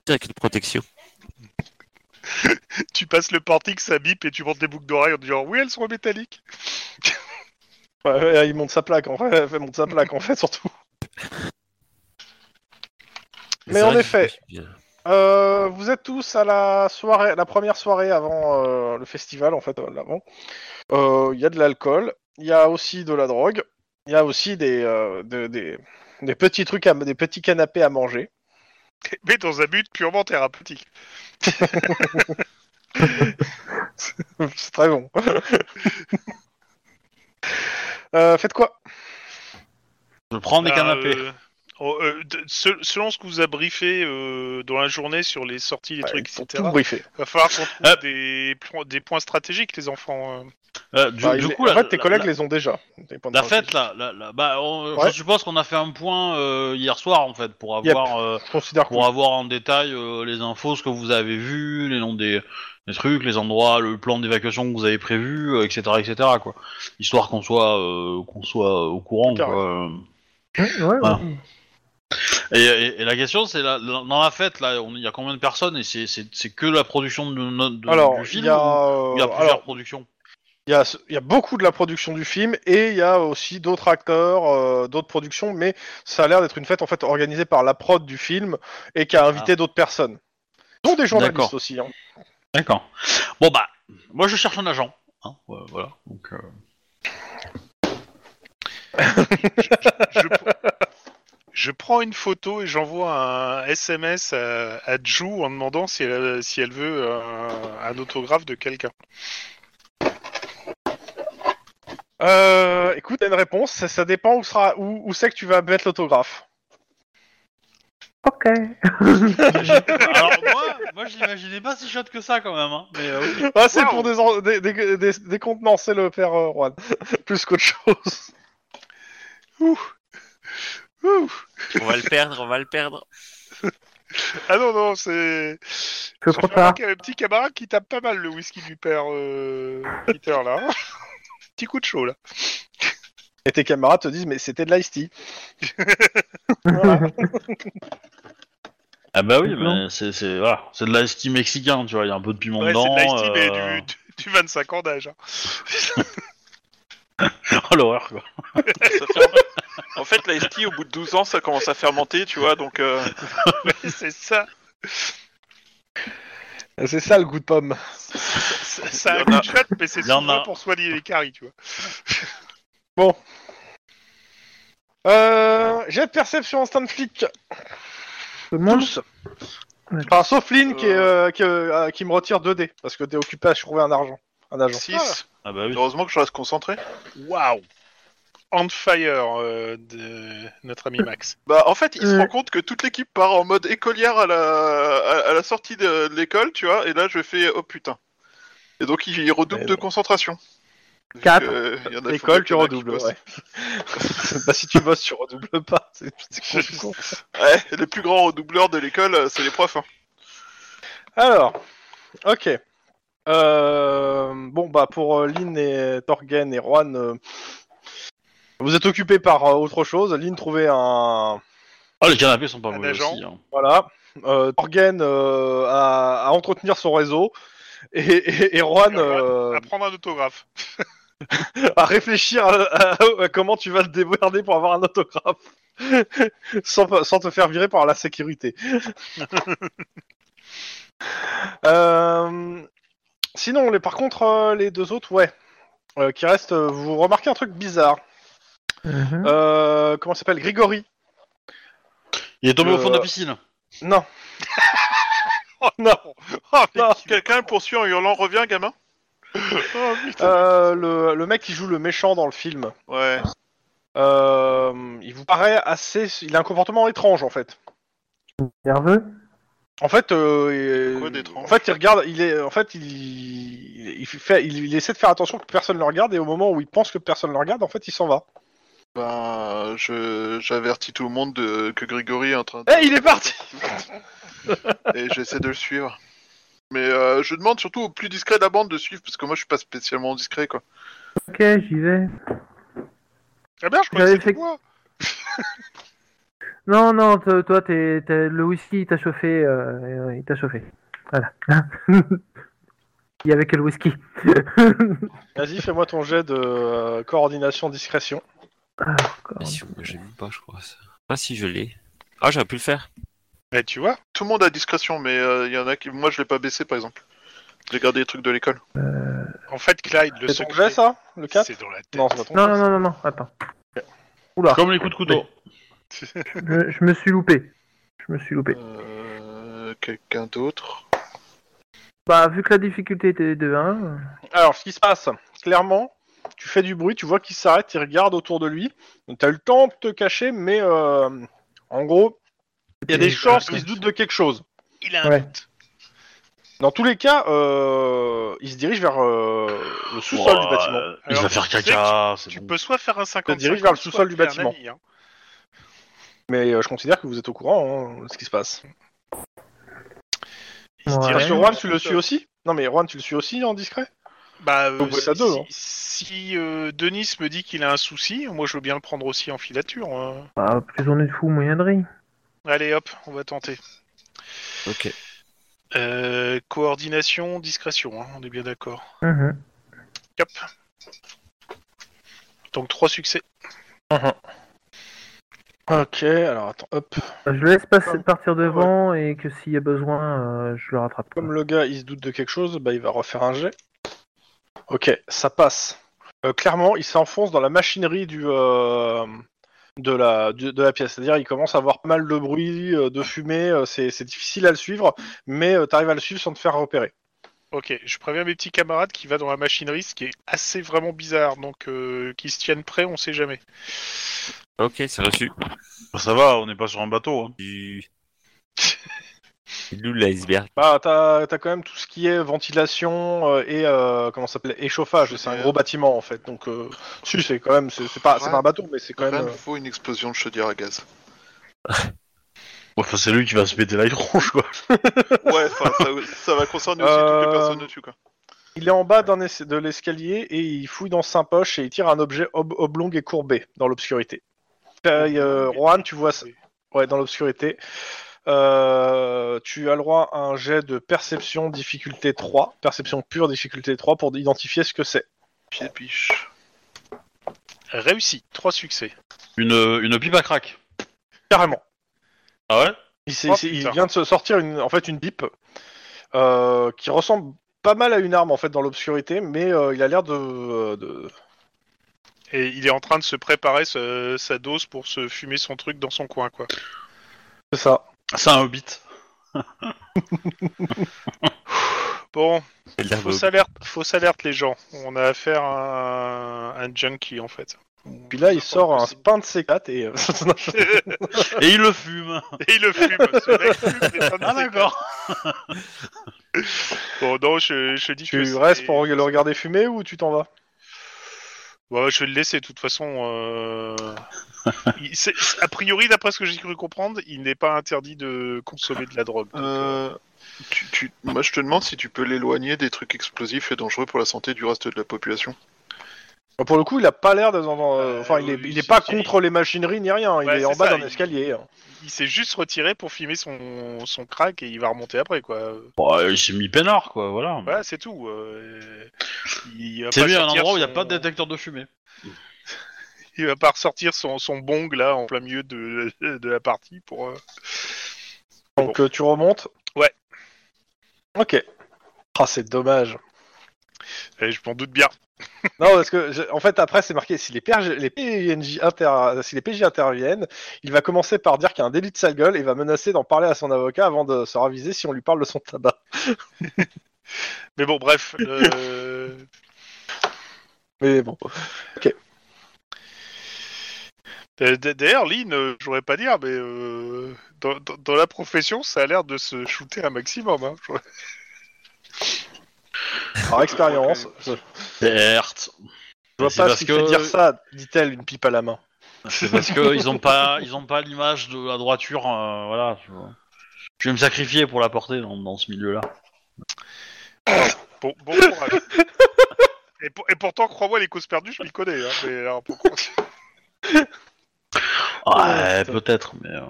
E: Avec une protection.
B: tu passes le portique, ça bip et tu montes des boucles d'oreilles en disant oui, elles sont métalliques.
D: Ouais, ouais, il monte sa plaque, en vrai, il monte sa plaque, en fait, surtout. Mais
E: c'est
D: en
E: vrai que
D: effet.
E: je suis bien.
D: Euh, vous êtes tous à la soirée, la première soirée avant euh, le festival en fait, euh, l'avant. Euh, Il y a de l'alcool, il y a aussi de la drogue, il y a aussi des, euh, de- des, des petits trucs, à, des petits canapés à manger.
B: Mais dans un but purement thérapeutique.
D: C'est très bon. Euh, faites quoi
A: Je prends des
B: Ah,
A: canapés.
B: euh, oh, euh, de- se- selon ce que vous a briefé euh, dans la journée sur les sorties, les
D: Ouais,
B: trucs,
D: Pour
B: etc.
D: Bah, tout briefer.
B: Va falloir qu'on trouve
A: Hop.
B: des, plans- des points stratégiques, les enfants. euh.
A: Euh, du,
D: Bah,
A: du
D: il est-
A: coup, la,
D: en fait, tes
A: la-
D: collègues
A: la-
D: les ont déjà. Des points de
A: la
D: pratique.
A: fête là, la- la- bah, on-
D: Ouais.
A: je suppose qu'on a fait un point euh, hier soir en fait pour
D: Yep.
A: avoir euh,
D: Je considère que
A: pour avoir en détail euh, les infos, ce que vous avez vu, les noms des, des trucs, les endroits, le plan d'évacuation que vous avez prévu, euh, etc., etc. Quoi. Histoire qu'on soit euh, qu'on soit euh, au courant.
D: Carré.
A: Quoi.
C: Ouais, ouais.
A: Voilà. Et, et- et la question c'est la- la- dans la fête là, on- il y a combien de personnes et c'est- c'est c'est que la production de, no- de-
D: alors
A: du
D: il
A: film
D: y a,
A: ou
D: euh,
A: il y a plusieurs
D: alors,
A: productions.
D: Il y, a, ce- il y a beaucoup de la production du film et il y a aussi d'autres acteurs, euh, d'autres productions, mais ça a l'air d'être une fête en fait organisée par la prod du film et qui a invité d'autres personnes, dont des journalistes
A: Ah. D'accord.
D: aussi. hein.
A: D'accord. Bon bah, moi je cherche un agent. hein, ouais, voilà. Donc, euh,
B: Je, pr- je prends une photo et j'envoie un SMS à, à Ju en demandant si elle, si elle veut un, un autographe de quelqu'un.
D: Euh, écoute, t'as une réponse, ça, ça dépend où, sera, où, où c'est que tu vas mettre l'autographe.
C: Ok.
A: Alors moi, moi je l'imaginais pas si chouette que ça quand même. hein, mais, euh, ok.
D: Ah, c'est
B: Wow.
D: pour des, en- des, des, des- des contenants, c'est le père euh, Juan, plus qu'autre chose.
B: Ouh.
E: On va le perdre, on va le perdre.
B: Ah non, non, c'est.
C: C'est
B: J'ai
C: trop
B: remarqué
C: tard.
B: un petit camarade qui tape pas mal le whisky du père euh, Peter là. petit coup de chaud là.
D: Et tes camarades te disent, mais c'était de l'ice tea.
A: Ah bah oui,
C: Non.
A: mais c'est c'est voilà, c'est de la ski mexicain, tu vois, il y a un peu de piment
B: Ouais, c'est
A: dedans.
B: de l'ice mais
A: euh,
B: du, du- du 25 ans d'âge. hein.
A: Oh l'horreur quoi.
F: Ça ferme- en fait, la ST, au bout de 12 ans, ça commence à fermenter, tu vois, donc... euh,
B: Ouais, c'est ça.
D: C'est ça le goût de pomme.
B: C'est- Ça
F: Il y
B: a
F: en
B: un coup
F: a.
B: de chatte, mais c'est
A: Il y en
B: souvent
A: a.
B: pour soigner les caries, tu vois.
D: Euh, j'ai de perception instant flic.
C: Tout le monde
D: Tous. Enfin, sauf Lynn
F: Euh.
D: qui, est, euh, qui, euh, qui me retire 2D parce que t'es occupé à trouver un argent. Un agent.
F: 6.
A: Ah bah oui.
F: Heureusement que je reste concentré.
B: Waouh On fire euh, de notre ami Max.
F: Bah, en fait, il se
C: Euh.
F: rend compte que toute l'équipe part en mode écolière à la, à, à la sortie de, de l'école, tu vois, et là, je fais oh putain. Et donc, il, il redouble
D: Mais
F: de concentration. Vu
C: Quatre.
F: Bah, que, euh, il y en a-
D: L'école, tu
F: il y en a qui
D: redoubles.
F: bossent.
D: Ouais. bah, si tu bosses, tu redoubles pas. C'est c'est con, c'est con.
F: Ouais, les plus grands redoubleurs de l'école, euh, c'est les profs. hein.
D: Alors, ok. Euh, bon, bah, pour euh, Lynn et Torgen et Juan, euh, vous êtes occupés par euh, autre chose. Lynn trouvait un.
A: Oh les canapés sont pas
B: Un
A: mauvais
B: agent.
A: aussi. hein.
D: Voilà. Euh, Torgen euh, à, à entretenir son réseau. Et, et, et Juan.
B: Et Juan,
D: euh,
B: À prendre un autographe.
D: à réfléchir à, à- à comment tu vas te déborder pour avoir un autographe sans, sans te faire virer par la sécurité. Euh, sinon, les, par contre, euh, les deux autres, ouais. Euh, qui restent, euh, vous remarquez un truc bizarre.
B: Hein
C: Mhm.
D: Euh, comment il s'appelle Grégory
A: Il est tombé au fond de la
D: Euh,
A: piscine.
D: Non.
B: Oh non Oh
D: Non.
F: Ah, Quelqu'un le poursuit en hurlant Reviens, gamin
B: putain, putain.
D: Euh, le, le mec qui joue le méchant dans le film.
F: Ouais.
D: Euh, il vous paraît assez. Il a un comportement étrange en fait.
C: Nerveux
D: En fait, euh, il-
F: Quoi d'étrange
D: en fait, il regarde, il est, en fait, il, il fait, il, il essaie de faire attention que personne ne le regarde et au moment où il pense que personne ne le regarde, en fait, il s'en va.
F: Ben, je- j'avertis tout le monde de- que Grégory est en train de.
D: Eh, il est parti
F: et j'essaie de le suivre. Mais euh, je demande surtout aux plus discrets de la bande de suivre, parce que moi je suis pas spécialement discret quoi.
C: Ok, j'y vais.
B: Ah bien, je crois que
C: J'avais
B: c'était
C: fait-
B: toi.
C: Non, non, to- toi, t'es, t'es- le whisky, il t'a chauffé. euh, euh, il t'a chauffé. Voilà. il y avait que le whisky.
D: Vas-y, fais-moi ton jet de euh, coordination discrétion.
E: Ah, si, moi, j'ai même pas, je crois. ça. Ah si, je l'ai. Ah, j'aurais pu le faire.
B: Mais tu vois,
F: Tout le monde a discrétion, mais euh, il y en a qui. Moi, je l'ai pas baissé, par exemple. J'ai gardé les trucs de l'école.
B: Euh, en fait, Clyde, le
D: C'est ton
B: secret,
D: jet, ça Le 4
B: c'est dans la tête.
D: Non, c'est pas ton
C: Non,
D: jet.
C: non, non, non, non, attends.
B: Ah.
C: Oula,
A: Comme les coups de couteau.
C: je, je me suis loupé. Je me suis loupé.
F: Euh, Quelqu'un d'autre
C: Bah, vu que la difficulté était de 1, euh,
D: Alors, ce qui se passe, clairement, tu fais du bruit, tu vois qu'il s'arrête, il regarde autour de lui. Donc, t'as eu le temps de te cacher, mais euh, en gros, il y a des
C: Et-
D: chances qu'il se doute de quelque chose.
B: Il a un
C: Ouais.
B: doute.
D: Dans tous les cas, euh, il se dirige vers euh, le sous-sol
A: Ouah,
D: du bâtiment.
A: Il
B: Alors,
A: va faire
B: tu sais
A: caca. c'est
B: Tu
A: bon.
B: peux soit faire un 50
D: dirige vers le sous-sol du bâtiment.
B: hein.
D: Mais euh, je considère que vous êtes au courant hein, de ce qui se passe.
C: Ouais.
D: Parce que Juan, tu le suis aussi Non, mais Juan, tu le suis aussi en discret
B: Bah, euh,
D: Vous pouvez être à
B: si,
D: deux, hein.
B: si, euh, Denis me dit qu'il a un souci, moi je veux bien le prendre aussi en filature. hein.
C: bah, plus on est de fous, moyen de rire.
B: Allez hop, on va tenter.
E: Ok.
B: Euh, coordination, discrétion, hein, on est bien d'accord.
C: Mhm.
B: Cap. Donc trois succès.
D: Ok, alors attends, hop.
C: Bah, Je le laisse passer, partir devant et que s'il y a besoin, euh, je le rattrape.
D: Comme le gars, il se doute de quelque chose, bah, il va refaire un jet. Ok, ça passe. Euh, clairement, il s'enfonce dans la machinerie du, euh, de, la, du- de la pièce. C'est-à-dire, il commence à avoir pas mal de bruit, euh, de fumée. euh, c'est c'est difficile à le suivre, mais tu t'arrives à le suivre sans te faire repérer.
B: Ok, je préviens mes petits camarades qui va dans la machinerie, ce qui est assez vraiment bizarre, donc euh, qu'ils se tiennent prêts, on sait jamais.
E: Ok, c'est reçu.
A: Ça va, on n'est pas sur un bateau. hein.
E: Du... Nous l'iceberg.
D: Bah, t'as as quand même tout ce qui est ventilation euh, et euh, comment ça s'appelle et chauffage. C'est un gros bâtiment en fait. Donc, euh, si, c'est quand même, c'est c'est pas, c'est pas un bateau, mais c'est quand
F: Rien
D: même.
F: ne
D: euh,
F: faut une explosion de chaudière à gaz.
A: Bon, enfin, c'est lui qui va se péter l'ail rouge, quoi.
F: Ouais, enfin, ça, ça va concerner aussi
D: Euh,
F: toutes les personnes dessus, quoi.
D: Il est en bas d'un es- de l'escalier et il fouille dans sa poche et il tire un objet ob- oblong et courbé dans l'obscurité. Taille, euh, Juan, tu vois ça Ouais, dans l'obscurité. Euh, tu as le droit à un jet de perception difficulté 3, perception pure difficulté 3 pour identifier ce que c'est.
F: Pied biche.
B: Réussi, trois succès.
A: Une, euh, une pipe à crack.
D: Carrément.
A: Ah ouais
D: Il, s'est-
B: Oh,
D: il s'est- il
B: putain.
D: vient de se sortir une, en fait une pipe euh, qui ressemble pas mal à une arme en fait dans l'obscurité, mais euh, il a l'air de, de-
B: Et il est en train de se préparer ce- sa dose pour se fumer son truc dans son coin, quoi.
D: C'est ça.
A: C'est un hobbit.
B: Bon,
E: C'est le dernier.
B: fausse alerte, fausse alerte les gens. On a affaire à un, un junkie en fait.
D: Puis là, il sort un pain de C4 et. euh,
A: Et il le fume.
B: Et il le fume, ce mec fume des pommes
A: Ah
B: de
A: d'accord.
B: terre. Bon non, je, je dis que
D: Tu
B: c'est-
D: restes pour le regarder fumer ou tu t'en vas
B: Bon, je vais le laisser de toute façon. euh, il- c'est- A priori, d'après ce que j'ai cru comprendre, il n'est pas interdit de consommer de la drogue. donc, euh,
F: Euh, tu, tu- Moi, je te demande si tu peux l'éloigner des trucs explosifs et dangereux pour la santé du reste de la population.
D: Bah, Pour le coup, il a pas l'air d'être dans-
B: Euh,
D: enfin, il est,
B: oui,
D: il est
B: c'est-
D: pas
B: c'est-
D: contre les machineries ni rien. Il
B: Ouais,
D: est en
B: c'est
D: bas
B: ça,
D: d'un
B: il-
D: escalier. hein.
B: Il s'est juste retiré pour filmer son, son crack et il va remonter après quoi.
A: Bon, il s'est mis peinard, quoi. Voilà.
B: Voilà, c'est tout. euh, il va
A: C'est
B: pas
A: lui à un
B: sortir
A: endroit où il n'y a
B: son-
A: pas de détecteur de fumée.
B: Il va pas ressortir son, son bong là en plein milieu de, de la partie pour. euh,
D: Donc euh, tu remontes.
B: Ouais.
D: Ok. Ah, c'est dommage.
B: eh, je m'en doute bien.
D: Non, parce que je- en fait, après, c'est marqué si les, PRG les PNJ inter- si les PJ interviennent, il va commencer par dire qu'il y a un délit de sale gueule et va menacer d'en parler à son avocat avant de se raviser si on lui parle de son tabac.
B: Mais bon, bref. euh,
D: Mais bon.
B: d- d- D'ailleurs, Lynn, euh, j'aurais pas dire, mais euh, dans, dans- dans la profession, ça a l'air de se shooter un maximum. hein. Je-
D: Par expérience, je
A: Certes.
D: je vois
A: C'est
D: pas
A: parce
D: ce qui
A: que-
D: fait dire ça, dit-elle, une pipe à la main.
A: C'est parce que ils ont pas, ils ont pas l'image de la droiture, euh, voilà. tu vois. Je vais me sacrifier pour la porter dans, dans ce milieu-là.
B: Bon, bon courage. et, pour- et pourtant, crois-moi, les causes perdues, je m'y connais. hein, mais alors, par contre,
A: Ouais, peut-être, mais. euh,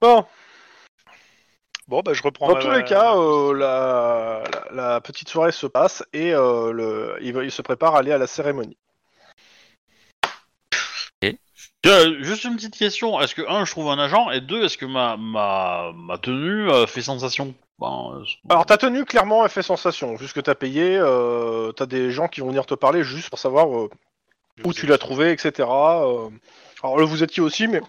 D: Bon.
B: bon, bah, je reprends.
D: Dans
B: ma-
D: tous les cas, euh, la, la- la petite soirée se passe et euh, le, il, va- il se prépare à aller à la cérémonie.
A: Tiens, Juste une petite question. Est-ce que, un, je trouve un agent, et deux, est-ce que ma, ma, ma tenue euh, fait sensation Ben, euh, c'est-
D: Alors ta tenue clairement elle fait sensation. Vu ce que t'as payé, euh, t'as des gens qui vont venir te parler juste pour savoir euh, où tu l'as trouvé, etc. euh. alors le vous étiez aussi, mais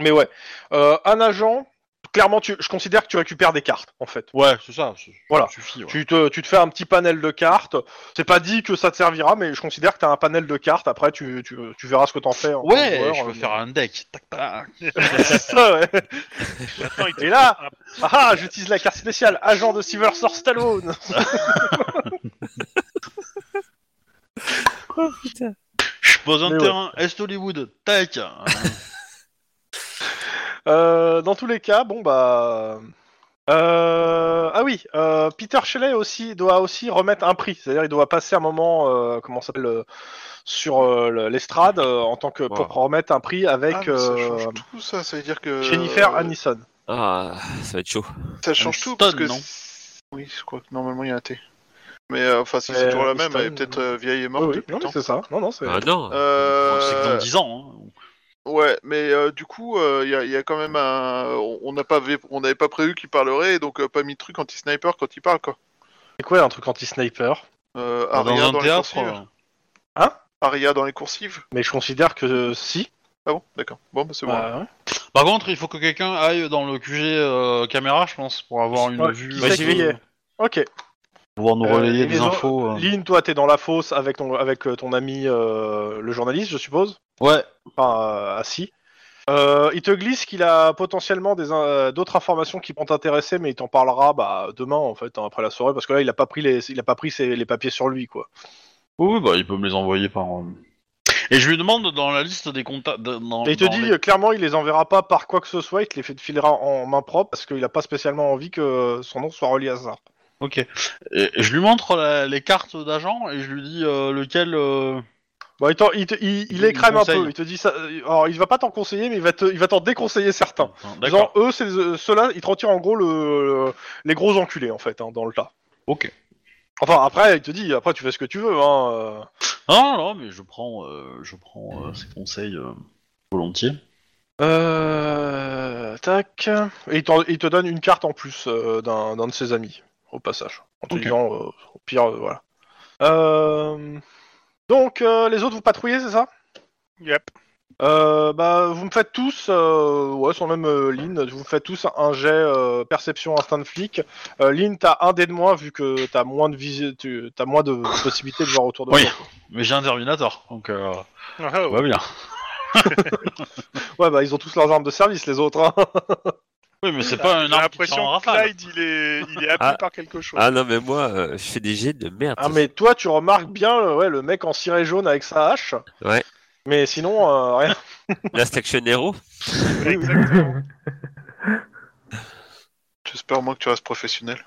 D: mais ouais. Euh, un agent, clairement tu, je considère que tu récupères des cartes en fait.
A: Ouais, c'est ça. c'est-
D: Voilà.
A: ça Suffit, ouais.
D: Tu te, tu te fais un petit panel de cartes. C'est pas dit que ça te servira, mais je considère que t'as un panel de cartes. Après tu, tu, tu verras ce que t'en fais. en tant que
A: Ouais,
D: joueur,
A: je peux
D: euh,
A: faire un deck. Tac, tac.
D: c'est ça, ouais.
B: Maintenant, il te
D: Et là,
B: donne un-
D: ah, ah, j'utilise la carte spéciale, agent de Silver Star Stallone.
E: Oh putain.
A: Je pose un
D: Mais ouais.
A: terrain. Est Hollywood. Tac. Euh,
D: Euh, dans tous les cas, bon bah. euh, ah oui, euh, Peter Shelley aussi doit aussi remettre un prix, c'est-à-dire il doit passer un moment, euh, comment ça s'appelle, euh, sur euh, le- l'estrade euh, en tant que pour remettre un prix avec
F: Ah, mais ça
D: euh,
F: change tout ça, ça veut dire que.
D: Jennifer
F: euh,
D: Aniston.
E: Ah, ça va être chaud.
F: Ça change tout
A: Aniston,
F: parce que.
A: non
F: c'est- Oui, je crois que normalement il y a un T. Mais euh, enfin, si c'est
D: Euh,
F: toujours la même,
D: Aniston,
F: elle est peut-être euh, vieille et morte
D: Oui, oui,
F: depuis
D: non,
F: le
D: mais
F: temps.
D: c'est ça. Non, non, c'est.
E: Ah non.
A: bon, C'est que dans
F: Euh,
A: 10 ans. hein.
F: Ouais, mais euh, du coup, euh, il y, a, il y a quand même un. on- On n'a pas, vé- on n'avait pas prévu qu'il parlerait, donc euh, pas mis de truc anti-sniper quand il parle quoi.
D: C'est quoi un truc anti-sniper
F: Euh,
A: Dans
F: Aria
A: un
F: dans les
A: théâtre.
F: coursives.
A: euh,
F: Aria dans les coursives.
D: Mais je considère que euh, si.
F: Ah bon, d'accord. Bon, bah, c'est bon.
D: Bah, ouais.
A: Par contre, il faut que quelqu'un aille dans le QG euh, caméra, je pense, pour avoir une
D: Ouais,
A: vue.
D: qui
E: Bah,
D: c'est
E: j'y
D: qui
E: vais.
D: est Ok.
A: Pouvoir nous
D: Euh,
A: relayer
D: et
A: des
D: les autres-
A: infos. euh.
D: Lynn, toi, t'es dans la fosse avec ton avec euh, ton ami euh, le journaliste, je suppose.
A: Ouais.
D: enfin euh, assis. Euh, il te glisse qu'il a potentiellement des in- d'autres informations qui vont t'intéresser, mais il t'en parlera bah, demain en fait hein, après la soirée parce que là il a pas pris les il a pas pris ses- les papiers sur lui quoi.
A: Oui, oui, bah, il peut me les envoyer par. euh, Et je lui demande dans la liste des contacts. de- Dans,
D: Et il te
A: dans
D: dit
A: les-
D: euh, clairement il les enverra pas par quoi que ce soit, il te les fait filera en main propre parce qu'il a pas spécialement envie que son nom soit relié à ça.
A: Ok. Et, et je lui montre la- les cartes d'agents et je lui dis euh, lequel. euh,
D: Bon, il, t'en- il, te- il, il
A: Il
D: les crame un
A: conseille.
D: peu, il te dit ça. euh, Alors il va pas t'en conseiller, mais il va te, il va t'en déconseiller certains.
A: enfin,
D: Genre
A: D'accord.
D: eux, c'est euh, ceux-là, ils te retirent en gros le, le- les gros enculés en fait hein, dans le tas.
A: Ok.
D: Enfin après il te dit après tu fais ce que tu veux hein. euh.
A: Non, Ah, non, mais je prends, euh, je prends euh, ses conseils euh, volontiers.
D: Euh... Tac. Et il, t'en- il te donne une carte en plus euh, d'un d'un de ses amis, au passage. En te
A: Ok.
D: disant, euh, au pire, euh, voilà. Euh, Donc, euh, les autres, vous patrouillez, c'est ça
B: Yep.
D: euh, bah, Vous me faites tous, euh, ouais, sans même euh, Lynn, vous me faites tous un jet euh, perception instinct de flic. Euh, Lynn, t'as un dé de moins, vu que t'as moins de visi... tu- t'as moins de possibilités de voir autour de
A: Oui.
D: toi.
A: Mais j'ai un Terminator, donc euh,
B: Ah, ouais.
A: ouais bien.
D: Ouais, bah, ils ont tous leurs armes de service, les autres. hein.
A: Oui, mais c'est pas un
B: J'ai
A: arbre qui tire en
B: l'impression que
A: rafale.
B: Clyde, il est, il est appelé
E: Ah.
B: par quelque chose.
E: Ah non, mais moi, euh, je fais des jets de merde.
D: Ah mais toi tu remarques bien euh, ouais, le mec en ciré jaune avec sa hache.
E: Ouais.
D: Mais sinon euh, rien.
E: Last Action Hero
B: Exactement.
F: J'espère au moins que tu restes professionnel.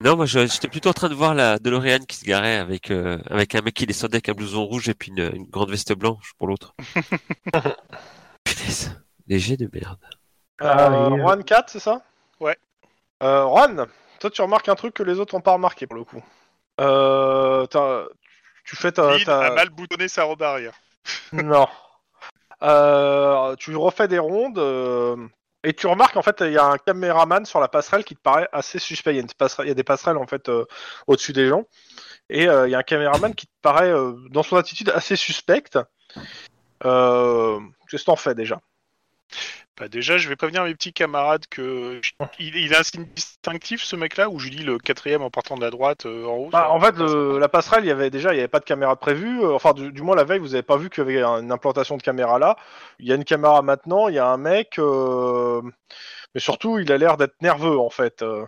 E: Non, moi, je- j'étais plutôt en train de voir la DeLorean qui se garait avec, euh, avec un mec qui descendait avec un blouson rouge et puis une, une grande veste blanche pour l'autre. Punaise. Des jets de merde.
D: Euh,
C: Ah, oui, euh.
D: Juan 4 c'est ça
B: Ouais.
D: Euh, Juan, toi tu remarques un truc que les autres n'ont pas remarqué pour le coup. Euh, t'as- tu fais ta...
B: Lynn ah, bah,
D: ta-
B: a mal boutonné sa robe arrière.
D: Non. Euh, tu refais des rondes euh, et tu remarques en fait il y a un caméraman sur la passerelle qui te paraît assez suspect. Il y a, une passerelle- il y a des passerelles en fait euh, au-dessus des gens et euh, il y a un caméraman qui te paraît euh, dans son attitude assez suspecte. Euh, Qu'est-ce que t'en fais déjà
B: Bah déjà, je vais prévenir mes petits camarades que je- il, il a un signe distinctif ce mec-là où je lis le quatrième en partant de la droite euh, en haut.
D: Bah,
B: ça-
D: en fait, le- la passerelle, il y avait déjà, il n'y avait pas de caméra de prévue. Euh, Enfin, du, du moins la veille, vous n'avez pas vu qu'il y avait un- une implantation de caméra là. Il y a une caméra maintenant. Il y a un mec, euh, mais surtout, il a l'air d'être nerveux en fait. euh.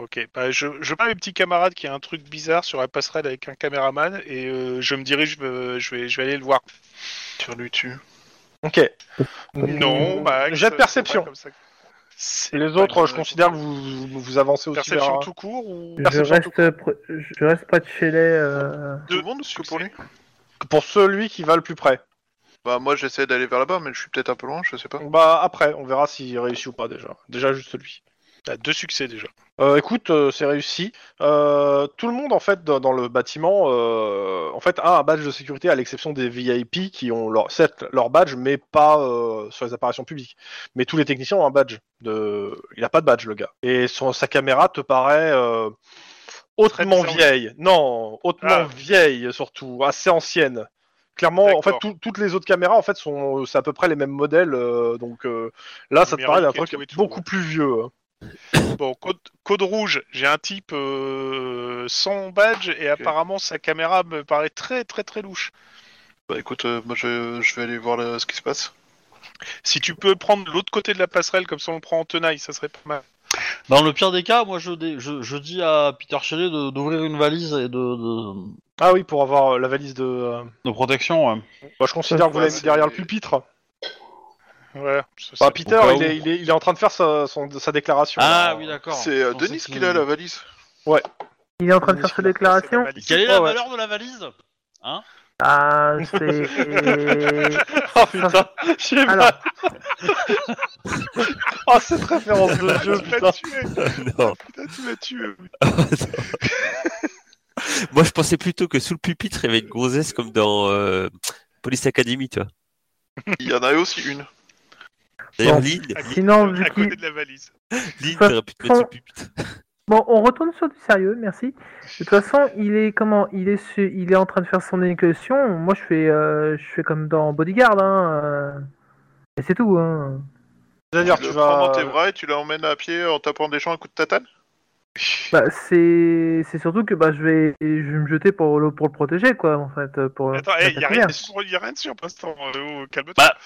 B: Ok. Bah, je je parle à mes petits camarades qui a un truc bizarre sur la passerelle avec un caméraman et euh, je me dirige, euh, je vais je vais aller le voir.
F: Sur lui tu.
D: Ok.
B: Non, bah.
D: Jet Hmm. de perception. Et les autres, je considère que vous, vous, vous avancez aussi
B: Perception
D: vers-
B: tout court ou
C: Je
D: Perception
C: reste, pr- je reste près de Shelley. euh,
F: Tout le monde que pour lui
D: pour celui qui va le plus près.
F: Bah, moi j'essaie d'aller vers là-bas, mais je suis peut-être un peu loin, je sais pas.
D: Bah après, on verra s'il réussit ou pas déjà. Déjà juste celui.
B: T'as deux succès déjà.
D: Euh, écoute, euh, c'est réussi. Euh, tout le monde, en fait, dans, dans le bâtiment, euh, en fait, a un badge de sécurité, à l'exception des VIP qui ont leur, certes leur badge, mais pas euh, sur les apparitions publiques. Mais tous les techniciens ont un badge. De... Il n'a pas de badge, le gars. Et son, sa caméra te paraît euh, hautement
B: Très
D: vieille. Non, hautement
B: Ah.
D: vieille, surtout, assez ancienne. Clairement, en fait,
B: D'accord.
D: tout- toutes les autres caméras, en fait, sont c'est à peu près les mêmes modèles. euh, donc euh, là, ça te
B: Numérique
D: paraît un
B: et
D: truc
B: tout et tout,
D: beaucoup
B: ouais.
D: plus vieux. hein.
B: Bon, code, code rouge, j'ai un type euh, sans badge et apparemment sa caméra me paraît très très très louche.
F: Bah écoute, euh, moi je, je vais aller voir là, ce qui se passe.
B: Si tu peux prendre l'autre côté de la passerelle comme ça on le prend en tenaille, ça serait pas mal.
A: Dans le pire des cas, moi je, dé- je, je dis à Peter Shelley de- d'ouvrir une valise et de, de,
D: Ah oui, pour avoir euh, la valise de. euh,
A: de protection. hein. ouais.
D: Moi, je considère que vous l'avez
F: Ouais,
D: mis derrière le
F: c'est-
D: pupitre.
B: Voilà. ça,
D: Bah,
B: ça-
D: Peter,
A: Au cas
D: il
A: où.
D: est, il, est, il est en train de faire sa, son- sa déclaration.
A: Ah
D: Alors,
A: oui, d'accord.
F: C'est euh,
A: Je pensais
F: Denis
A: qu'il-
F: qui a la valise.
C: Il est en train de faire sa
B: c'est la
C: déclaration.
B: valise.
A: Quelle est la
D: Oh, ouais.
A: valeur de la valise
C: Ah, c'est.
D: Oh putain, je sais
C: Alors,
D: pas. Oh, cette référence de jeu,
B: Ah, Tu l'as
D: putain.
B: tué,
E: non.
B: putain, tu l'as tué.
E: Moi, je pensais plutôt que sous le pupitre, il y avait une grossesse comme dans euh, Police Academy, toi.
F: Il y en a aussi une.
E: D'ailleurs,
C: Bon.
E: Lynn, Lynn,
C: sinon, vu
B: À
C: qu'il-
B: côté de la valise.
E: Lynn, t'aurais pu te mettre sous le pupitre.
C: Bon, on retourne sur du sérieux, merci. De toute façon, il est comment Il est su- il est en train de faire son équation. Moi, je fais euh, je fais comme dans Bodyguard, hein. euh, Et c'est tout, hein.
D: C'est-à-dire,
F: tu
D: tu
F: le prends
B: Ah,
F: dans tes
D: vas.
F: bras et tu l'emmènes à pied en tapant des gens à coups de tatane
C: Bah, c'est c'est surtout que bah je vais je vais me jeter pour le pour le protéger, quoi, en fait, euh, pour.
B: Attends,
D: eh,
C: la
D: Bah,
B: il n'y a, rien
C: patrouille.
B: sur- y a rien de sur pour l'instant. euh, oh, Calme-toi.
A: Bah.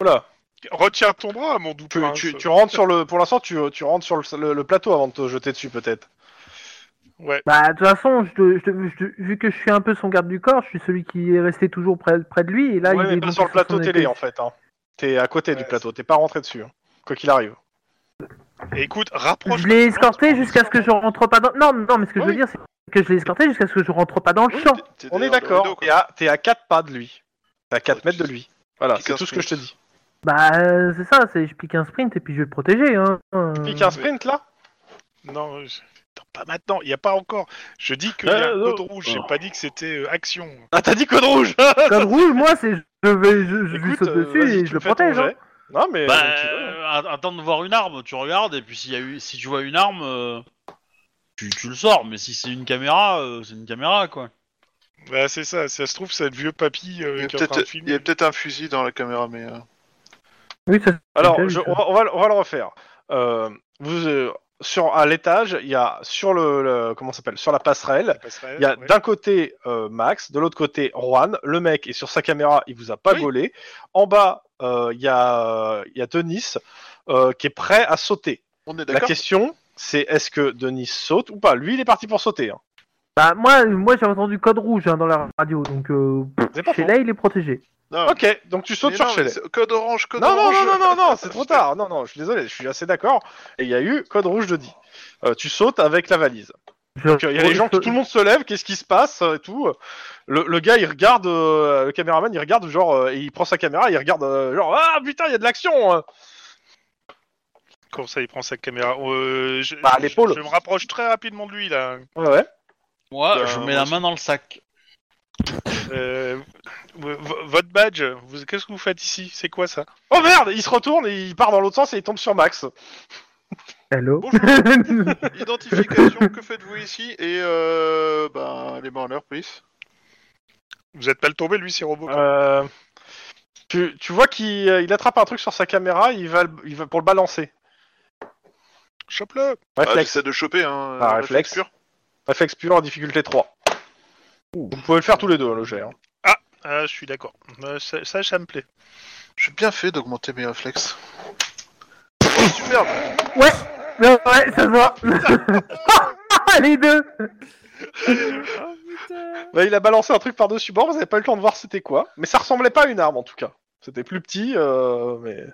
D: Voilà.
B: Retiens ton bras, mon doux
D: Tu,
B: prince.
D: tu, tu rentres sur le. Pour l'instant, tu, tu rentres sur le, le- le plateau avant de te jeter dessus, peut-être.
B: Ouais.
C: Bah, de toute façon, je, te- je te- je te- vu que je suis un peu son garde du corps, je suis celui qui est resté toujours près, près de lui. Et là,
D: ouais,
C: il
D: mais
C: est
D: pas
C: monté
D: sur le plateau
C: son
D: télé,
C: équation.
D: en fait. Hein. T'es à côté du
B: Ouais,
D: plateau, t'es pas rentré dessus. hein. Quoi qu'il arrive.
B: Et écoute, rapproche.
C: Je l'ai escorté jusqu'à ce que je rentre pas dans. Non, non, mais ce que je veux
D: Oui.
C: dire, c'est que je l'ai escorté jusqu'à ce que je rentre pas dans le champ.
F: T'es- t'es
D: On est
F: derrière le
D: d'accord,
F: rideau, quoi.
D: t'es à, t'es à 4 pas de lui. T'es à 4
F: Ouais,
D: mètres de
F: tu-
D: lui. Oh, Voilà,
F: piques
D: c'est
F: un
D: tout ce que je te dis.
C: Bah, euh, c'est ça, c'est je pique un sprint et puis je vais le protéger. Hein. Euh,
D: Tu piques un sprint là
B: Non, je- Attends, pas maintenant. Il n'y a pas encore. Je dis qu'il y a
D: Euh,
B: un
D: non.
B: code rouge. J'ai
A: Oh.
B: pas dit que c'était euh, action.
D: Ah, t'as dit code rouge
C: Code rouge, moi, c'est je vais, je, je lui
D: Écoute,
C: saute
D: euh,
C: dessus
D: vas-y,
C: et
D: tu
C: je le
D: fais ton
C: protège. hein.
D: jet. Non, mais.
A: Bah,
D: donc, tu veux.
A: euh, att- attends de voir une arme, tu regardes, et puis s'il y a eu, si tu vois une arme, euh, tu, tu le sors, mais si c'est une caméra, euh, c'est une caméra, quoi.
B: Bah, c'est ça. Ça se trouve, c'est le vieux papy euh,
F: Il y a
B: qui est en train de
F: peut-être il y
B: filmer.
F: a peut-être un fusil dans la caméra, mais. euh,
C: Oui, ça,
D: Alors,
C: Nickel,
D: je-
C: nickel.
D: on, va, on va le- on va le refaire. Euh, vous, euh, sur, à l'étage, il y a sur le, le- comment ça s'appelle sur la passerelle,
B: passerelle,
D: il y a
B: ouais.
D: d'un côté euh, Max, de l'autre côté Juan. Le mec est sur sa caméra, il vous a pas
A: Oui.
D: gaulé. En bas, euh, il y a il y a Denis euh, qui est prêt à sauter.
F: On est
D: La
F: d'accord.
D: question, c'est est-ce que Denis saute ou pas Lui, il est parti pour sauter. hein.
C: bah, moi, moi j'ai entendu code rouge hein, dans la radio, donc euh,
D: C'est pas
C: chez
D: faux.
C: là, il est protégé.
F: Non,
D: Ok, donc tu sautes
F: mais
D: sur
F: non, mais
D: Shelley.
F: c'est- Code orange, code
D: Non, non,
F: orange.
D: non, non, non, non, c'est trop tard. Non, non, je suis désolé, je suis assez d'accord. Et il y a eu code rouge de dit. Euh, tu sautes avec la valise.
C: Je-
D: Donc, euh, Il y a les gens,
C: je-
D: qui- tout le monde se lève, qu'est-ce qui se passe euh, et tout. Le, le gars, il regarde, euh, le caméraman, il regarde, genre, euh, et il prend sa caméra, il regarde, euh, genre, ah putain, il y a de l'action. hein.
B: Comment ça, il prend sa caméra Euh, je,
D: Bah, à l'épaule.
B: Je, je me rapproche très rapidement de lui là.
D: Ouais, ouais.
A: Moi,
F: Bah,
A: je mets
F: moi
A: la
F: aussi.
A: main dans le sac.
B: Euh, v- v- votre badge, vous, qu'est-ce que vous faites ici C'est quoi ça
D: Oh merde, il se retourne et il part dans l'autre sens et il tombe sur Max.
C: Hello.
F: Identification, que faites-vous ici Et euh, ben, les mains en l'air, please.
B: Vous êtes mal tombé, lui, c'est robot.
D: Euh, tu, tu vois qu'il euh, il attrape un truc sur sa caméra, il va, le- il va pour le balancer.
B: Chope-le
F: Ah,
D: Réflexe,
F: J'essaie de choper, hein.
D: Ah,
F: un
D: réflexe.
F: pur.
D: réflexe pur, difficulté 3. Vous pouvez le faire tous les deux, le jet. hein.
B: Ah, je suis d'accord. Euh, ça, ça, ça me plaît.
F: J'ai bien fait d'augmenter mes réflexes. Oh, superbe
C: Ouais, ouais, ça se voit. les deux.
D: Bah, il a balancé un truc par-dessus bord, vous n'avez pas eu le temps de voir c'était quoi. Mais ça ressemblait pas à une arme en tout cas. C'était plus petit, euh, mais.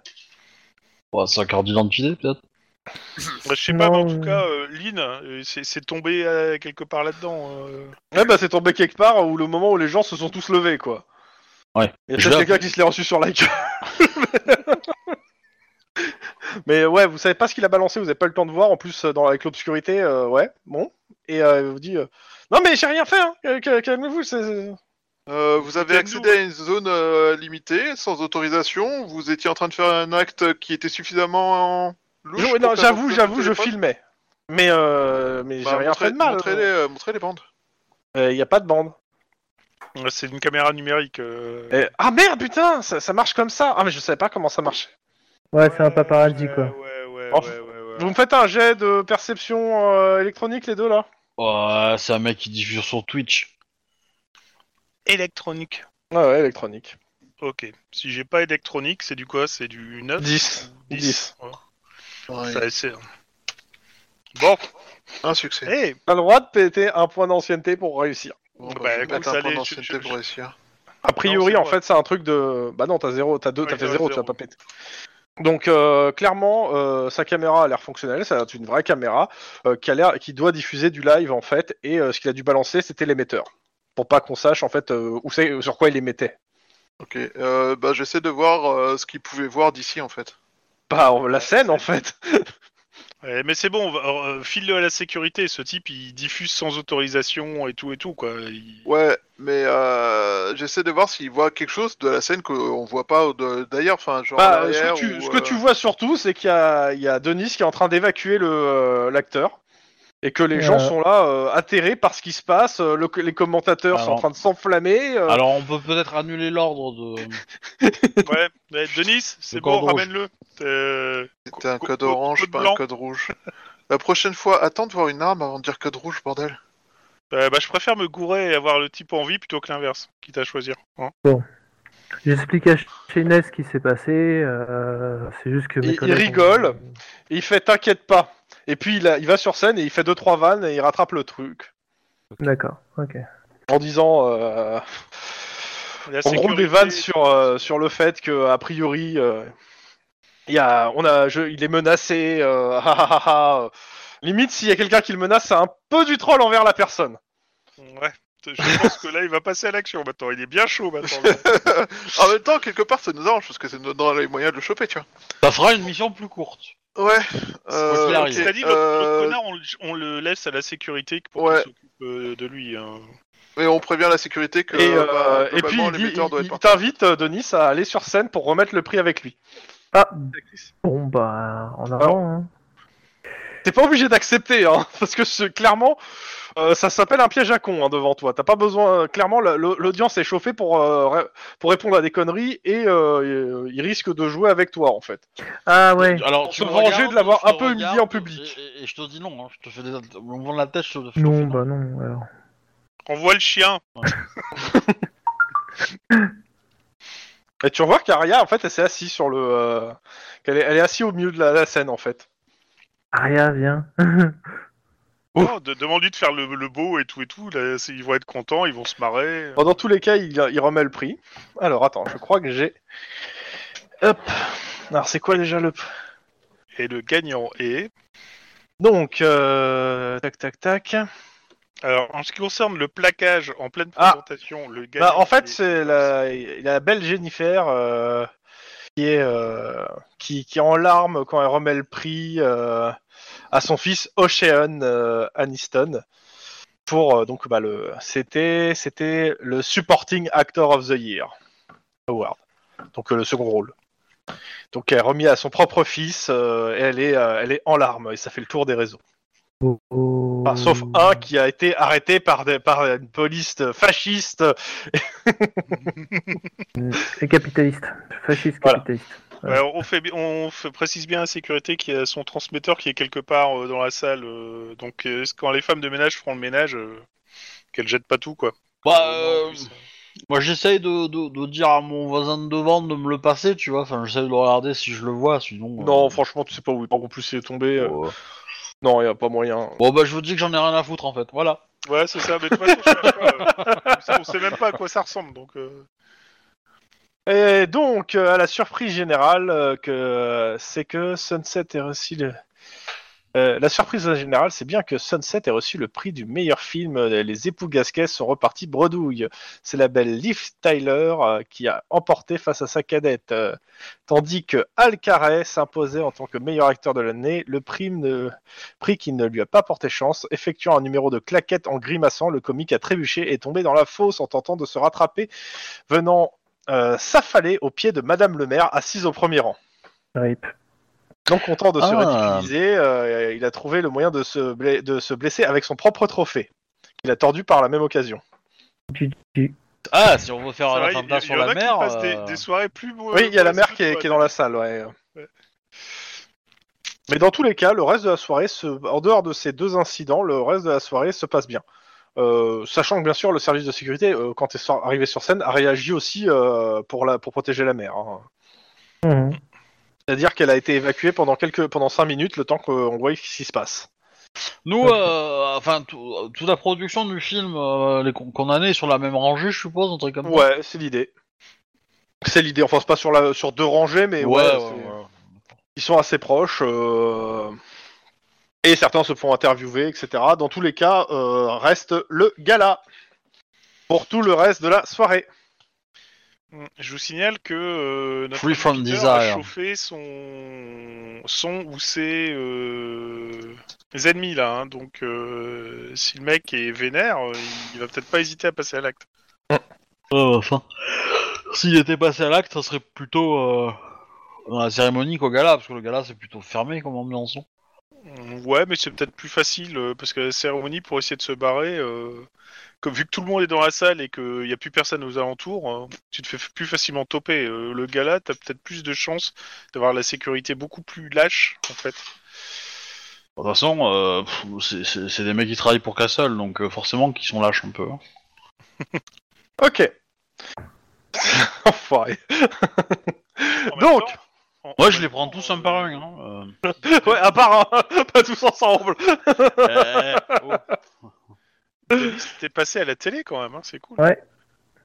A: Bah, sa carte d'identité, peut-être
B: Bah, je sais pas, mais en
C: Non,
B: tout
C: euh.
B: cas, euh, Lynn, euh, c'est c'est tombé euh, quelque part là-dedans. euh.
D: Ouais, bah c'est tombé quelque part où le moment où les gens se sont tous levés quoi.
A: Ouais.
D: Il y a
A: Je
D: peut-être
A: la-
D: quelqu'un qui se l'est reçu sur la gueule. Mais euh, ouais, vous savez pas ce qu'il a balancé, vous avez pas eu le temps de voir. En plus, euh, dans, avec l'obscurité, euh, ouais, bon. Et euh, il vous dit euh, Non, mais j'ai rien fait, hein, cal- cal- calmez-vous. c'est-
F: Euh, vous avez
D: Calme-nous.
F: accédé à une zone euh, limitée, sans autorisation. Vous étiez en train de faire un acte qui était suffisamment louche.
D: Je-
F: pour
D: non,
F: qu'un
D: J'avoue,
F: autre
D: j'avoue, je
F: téléphone-
D: filmais. Mais, euh, mais
F: Bah,
D: j'ai rien
F: montrez-
D: fait de mal. Euh,
F: Montrez les, euh, montrez les bandes.
D: Il y a pas de bande.
B: Ouais, C'est une caméra numérique. euh.
D: Et- Ah merde, putain, ça, ça marche comme ça. Ah, mais je savais pas comment ça marchait.
C: Ouais, c'est un paparazzi, quoi.
B: Ouais, ouais, ouais,
D: Enfin,
B: ouais, ouais, ouais.
D: Vous me faites un jet de perception euh, électronique, les deux là
A: Ouais, c'est un mec qui diffuse sur Twitch.
B: Électronique.
D: Ouais, Ah ouais, électronique.
B: Ok. Si j'ai pas électronique, c'est du quoi C'est du 9
D: 10.
B: 10.
D: 10.
B: Ouais.
F: Ouais.
B: Ça, c'est- Bon,
F: Un succès.
B: hey,
D: T'as le droit de péter un point d'ancienneté pour réussir.
F: Bon,
B: Eh, bah,
F: bah, je vais
B: écoute,
F: mettre
B: ça
F: un point
B: allait,
F: d'ancienneté
B: je- je-
F: pour réussir.
D: A priori,
B: Non, c'est
D: en
B: moi.
D: fait, c'est un truc de. Bah non, t'as zéro, t'as deux,
B: Ouais,
D: t'as fait
B: j'aurais
D: zéro, tu
B: zéro.
D: vas pas péter. Donc euh, clairement, euh, sa caméra a l'air fonctionnelle, c'est une vraie caméra euh, qui a l'air, qui doit diffuser du live en fait. Et euh, ce qu'il a dû balancer, c'était l'émetteur, pour pas qu'on sache en fait euh, où c'est, sur quoi il émettait.
F: Ok. Euh, bah, j'essaie de voir euh, ce qu'ils pouvaient voir d'ici en fait.
D: Pas euh, la scène en fait.
B: Ouais, eh, mais c'est bon, on va- euh, file-le à la sécurité. Ce type, il diffuse sans autorisation et tout et tout quoi. Il-
F: Ouais, mais euh, j'essaie de voir s'ils voient quelque chose de la scène qu'on voit pas au- de- d'ailleurs. Enfin, genre. à
D: Bah, ce,
F: l'arrière
D: que tu,
F: ou,
D: ce que
F: euh,
D: tu vois surtout, c'est qu'il y a, il y a Denis qui est en train d'évacuer le euh, l'acteur. Et que les gens
C: Euh.
D: sont là euh, atterrés par ce qui se passe, euh, le- les commentateurs sont en
A: Alors-
D: train de s'enflammer. euh,
A: Alors on peut peut-être annuler l'ordre de.
B: Ouais. Ouais, Denis, c'est
A: Le
B: bon,
A: cordon rouge.
B: ramène-le. Euh,
F: C'était un
B: Co-
F: code
B: co-
F: orange,
B: code
F: pas un
B: blanc.
F: code rouge. La prochaine fois, attends de voir une arme avant de dire code rouge, bordel.
B: euh, bah, je préfère me gourer et avoir le type en vie plutôt que l'inverse, quitte à choisir. hein.
C: J'explique à Chénez ce qui s'est passé. euh, c'est juste que. mes
D: Il- il
C: collègues ont-
D: rigole. Et il fait t'inquiète pas. Et puis il, a- il va sur scène et il fait deux trois vannes et il rattrape le truc
C: D'accord, ok.
D: en disant euh,
B: La
D: en gros
B: sécurité-
D: des vannes sur euh, sur le fait que a priori euh, il y a on a je- il est menacé euh, ah, ah, ah, ah, euh. limite s'il y a quelqu'un qui le menace c'est un peu du troll envers la personne.
B: Ouais. Je pense que là, il va passer à l'action maintenant. Il est bien chaud maintenant.
F: en même temps, quelque part, ça nous arrange parce que ça nous donne les moyens de le choper, tu
A: Ça fera une mission plus courte.
F: vois. Ouais. Euh,
A: qu'il
F: ok,
A: arrive.
B: C'est-à-dire, l'autre
F: euh,
B: l'autre connard, on, le- on le laisse à la sécurité pour
F: Ouais.
B: qu'il s'occupe euh, de lui. hein.
F: Mais on prévient la sécurité que.
D: et, euh,
F: bah,
D: et puis
F: globalement,
D: il, dit-
F: l'émetteur doit
D: il-
F: être
D: il
F: parti.
D: t'invite euh, Denis à aller sur scène pour remettre le prix avec lui.
C: Ah, bon, bah, en avant. hein.
D: T'es pas obligé d'accepter, hein, parce que ce- clairement, euh, ça s'appelle un piège à con hein, devant toi. T'as pas besoin. euh, clairement, la- l'au- l'audience est chauffée pour euh, ré- pour répondre à des conneries et euh, ils risquent de jouer avec toi en fait.
C: Ah ouais.
A: Alors,
D: Pour
A: tu
D: se
A: me
D: venger
A: regardes,
D: de l'avoir
A: je te
D: un peu humilié
A: regarde,
D: en public.
A: Et, et je te dis non, hein, je te fais des... On vend la tête, je te je te fais
C: Non,
A: non.
C: bah non, alors.
B: Envoie le chien.
D: Et tu vois qu'Aria en fait, elle s'est assise sur le, euh, qu'elle est, elle est assise au milieu de la, la scène en fait.
C: Aria, viens.
D: Ouf.
B: Non, Oh, de- Demande-lui de faire le, le beau et tout et tout. Là, c'est- ils vont être contents, ils vont se marrer.
D: Bon, dans tous les cas, il, il remet le prix. Alors attends, je crois que j'ai. Hop. Alors c'est quoi déjà le prix
B: Et le gagnant est.
D: Donc euh, tac tac tac.
B: Alors, en ce qui concerne le plaquage en pleine
D: Ah.
B: présentation, le gagnant.
D: Bah, en fait,
B: est-
D: c'est la, la belle Jennifer euh, qui, est, euh, qui, qui est en larmes quand elle remet le prix euh, à son fils Ocean euh, Aniston. Pour, euh, donc, bah, le, c'était, c'était le Supporting Actor of the Year Award. Donc, euh, le second rôle. Donc, elle est remis à son propre fils euh, et elle est, euh, elle est en larmes et ça fait le tour des réseaux.
C: Oh, oh.
D: Enfin, Ah, sauf un qui a été arrêté par, des, par une police fasciste
C: C'est capitaliste. Fasciste
D: Voilà.
C: capitaliste.
B: Ouais, on, fait, bi- on fait- précise bien à la sécurité qu'il y a son transmetteur qui est quelque part euh, dans la salle. euh, donc, euh, est-ce- quand les femmes de ménage feront le ménage, euh, qu'elles jettent pas tout, quoi.
A: Bah,
B: Euh, non, en
A: euh,
B: plus,
A: moi j'essaye de, de, de dire à mon voisin de devant de me le passer, tu vois. Enfin, j'essaye de le regarder si je le vois, sinon. euh,
D: Non, franchement, tu sais pas où il est. En plus, il est tombé. euh,
A: euh,
D: Non, il a pas moyen.
A: Bon, bah, je vous dis que j'en ai rien à foutre en fait, voilà.
B: Ouais, c'est ça, mais de toute façon, je sais pas, euh, on sait même pas à quoi ça ressemble, donc... euh,
D: Et donc, euh, à la surprise générale, euh, que c'est que Sunset est aussi le- Euh, la surprise générale, c'est bien que Sunset ait reçu le prix du meilleur film. euh, Les époux Gasquet sont repartis bredouille. C'est la belle Liv Tyler euh, qui a emporté face à sa cadette. Euh, tandis que Al Carey s'imposait en tant que meilleur acteur de l'année, le prix, ne- prix qui ne lui a pas porté chance. Effectuant un numéro de claquette en grimaçant, le comique a trébuché et est tombé dans la fosse en tentant de se rattraper, venant euh, s'affaler aux pieds de Madame le maire, assise au premier rang.
C: Rip.
D: Donc content de se
A: Ah.
D: ridiculiser, euh, il a trouvé le moyen de se, bla- de se blesser avec son propre trophée, qu'il a tordu par la même occasion.
C: GG.
A: Ah, si on veut faire
B: Ça
A: la
B: va,
A: fanta sur
B: y en
A: la
B: a qui
A: mer.
B: passent des,
A: euh,
B: des soirées plus beaux-
D: Oui, il y a la mère qui est,
B: Ouais.
D: qui est dans la salle, ouais. Mais dans tous les cas, le reste de la soirée, se... en dehors de ces deux incidents, le reste de la soirée se passe bien. Euh, sachant que bien sûr, le service de sécurité, euh, quand est sor- arrivé sur scène, a réagi aussi euh, pour, la... pour protéger la mère. hein.
C: Mhm.
D: C'est-à-dire qu'elle a été évacuée pendant quelques pendant cinq minutes, le temps qu'on voit ce qui se passe.
A: Nous, euh, enfin, tout- toute la production du film, euh, les con- condamnés sont la même rangée, je suppose, un truc comme ça.
D: Ouais, c'est l'idée. C'est l'idée. Enfin, c'est pas sur la sur deux rangées, mais ouais, c'est- ils sont assez proches. euh, Et certains se font interviewer, etc. Dans tous les cas, euh, reste le gala pour tout le reste de la soirée.
B: Mm. Je vous signale que euh, notre
A: Free from
B: auditeur
A: desire.
B: a chauffé son, son ou ses euh, ennemis là. hein. Donc euh, si le mec est vénère, euh, il va peut-être pas hésiter à passer à l'acte.
A: Euh, enfin, s'il était passé à l'acte, ça serait plutôt euh, dans la cérémonie qu'au gala, parce que le gala c'est plutôt fermé comme ambiance. hein. non
B: Mm, Ouais, mais c'est peut-être plus facile euh, parce que la cérémonie pour essayer de se barrer, euh, comme vu que tout le monde est dans la salle et qu'il n'y a plus personne aux alentours, euh, tu te fais f- plus facilement toper. Euh, le gala, t'as peut-être plus de chances d'avoir la sécurité beaucoup plus lâche en fait.
A: De toute façon, euh, pff, c'est- c'est c'est des mecs qui travaillent pour Castle, donc euh, forcément qu'ils sont lâches un peu. hein.
D: Ok. Enfoiré.
B: En même
D: Donc,
B: temps, en- en
A: Ouais, je
B: même
A: les prends
B: temps,
A: tous un
B: euh,
A: par un. Hein.
D: ouais, à part un, pas tous ensemble.
A: Euh, eh, oh.
B: Denis, T'es passé à la télé quand même, hein, c'est cool.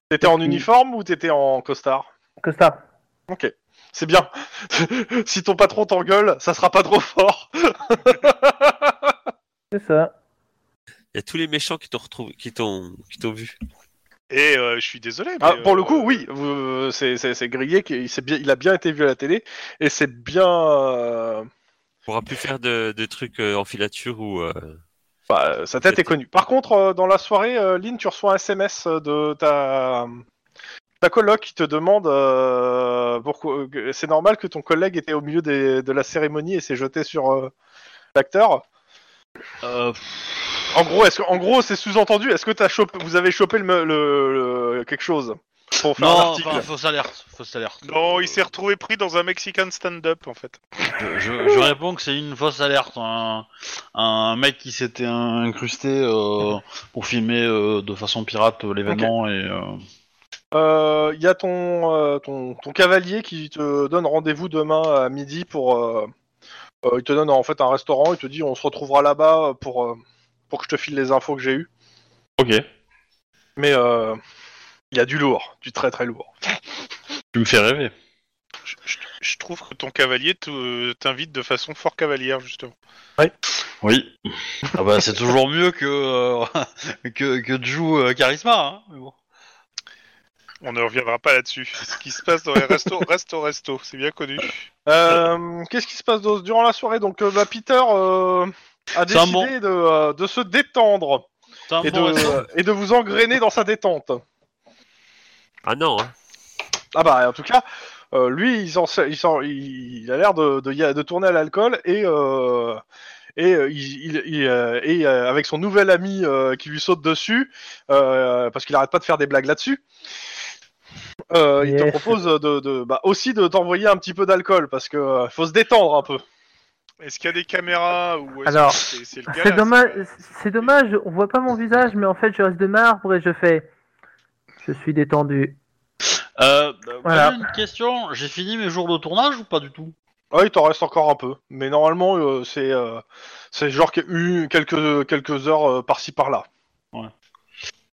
D: T'étais en uniforme ou t'étais en costard
C: Costa.
D: C'est bien. si ton patron t'engueule, ça sera pas trop fort.
C: C'est ça.
E: Il y a tous les méchants qui t'ont retrouvé, qui t'ont, qui t'ont vu.
B: Et euh, je suis désolé.
D: Ah,
B: mais,
D: pour le
B: euh,
D: coup, oui, vous- c'est- c'est c'est grillé, qu'il s'est bien- il a bien été vu à la télé, et c'est bien... euh,
E: On pourra plus faire de, de trucs euh, en filature ou. euh,
D: bah, euh, sa tête est connue. Par contre, euh, dans la soirée, euh, Lynn, tu reçois un SMS de ta, ta coloc qui te demande euh, pourquoi... que- C'est normal que ton collègue était au milieu des- de la cérémonie et s'est jeté sur euh, l'acteur.
A: Euh, pff,
D: En gros, est-ce que- en gros, c'est sous-entendu, est-ce que t'as chopé- vous avez chopé le, me- le- le- quelque chose pour faire un
A: non,
D: article
A: enfin, fausse alerte, fausse alerte.
B: Non, il s'est retrouvé pris dans un Mexican stand-up en fait.
A: Je, je- je réponds que c'est une fausse alerte. Un, un mec qui s'était in- incrusté euh, pour filmer euh, de façon pirate euh, l'événement et. euh,
D: Euh, Il y a ton, euh, ton, ton cavalier qui te donne rendez-vous demain à midi pour. euh, euh, il te donne en fait un restaurant, il te dit on se retrouvera là-bas pour, euh, pour que je te file les infos que j'ai eues.
A: Ok.
D: Mais euh, il y a du lourd, du très très lourd.
A: Tu me fais rêver.
B: Je, je- je trouve que ton cavalier te- euh, t'invite de façon fort cavalière justement.
A: Oui. Ah bah c'est toujours mieux que euh, que que Ju euh, Charisma. Hein mais bon.
B: On ne reviendra pas là-dessus. Ce qui se passe dans les restos reste au resto, c'est bien connu.
D: Euh, Qu'est-ce qui se passe d'autre durant la soirée Donc euh, bah, Peter euh, a
A: C'est un
D: décidé de, euh, de se détendre
A: C'est un
D: et,
A: bon resto.
D: de, et de vous engrainer dans sa détente.
E: Ah non, hein.
D: Ah bah en tout cas, euh, lui il, s'en- il, s'en- il- il a l'air de, de, y- de tourner à l'alcool et euh, et euh, il, il- il, euh, et, euh, avec son nouvel ami euh, qui lui saute dessus euh, parce qu'il arrête pas de faire des blagues là-dessus. euh, Il te
C: Yes.
D: propose de, de- bah, aussi de t'envoyer un petit peu d'alcool parce que euh, faut se détendre un peu.
B: Est-ce qu'il y a des caméras ou est-ce
C: Alors,
B: que c'est c'est le
C: C'est
B: gala,
C: dommage,
B: hein, c'est
C: c'est dommage, on voit pas mon visage, mais en fait, je reste de marbre et je fais. Je suis détendu.
A: Euh, bah,
C: Voilà.
A: j'ai une question. J'ai fini mes jours de tournage ou pas du tout
D: Ouais, Ah il t'en reste encore un peu, mais normalement euh, c'est euh, c'est genre que- une- quelques quelques heures euh, par-ci par-là.
A: Ouais,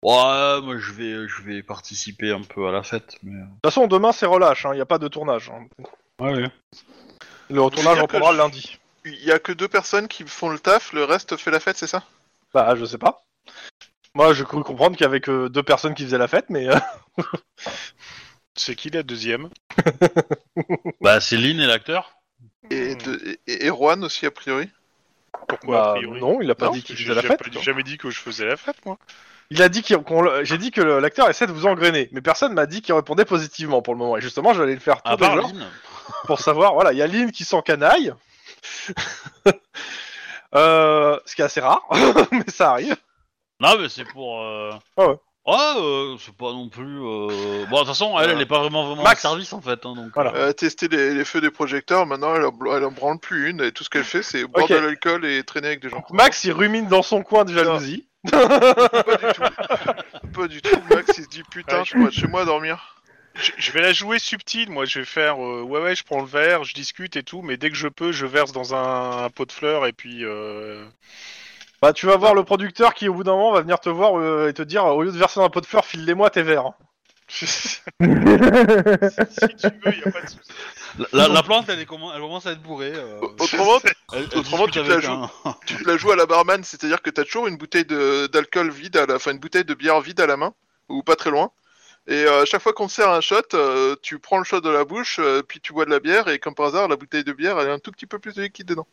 A: moi je vais je vais participer un peu à la fête. Mais...
D: De toute façon demain c'est relâche, il n'y a pas de tournage. hein.
A: Ouais.
D: Le tournage
F: dire
D: on
F: que
D: prendra
F: je-
D: lundi.
F: il y a que deux personnes qui font le taf, le reste fait la fête, c'est ça
D: Bah, je sais pas. Moi, j'ai cru comprendre qu'il y avait que deux personnes qui faisaient la fête, mais euh,
B: C'est qui la deuxième
A: Bah, c'est Lynn et l'acteur.
F: Et, de, et, et Juan aussi, a priori.
B: Pourquoi
D: bah,
B: a priori
D: non, il a pas
B: Non,
D: dit qu'il
B: j'ai-
D: faisait la
B: j'ai
D: fête.
B: pas- j'ai jamais dit que je faisais la fête, moi.
D: Il a dit qu'il- qu'on le- j'ai dit que le- l'acteur essaie de vous engrainer, mais personne m'a dit qu'il répondait positivement pour le moment. Et justement, j'allais le
B: Ah,
D: faire tout
A: À
D: à
B: bah,
A: part
D: l'heure
A: Lynn.
D: pour savoir. Voilà, il y a Lynn qui s'encanaille, euh, ce qui est assez rare, mais ça arrive.
A: Non, mais c'est pour. euh,
D: Ah ouais.
A: Ah, euh, c'est pas non plus. euh, Bon, de toute façon, elle, elle est pas vraiment vraiment
D: Max.
A: en service en fait. hein, donc,
D: Voilà.
A: euh,
F: Elle a testé les, les feux des projecteurs, maintenant elle en, bl- elle en branle plus une, et tout ce qu'elle fait c'est boire
D: Ok.
F: de l'alcool et traîner avec des gens.
D: Max, il rumine dans son coin de jalousie.
F: Pas du tout. Pas du tout, Max il se dit putain, je pourrais être chez moi à dormir.
B: Je, je vais la jouer subtile, moi. Je vais faire euh, ouais, ouais, je prends le verre, je discute et tout, mais dès que je peux, je verse dans un, un pot de fleurs et puis. euh,
D: Bah, tu vas voir le producteur qui, au bout d'un moment, va venir te voir euh, et te dire, au lieu de verser dans un pot de fleurs, file-les-moi tes verres.
B: si tu veux, y a pas de souci.
A: la- La, la plante, elle, est commen- elle commence à être bourrée. euh,
F: Autrement,
A: elle- elle
F: autrement,
A: discute
F: tu te la
A: avec
F: joues.
A: un-
F: tu la joues à la barman, c'est-à-dire que t'as toujours une bouteille de- d'alcool vide, à la, enfin une bouteille de bière vide à la main, ou pas très loin. Et euh, à chaque fois qu'on te sert un shot, euh, tu prends le shot de la bouche, euh, puis tu bois de la bière, et comme par hasard, la bouteille de bière, elle a un tout petit peu plus de liquide dedans.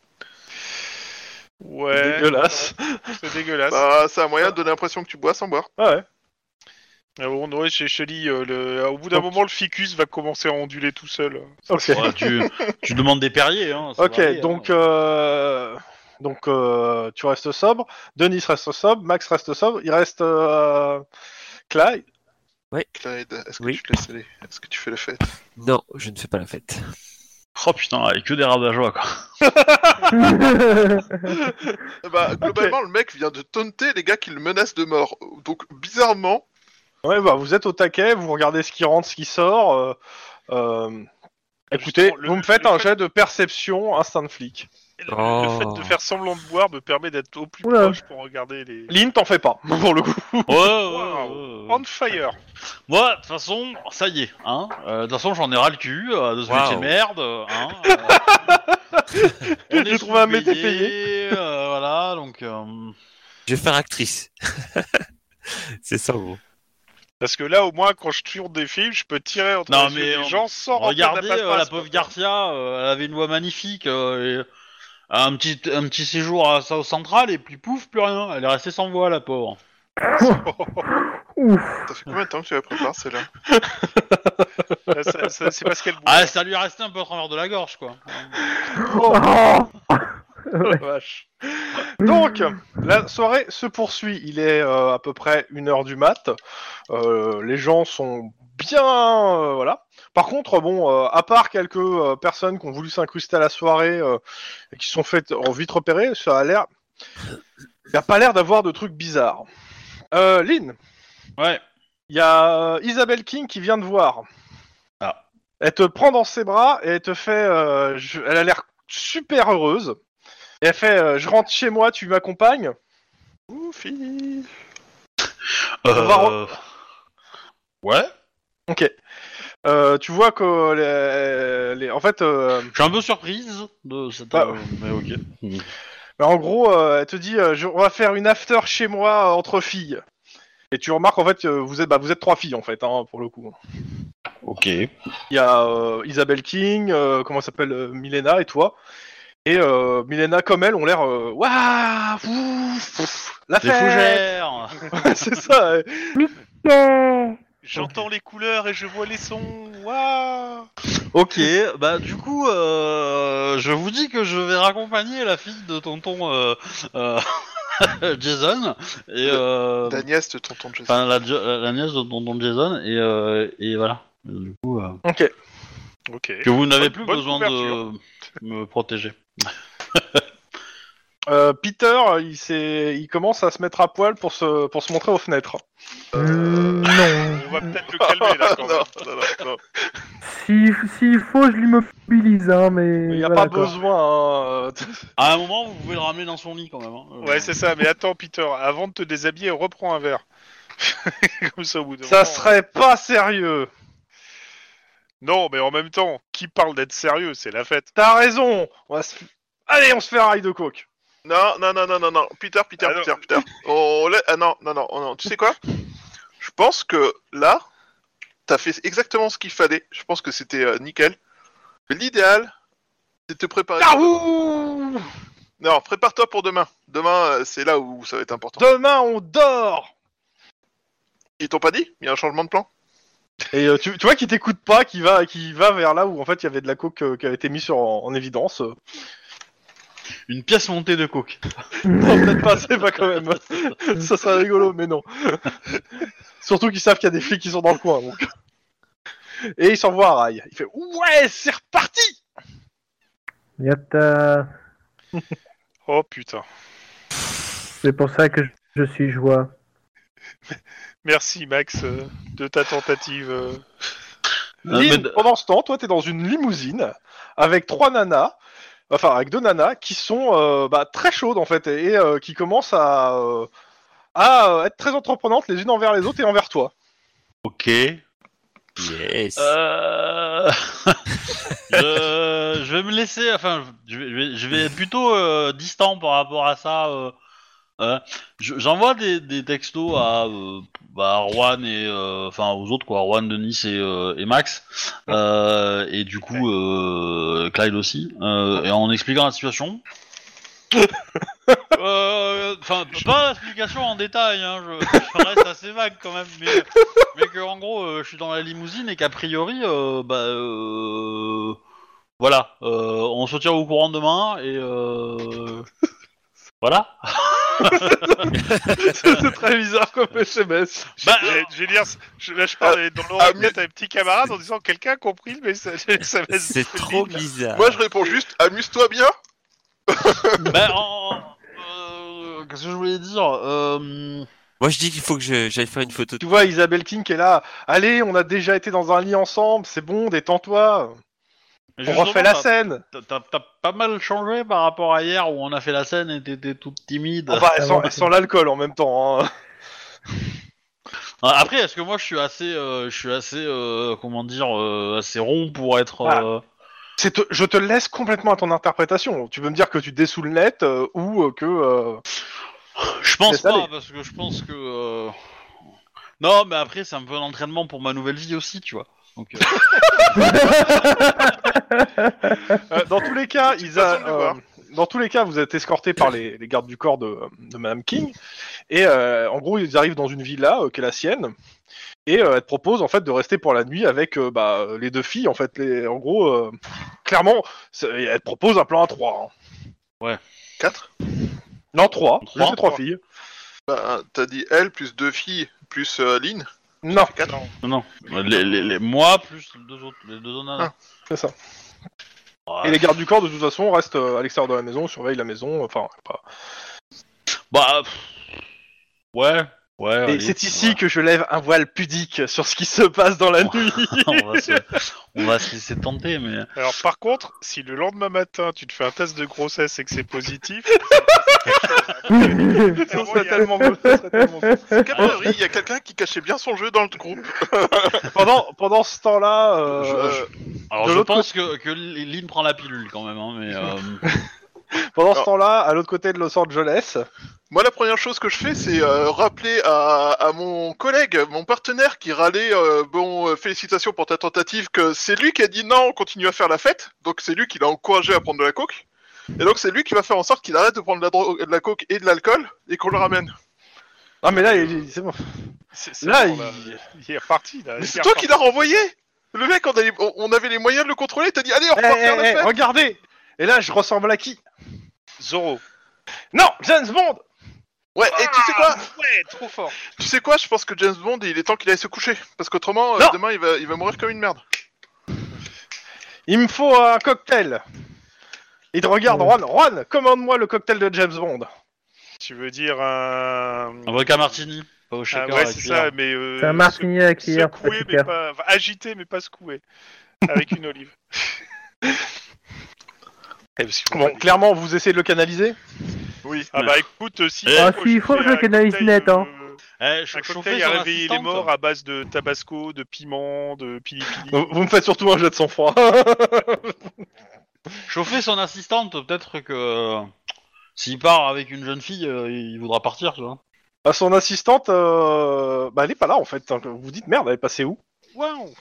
B: Ouais.
D: Dégueulasse.
B: Ah, C'est dégueulasse.
F: Bah, c'est un moyen de donner l'impression que tu bois sans boire.
D: Ah ouais.
B: Ah bon, ouais, chez Shelly, euh, le... au bout d'un moment, le ficus va commencer à onduler tout seul.
D: Ok.
A: Ouais, tu, tu demandes des perriers. Hein, ça
D: Ok,
A: va aller,
D: donc,
A: hein.
D: euh, donc euh, tu restes sobre, Denis reste sobre, Max reste sobre, il reste euh, Clyde.
F: Clyde, est-ce que,
E: Oui.
F: tu te laisses aller est-ce que tu fais la fête
E: Non, je ne fais pas la fête.
A: Oh putain, avec que des rabat-joie quoi.
F: Bah, globalement, le mec vient de taunter les gars qui le menacent de mort. Donc, bizarrement,
D: Ouais, bah, vous êtes au taquet, vous regardez ce qui rentre, ce qui sort. euh, euh, écoutez,
B: Bah, Justement, le-
D: vous me faites
B: le
D: un
B: fait-
D: jet de perception instinct de flic.
B: Le,
E: Oh.
B: le fait de faire semblant de boire me permet d'être au plus
C: Oula.
B: proche pour regarder les.
D: Lynn, t'en fais pas, pour le coup.
A: Ouais, ouais, ouais, ouais.
B: On fire.
A: Moi, de toute façon, ça y est. Hein. Euh, de toute façon, j'en ai ras le cul euh, de ce
E: Waouh.
A: métier de merde. euh, hein, euh, on est
D: J'ai trouvé un métier
A: sous-payé, euh, voilà, donc. euh,
E: Je vais faire actrice. c'est ça, en gros.
B: Parce que là, au moins, quand je tourne des films, je peux tirer entre
A: Non,
B: les
A: mais
B: yeux
A: on-
B: des gens sans rentrer dans
A: Regardez, euh,
B: passe-passe,
A: la
B: quoi.
A: pauvre Garcia, euh, elle avait une voix magnifique. euh, et un petit, un petit séjour à South Central et puis pouf, plus rien. Elle est restée sans voix, la pauvre.
C: Ouf.
F: ça fait combien de temps que tu la prépares celle-là
B: Ça- ça- ça- C'est parce qu'elle boit.
A: Ah, ça lui est resté un peu au travers de la gorge, quoi.
C: Oh.
D: Vache. Donc, la soirée se poursuit. Il est euh, à peu près une heure du mat. Euh, les gens sont bien, euh, voilà. Par contre, bon, euh, à part quelques euh, personnes qui ont voulu s'incruster à la soirée euh, et qui se sont faites en vite repérer, ça a l'air, il n'y a pas l'air d'avoir de trucs bizarres. Euh, Lynn,
A: Ouais.
D: il y a euh, Isabelle King qui vient de voir.
A: Ah.
D: Elle te prend dans ses bras et elle te fait. euh, je- Elle a l'air super heureuse. Et elle fait euh, Je rentre chez moi, tu m'accompagnes
F: Oufi
D: On va re-
A: Euh, Ouais.
D: Ok. Euh, tu vois que. Les... les- En fait, euh,
A: Je suis un peu surprise de cette.
D: Bah,
A: euh, mais ok.
D: bah, en gros, euh, elle te dit euh, Je- On va faire une after chez moi euh, entre filles. Et tu remarques en fait, euh, vous êtes, bah, vous êtes trois filles en fait, hein, pour le coup.
A: Ok.
D: Il y a euh, Isabelle King, euh, comment elle s'appelle euh, Milena et toi. Et euh, Milena comme elle ont l'air euh, waouh, ouf, ouf, la
A: Des
D: fête.
A: fougères
D: C'est ça. ouais.
C: Yeah.
B: J'entends les couleurs et je vois les sons. Waouh
A: Ok, bah du coup, euh, je vous dis que je vais raccompagner la fille de tonton euh, euh, Jason et euh,
F: D'Agnès, de tonton de Jason.
A: enfin la, Jo- la- la nièce de tonton Jason et, euh, et voilà. Du coup, euh,
D: Ok.
B: Ok.
A: que vous n'avez plus
B: bonne
A: besoin de me protéger.
D: Euh, Peter, il s'est, il commence à se mettre à poil pour se, pour se montrer aux fenêtres.
C: Euh, non.
B: On va peut-être le calmer là quand même.
F: non, non, non.
C: Si- S'il faut, je l'immobilise, hein, mais.
D: Il n'y a
C: voilà,
D: pas
C: quoi.
D: besoin. hein, euh,
A: À un moment, vous pouvez le ramener dans son lit quand même. hein.
B: Ouais, c'est ça. Mais attends, Peter, avant de te déshabiller, reprends un verre. Comme ça, au bout d'un
D: Ça
B: moment-
D: serait pas sérieux.
B: Non, mais en même temps, qui parle d'être sérieux C'est la fête.
D: T'as raison. On va se- Allez, on se fait un rail de coke.
F: Non, non, non, non, non, non. Peter, Peter,
B: Alors-
F: Peter, Peter. On l'a- Ah non, non, non, oh non. Tu sais quoi Je pense que là, t'as fait exactement ce qu'il fallait. Je pense que c'était euh, nickel. L'idéal, c'est de te préparer.
D: Yahoo
F: Non, prépare-toi pour demain. Demain, euh, c'est là où ça va être important.
D: Demain, on dort.
F: Ils t'ont pas dit Il y a un changement de plan
D: Et euh, tu, tu vois qu'il t'écoute pas, qui va, qui va vers là où en fait il y avait de la coke euh, qui avait été mise sur- en, en évidence. Euh,
A: Une pièce montée de coke.
D: Non, peut-être pas, c'est pas quand même. ça serait rigolo, mais non. Surtout qu'ils savent qu'il y a des flics qui sont dans le coin. Donc. Et il s'envoie un rail. Il fait ouais, c'est reparti.
C: Yata.
B: Oh putain.
C: C'est pour ça que je- je suis joie.
B: Merci Max euh, de ta tentative. euh.
A: Non,
D: Lynn,
A: mais d-
D: Pendant ce temps, toi, t'es dans une limousine avec trois nanas, enfin avec deux nanas qui sont euh, bah, très chaudes en fait et, et, euh, qui commencent à, euh, à euh, être très entreprenantes les unes envers les autres et envers toi.
A: Ok.
E: Yes.
A: Euh, je... je vais me laisser, enfin, je vais, je vais- je vais être plutôt euh, distant par rapport à ça. euh. Euh, je- J'envoie des, des textos à, euh, bah, à Juan et euh, enfin aux autres quoi, Juan, Denis et, euh, et Max Euh, et du coup euh, Clyde aussi euh, et en expliquant la situation. Euh, Enfin, pas l'explication en détail, hein, je, je reste assez vague quand même, mais mais que en gros, euh, je suis dans la limousine et qu'a priori, euh, bah, euh, voilà, euh, on se tient au courant demain et euh, voilà.
D: c'est très bizarre comme SMS.
A: Bah,
B: J'ai- j'ai dire, je, là je parle dans l'oreillette à un petit camarade en disant quelqu'un a compris le message. Ça va être
E: C'est
B: débile.
E: trop bizarre.
F: Moi, je réponds juste amuse-toi bien.
A: bah, en- euh, qu'est-ce que je voulais dire Euh,
E: Moi, je dis qu'il faut que je- j'aille faire une photo.
D: Tu
E: de-
D: vois Isabelle King qui est là. Allez, on a déjà été dans un lit ensemble, c'est bon, détends-toi. On
A: justement,
D: refait la
A: t'as-
D: scène.
A: t'as- T'as t'as pas mal changé par rapport à hier où on a fait la scène et t'étais toute timide.
D: Ah bah,
C: Ça
D: sans,
C: va.
D: sans l'alcool en même temps. hein.
A: Ah, Après, est-ce que moi je suis assez, euh, je suis assez, euh, comment dire, euh, assez rond pour être.
D: Voilà.
A: euh,
D: C'est te- je te laisse complètement à ton interprétation. Tu peux me dire que tu dessous le net euh, ou euh, que. euh,
A: Je pense
D: C'est salé.
A: pas, parce que je pense que. euh, Non, mais après, c'est un peu un entraînement pour ma nouvelle vie aussi, tu vois. Donc, euh,
D: Euh, dans tous les cas, ils
F: façon de
D: a-
F: le voir.
D: euh, dans tous les cas, vous êtes escorté par les, les gardes du corps de, de Madame King, et euh, en gros, ils arrivent dans une villa euh, qui est la sienne, et euh, elle te propose en fait de rester pour la nuit avec euh, bah, les deux filles. En fait, les, en gros, euh, clairement, c'est- elle te propose un plan à trois. hein.
F: 4
D: Non,
A: Trois,
D: trois. J'ai fait trois
F: trois.
D: filles.
F: Bah, t'as dit elle, plus deux filles, plus euh, Lynn.
D: Non,
A: non, non. Les, les- les- moi plus les deux autres, les deux nanas.
D: Ah, c'est ça.
A: Ouais.
D: Et les gardes du corps, de toute façon, restent euh, à l'extérieur de la maison, surveillent la maison. Enfin, pas-
A: Bah. pff, Ouais, ouais.
D: Et
A: allez,
D: c'est
A: on
D: ici que je lève un voile pudique sur ce qui se passe dans la nuit.
A: va- on, va se, on va se laisser tenter, mais.
B: Alors par contre, si le lendemain matin tu te fais un test de grossesse et que c'est positif,
D: ça serait tellement beau, ça serait tellement beau.
F: A priori, Ah il y a quelqu'un qui cachait bien son jeu dans le groupe.
D: Pendant, pendant ce temps-là, euh,
F: Euh,
A: Alors,
D: de
A: je
D: l'autre
A: pense que, que Lynn prend la pilule quand même, hein, mais. euh,
D: pendant ce
F: alors-
D: temps-là, à l'autre côté de Los Angeles,
F: Moi, la première chose que je fais, c'est euh, rappeler à, à mon collègue, mon partenaire qui râlait euh, Bon, euh, félicitations pour ta tentative, que c'est lui qui a dit non, on continue à faire la fête. Donc, c'est lui qui l'a encouragé à prendre de la coke. Et donc, c'est lui qui va faire en sorte qu'il arrête de prendre de la, drogue- de la coke et de l'alcool et qu'on le ramène.
D: ah mais là, il- il- c'est bon.
B: c'est c'est
D: Là,
B: bon, là,
D: il-
B: il est reparti. Là,
F: Mais
B: il
F: c'est
B: est
F: toi
B: reparti.
F: qui l'as renvoyé Le mec, on, a les- on- on avait les moyens de le contrôler, t'as dit Allez, on
D: Eh,
F: repart faire
D: eh,
F: la
D: eh,
F: fête
D: regardez. Et là, je ressemble à qui
B: Zorro.
D: Non, James Bond.
F: Ouais, et tu sais quoi
B: Ah, Ouais, trop fort.
F: Tu sais quoi Je pense que James Bond, il est temps qu'il aille se coucher. Parce qu'autrement, euh,
D: Non
F: demain, il va, il va mourir comme une merde.
D: Il me faut un cocktail. Il te regarde,
C: Ouais.
D: Juan. Juan, commande-moi le cocktail de James Bond.
B: Tu veux dire un.
A: Un vodka martini, pas au shaker. hein.
B: Ah ouais,
A: à la
B: c'est
A: cuillère.
B: ça, mais. euh,
C: C'est un martinier à cuillère,
B: secoué,
C: pas
B: mais
C: cuillère.
B: pas... enfin, agité, mais pas secoué. Avec une olive. Eh, parce qu'ils vont
D: Bon,
B: pas-
D: clairement, vous essayez de le canaliser.
F: Oui.
B: Ah bah écoute, euh, si.
A: Eh,
B: moi,
A: Ah,
B: je
C: si, il faut
B: fais
C: que je
B: un
C: le canalise
B: cocktail,
C: net, hein.
B: euh,
A: Eh, je-
B: Un
A: chauffer
B: cocktail
A: son
B: à réveiller les
A: assistante.
B: morts à base de tabasco,
D: Oh.
B: de piment, de pili pili.
D: Vous vous me faites surtout un jeu de sang-froid.
A: Chauffer son assistante, peut-être que euh, s'il part avec une jeune fille, euh, il voudra partir, tu vois.
D: À son assistante, euh, bah, elle est pas là en fait. hein. Vous dites merde, elle est passée où
B: Waouh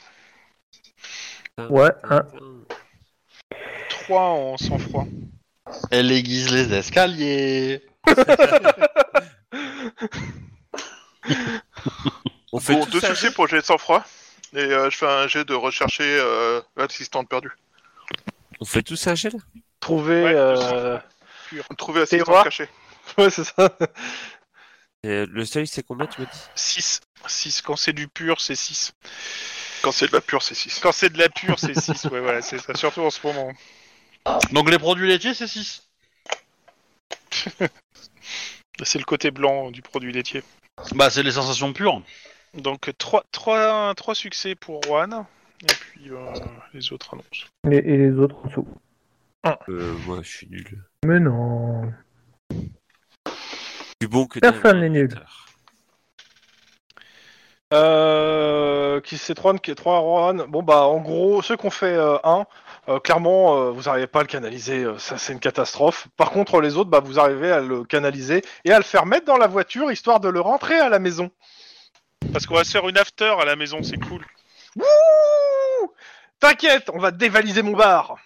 C: Ouais, hein.
B: 3 en sang-froid.
A: Elle aiguise les escaliers.
E: On fait
F: Bon,
E: tout
F: deux
E: ça.
F: succès pour le jet de sang-froid. Et euh, je fais un jet de rechercher euh, l'assistante perdue.
E: On fait tout ça, Gilles
D: Trouver.
B: Ouais,
D: euh,
F: Trouver
D: Théoire.
F: l'assistante cachée.
D: Ouais, c'est ça.
E: Et Le seuil, c'est combien, tu me dis
B: 6. 6. Quand c'est du pur, c'est 6.
F: Quand c'est de la pure, c'est 6.
B: Quand c'est de la pure, c'est 6. Ouais, voilà, c'est ça. Surtout en ce moment.
A: Donc les produits laitiers, c'est 6.
B: C'est le côté blanc du produit laitier.
A: Bah, c'est les sensations pures.
B: Donc 3, 3, succès pour Juan. Et puis euh, les autres annonces.
C: et, et les autres en dessous.
E: Euh, ouais, je suis nul.
C: Mais non.
E: Du bon que
C: Personne
E: d'un
C: n'est nul.
E: ordinateur.
D: Euh, qui c'est 3 qui est 3 Rohan. Bon bah en gros, ceux qu'on fait 1, clairement euh, vous n'arrivez pas à le canaliser, euh, ça c'est une catastrophe. Par contre les autres, bah vous arrivez à le canaliser et à le faire mettre dans la voiture histoire de le rentrer à la maison.
B: Parce qu'on va se faire une after à la maison, c'est cool.
D: Wouh T'inquiète, on va dévaliser mon bar.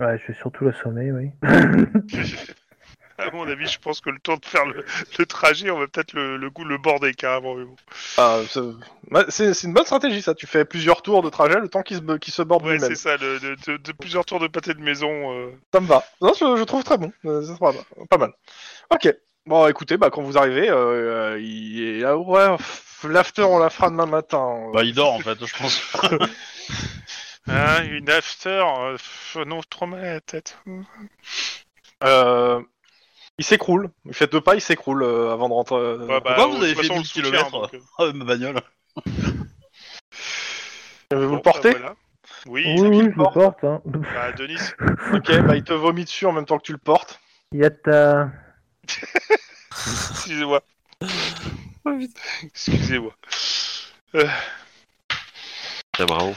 C: Ouais, je vais surtout l'assommer, oui.
B: À mon avis, je pense que le temps de faire le, le trajet, on va peut-être le, le goût le border carrément. mais bon.
D: Ah, ça- bah, c'est c'est une bonne stratégie ça. Tu fais plusieurs tours de trajet le temps qu'il se, qu'il se borde
B: Ouais,
D: lui-même.
B: c'est ça, le- de, de- de plusieurs tours de pâté de maison. euh.
D: Ça me va. Non, je, je trouve très bon. Euh, ça sera pas- pas mal. Ok. Bon, écoutez, bah, quand vous arrivez, euh, euh, il est ah ouais, pff, l'after, on la fera demain matin.
A: Bah, il dort en fait, je pense.
B: Hein, une after, euh, pff, non, trop mal à la tête.
D: Euh, il s'écroule. Il fait deux pas, il s'écroule euh, avant de rentrer. euh,
B: Ouais, bah,
A: Pourquoi
B: de
A: vous avez
B: toute
A: fait
B: façon, on
A: 10
B: le soutient,
A: kilomètres
B: donc, euh,
A: Ah, ma bagnole.
D: vous
B: bon,
D: le portez
B: bah, voilà. Oui,
C: Oui,
B: c'est
C: oui,
B: qui
C: je le porte. Hein.
B: Bah, Denis,
D: Ok, bah, il te vomit dessus en même temps que tu le portes.
C: Il y a ta...
B: excusez-moi. excusez-moi.
E: Ah, bravo.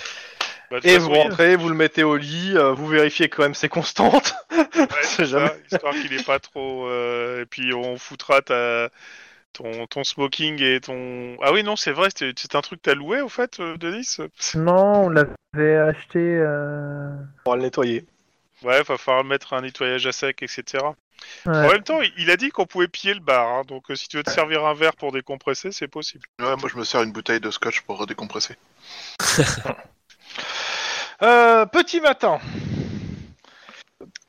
B: Bah, de
D: Et
B: toute
D: vous
B: façon,
D: rentrez, vous le mettez au lit, euh, vous vérifiez quand même ses constantes.
B: il- ouais, c'est
D: sait
B: ça, histoire qu'il est pas trop. euh, Et puis, on foutra ta. Ton, ton smoking et ton... Ah oui, non, c'est vrai, c'était- c'est un truc que t'as loué, au fait, euh, Denis
C: Non, on l'avait acheté... euh,
D: On va le nettoyer.
B: Ouais, va falloir mettre un nettoyage à sec, etc.
C: ouais.
B: En même temps, il- il a dit qu'on pouvait piller le bar, hein, donc euh, si tu veux te servir un verre pour décompresser, c'est possible.
F: Ouais, moi, je me sers une bouteille de scotch pour décompresser.
D: Euh, petit matin.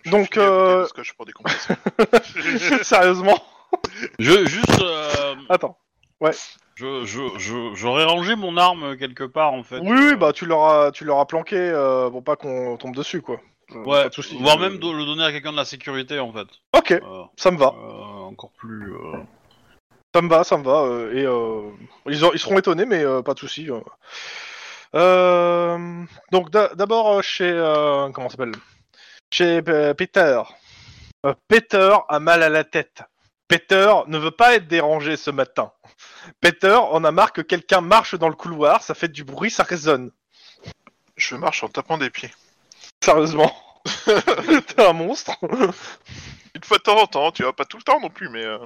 F: Je
D: Donc,
F: finis la bouteille
D: euh,
F: de scotch pour décompresser.
D: sérieusement.
A: Je, juste, euh,
D: Attends.
A: je, je, je- j'aurais rangé mon arme quelque part en fait.
D: Oui, oui, bah tu l'auras, tu l'auras planqué euh, pour pas qu'on tombe dessus, quoi. Euh,
A: Ouais,
D: pas de soucis.
A: voire même do- le donner à quelqu'un de la sécurité en fait.
D: Ok,
A: Euh,
D: ça me va,
A: euh, encore plus. euh,
D: ça me va, ça me va. euh, et euh, ils, aur- ils seront étonnés, mais euh, pas de soucis. euh. Euh, donc d'a- d'abord euh, chez euh, comment ça s'appelle Chez euh, Peter. Euh, Peter a mal à la tête. Peter ne veut pas être dérangé ce matin. Peter en a marre que quelqu'un marche dans le couloir, ça fait du bruit, ça résonne.
F: Je marche en tapant des pieds.
D: Sérieusement, t'es un monstre.
F: Une fois de temps en temps, tu vois, pas tout le temps non plus, mais... euh,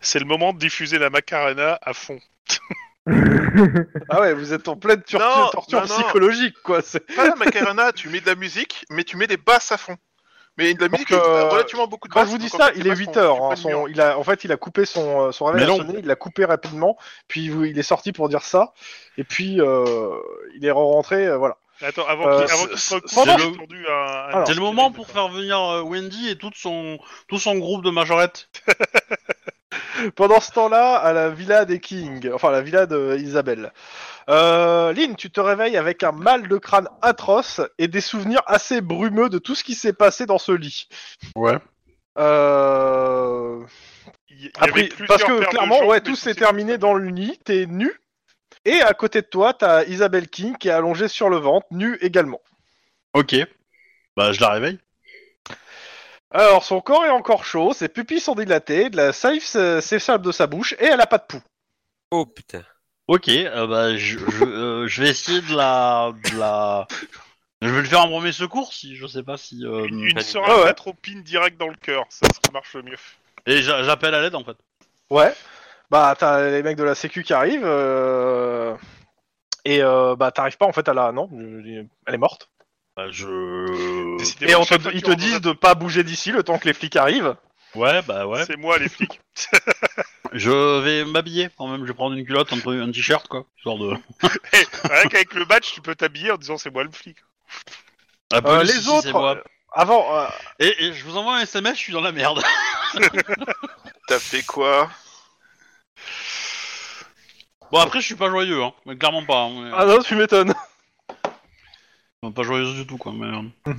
B: C'est le moment de diffuser la macarena à fond.
D: Ah ouais, vous êtes en pleine torture,
F: Non,
D: torture
F: non, non.
D: psychologique, quoi. c'est-
F: Pas la Macarena, tu mets de la musique, mais tu mets des basses à fond. Mais de la musique,
D: euh,
F: il y a relativement beaucoup de
D: Quand
F: basses.
D: je vous dis
F: donc en
D: ça,
F: fait,
D: il
F: les
D: est
F: basses sont-
D: 8 heures.
F: sont
D: hein,
F: pas
D: son-
F: de nuance.
D: il a, en fait, il a coupé son, euh, son réveil
A: Mais
D: a
A: non.
D: sonné, il l'a coupé rapidement, puis il- il est sorti pour dire ça, et puis euh, il est rentré, voilà.
B: Attends, avant
D: Euh,
B: qu'il avant
F: c'est-
B: qu'il se
F: c'est-
B: recouvre,
A: c'est
B: j'ai
A: le-
B: tendu un- un-
D: Alors,
A: C'est le moment pour faire venir euh, Wendy et tout son, tout son groupe de majorettes.
D: Pendant ce temps-là, à la villa des Kings, enfin la villa d'Isabelle. Euh, Lynn, tu te réveilles avec un mal de crâne atroce et des souvenirs assez brumeux de tout ce qui s'est passé dans ce lit.
A: Ouais.
D: Euh...
B: Il y- il y avait
D: Après,
B: plusieurs
D: parce que
B: paires de
D: clairement,
B: jambes,
D: ouais,
B: mais
D: tout
B: tu
D: s'est
B: sais-
D: terminé dans le lit, t'es nu, et à côté de toi, t'as Isabelle King qui est allongée sur le ventre, nue également.
A: Ok. Bah, je la réveille.
D: Alors, son corps est encore chaud, ses pupilles sont dilatées, de la salive s- s'échappe de sa bouche, et elle a pas de pouls.
E: Oh putain.
A: Ok, euh, bah, je, je, euh, je vais essayer de la, de la, Je vais le faire en premier secours si je sais pas si. euh,
B: Une,
E: pas
B: une
E: du-
B: seringue atropine direct dans le cœur, ça ça marche le mieux.
A: Et j'a- j'appelle à l'aide en fait.
D: Ouais. Bah, t'as les mecs de la sécu qui arrivent. euh, Et euh, bah, t'arrives pas en fait à la. Non, elle est morte.
A: Bah, je.
D: Et
B: Décidément, euh,
D: on te-
B: chaque fois
D: ils
B: que
D: te
B: tu
D: disent de pas bouger d'ici le temps que les flics arrivent.
A: Ouais, bah ouais.
B: C'est moi les flics.
A: Je vais m'habiller quand même. Je vais prendre une culotte, un, peu- un t-shirt quoi. Genre de.
B: Hey, rien qu'avec le match, tu peux t'habiller en disant c'est moi le flic.
A: La
D: Euh,
A: police,
D: les
A: si, c'est
D: autres,
A: moi.
D: euh, Avant, euh,
A: Et, et je vous envoie un SMS, je suis dans la merde.
F: T'as fait quoi
A: Bon après je suis pas joyeux, hein. Mais clairement pas. hein, mais-
D: ah non, tu m'étonnes.
A: Enfin, Pas joyeuse du tout quoi. Mais... euh,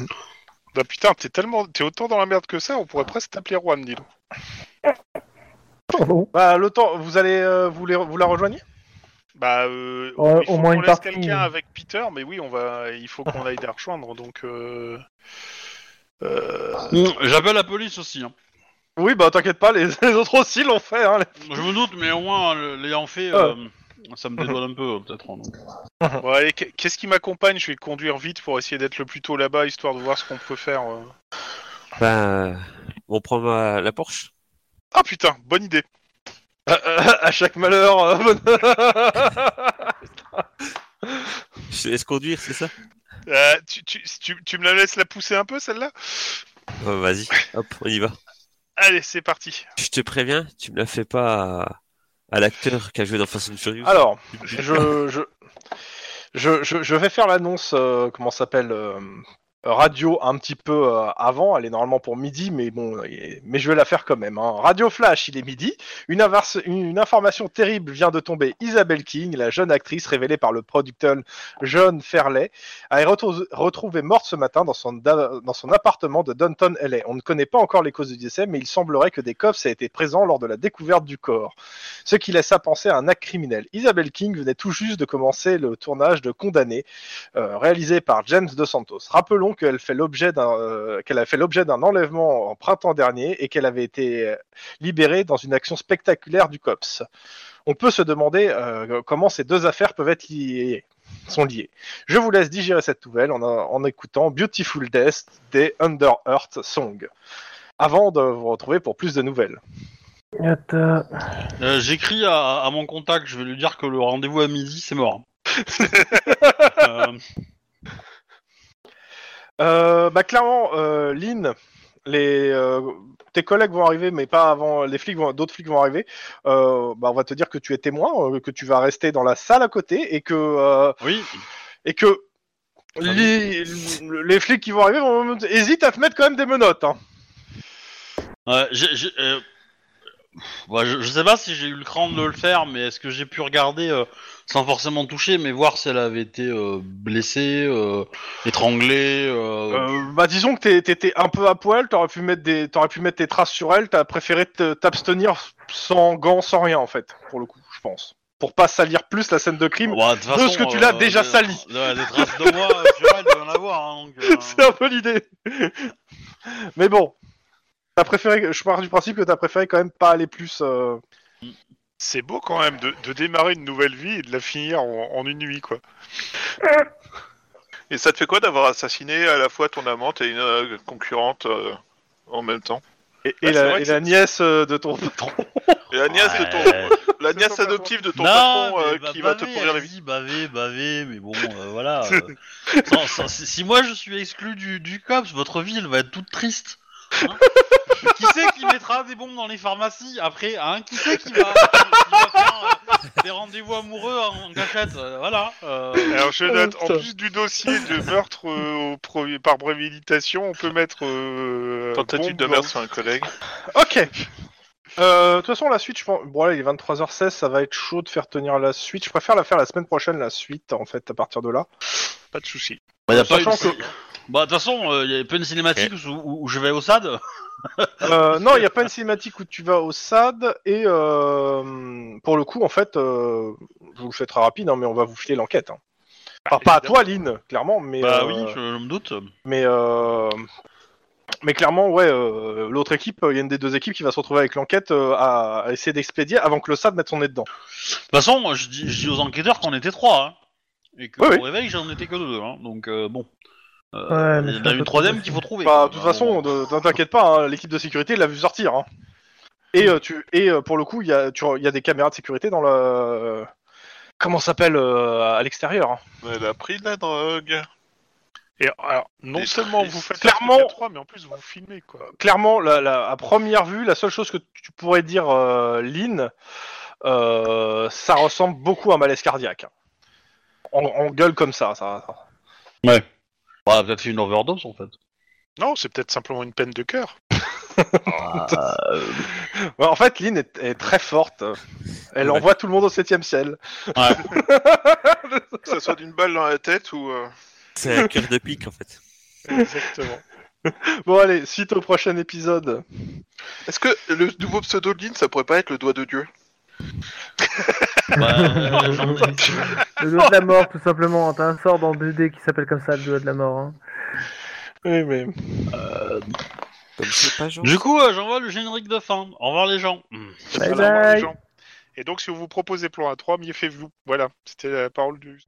B: Bah putain, t'es tellement, t'es autant dans la merde que ça, on pourrait
D: Ah.
B: presque t'appeler Juan, dis donc.
C: Pardon.
D: Bah, le temps, vous allez, euh, vous, les- vous la rejoignez
B: Bah, euh,
C: Ouais,
B: il faut
C: au moins
B: qu'on
C: une
B: laisse
C: partie.
B: quelqu'un avec Peter, mais oui, on va, il faut qu'on aille la rejoindre, donc. Euh... euh,
A: Mm, J'appelle la police aussi. hein.
D: Oui, bah t'inquiète pas, les, les autres aussi l'ont fait. Hein, les-
A: Je me doute, mais au moins le- l'ayant fait,
D: Ah.
A: euh, ça me dédouane un peu euh, peut-être. hein, donc.
B: Bon, allez, qu- qu'est-ce qui m'accompagne Je vais conduire vite pour essayer d'être le plus tôt là-bas, histoire de voir ce qu'on peut faire. euh.
E: Ben, on prend ma- la Porsche.
B: Ah putain, bonne idée.
D: à chaque malheur. euh, bonne-
E: Je te laisse conduire, c'est ça
B: Euh, tu, tu, tu- tu me la laisses la pousser un peu celle-là
E: Euh, Vas-y, hop, on y va.
B: Allez, c'est parti.
E: Je te préviens, tu me la fais pas à, à l'acteur qui a joué dans Fast and Furious.
D: Alors,
E: Tu me dis-
D: je, je, je, je- je vais faire l'annonce, euh, comment ça s'appelle, euh, radio un petit peu euh, avant. Elle est normalement pour midi, mais bon, et- mais je vais la faire quand même. hein. Radio Flash, il est midi. Une, avarce- une- une information terrible vient de tomber. Isabelle King, la jeune actrice révélée par le producteur John Fairley, a été retrou- retrouvée morte ce matin dans son, da- dans son appartement de Downton LA. On ne connaît pas encore les causes du décès, mais il semblerait que des cops aient été présents lors de la découverte du corps ce qui laisse à penser à un acte criminel. Isabelle King venait tout juste de commencer le tournage de Condamné, euh, réalisé par James De Santos. Rappelons qu'elle fait l'objet d'un, euh, qu'elle a fait l'objet d'un enlèvement en printemps dernier et qu'elle avait été euh, libérée dans une action spectaculaire du COPS. On peut se demander euh, comment ces deux affaires peuvent être liées, sont liées. Je vous laisse digérer cette nouvelle en, en écoutant Beautiful Death des Under Earth Song. Avant de vous retrouver pour plus de nouvelles.
C: Attends.
A: Euh, J'écris à, à mon contact, je vais lui dire que le rendez-vous à midi, c'est mort. Euh,
D: Euh, bah clairement, euh, Lynn, les, euh, tes collègues vont arriver, mais pas avant. Les flics vont, d'autres flics vont arriver. Euh, bah, on va te dire que tu es témoin, euh, que tu vas rester dans la salle à côté et que euh,
A: oui,
D: et que les, les flics qui vont arriver vont, hésitent à te mettre quand même des menottes. hein.
A: Euh, j'ai- j'ai, euh, bah, je, je sais pas si j'ai eu le cran de le faire, mais est-ce que j'ai pu regarder euh, sans forcément toucher, mais voir si elle avait été euh, blessée, euh, étranglée euh,
D: Euh, bah disons que t'es- t'étais un peu à poil, t'aurais pu mettre des, t'aurais pu mettre tes traces sur elle. T'as préféré te- t'abstenir sans gants, sans rien en fait, pour le coup, je pense, pour pas salir plus la scène de crime.
A: bah, de toute
D: de ce Euh, que tu l'as déjà
A: des-
D: sali.
A: ouais, des traces de moi, euh, tu vois, elle doit en avoir. hein, donc, euh,
D: C'est un peu l'idée. Mais bon, t'as préféré. Je pars du principe que t'as préféré quand même pas aller plus. euh,
B: C'est beau quand même de, de démarrer une nouvelle vie et de la finir en, en une nuit, quoi.
F: Et ça te fait quoi d'avoir assassiné à la fois ton amante et une euh, concurrente euh, en même temps Ah,
D: Et,
B: Bah,
D: et
B: c'est
D: la,
B: vrai
D: et
B: que
D: la nièce euh, de ton patron.
F: Et la nièce de ton,
A: ouais.
F: la
B: C'est ton
F: nièce
B: patron.
F: adoptive de ton
A: Non,
F: patron euh,
A: mais bah,
F: qui va te
A: baver,
F: pourrir la vie.
A: allez-y, Baver, baver, mais bon, euh, voilà. euh, sans- sans- si, si moi je suis exclu du, du COPS, votre ville va être toute triste. hein. qui c'est qui mettra des bombes dans les pharmacies après hein Qui c'est qui va, qui va faire euh, des rendez-vous amoureux en, en cachette euh, Voilà. euh.
B: Alors je note, en
D: putain.
B: plus du dossier de meurtre euh, au premier- par brévélitation, on peut mettre... Euh,
F: Tentative de
B: bombe
F: meurtre sur un collègue.
D: Ok. Euh, De toute façon, la suite, je pense. Bon, là, il est 23h16, ça va être chaud de faire tenir la suite. Je préfère la faire la semaine prochaine, la suite, en fait, à partir de là.
B: dans- Pas de souci.
A: Bah, y a pas
D: Sachant
A: une- Bah, de toute façon, il y a pas une cinématique où, où- où je vais au SAD.
D: Euh, non, il n'y a pas une cinématique où tu vas au SAD. Et euh, pour le coup, en fait, euh, je vous le fais très rapide, hein, mais on va vous filer l'enquête. hein. Enfin, pas à toi, Lynn, clairement, mais.
A: Bah
D: euh,
A: oui, je, je me doute.
D: Mais, euh, mais clairement, ouais, euh, l'autre équipe, euh, il y a une des deux équipes qui va se retrouver avec l'enquête euh, à, à essayer d'expédier avant que le SAD mette son nez dedans.
A: De toute façon, moi, je dis, je dis aux enquêteurs qu'on était trois. hein, et que
D: Oui,
A: au
D: oui.
A: réveil, j'en étais que deux. hein, donc euh, bon. Euh,
C: mais
A: il y en
C: c'est
A: a
C: un
A: une
C: peu
A: troisième
C: plus
A: qu'il faut trouver. Ah.
D: Bah, de
A: quoi.
D: toute façon, ne ne t'inquiète pas, hein, l'équipe de sécurité l'a vu sortir. hein. Et, euh, tu, et euh, pour le coup, il y, a- tu- il y a des caméras de sécurité dans le. Comment ça s'appelle euh, à l'extérieur hein.
F: Elle a pris de la drogue.
B: Et alors, non
F: Et
B: seulement
F: triste.
B: vous faites
D: Clairement-
B: clairement trois, mais en plus vous filmez quoi.
D: Clairement, la, la- à première vue, la seule chose que tu pourrais dire, euh, Lynn, euh, ça ressemble beaucoup à un malaise cardiaque. hein. On, on gueule comme ça, ça. ça.
A: Bah, elle a peut-être fait une overdose en fait.
B: Non, c'est peut-être simplement une peine de cœur.
A: Ah, euh,
D: Ouais, en fait, Lynn est, est très forte. Elle
E: Ouais.
D: envoie tout le monde au septième ciel.
F: Que ça soit d'une balle dans la tête ou. euh,
E: C'est un cœur de pique en fait.
B: Exactement.
D: Bon, allez, suite au prochain épisode.
F: Est-ce que le nouveau pseudo de Lynn, ça pourrait pas être le doigt de Dieu
A: Bah, euh, j'en ai-
C: Le doigt de la mort, tout simplement. T'as un sort dans 2D qui s'appelle comme ça, le doigt de la mort. hein.
D: Oui, mais.
E: Comme c'est pas genre.
A: du coup, euh, j'envoie le générique de fin. Au revoir les gens. Mm.
C: Bye
B: Voilà,
C: bye.
B: les gens. Et donc, si vous vous proposez plan à 3, mieux faites-vous. Voilà, c'était la parole du.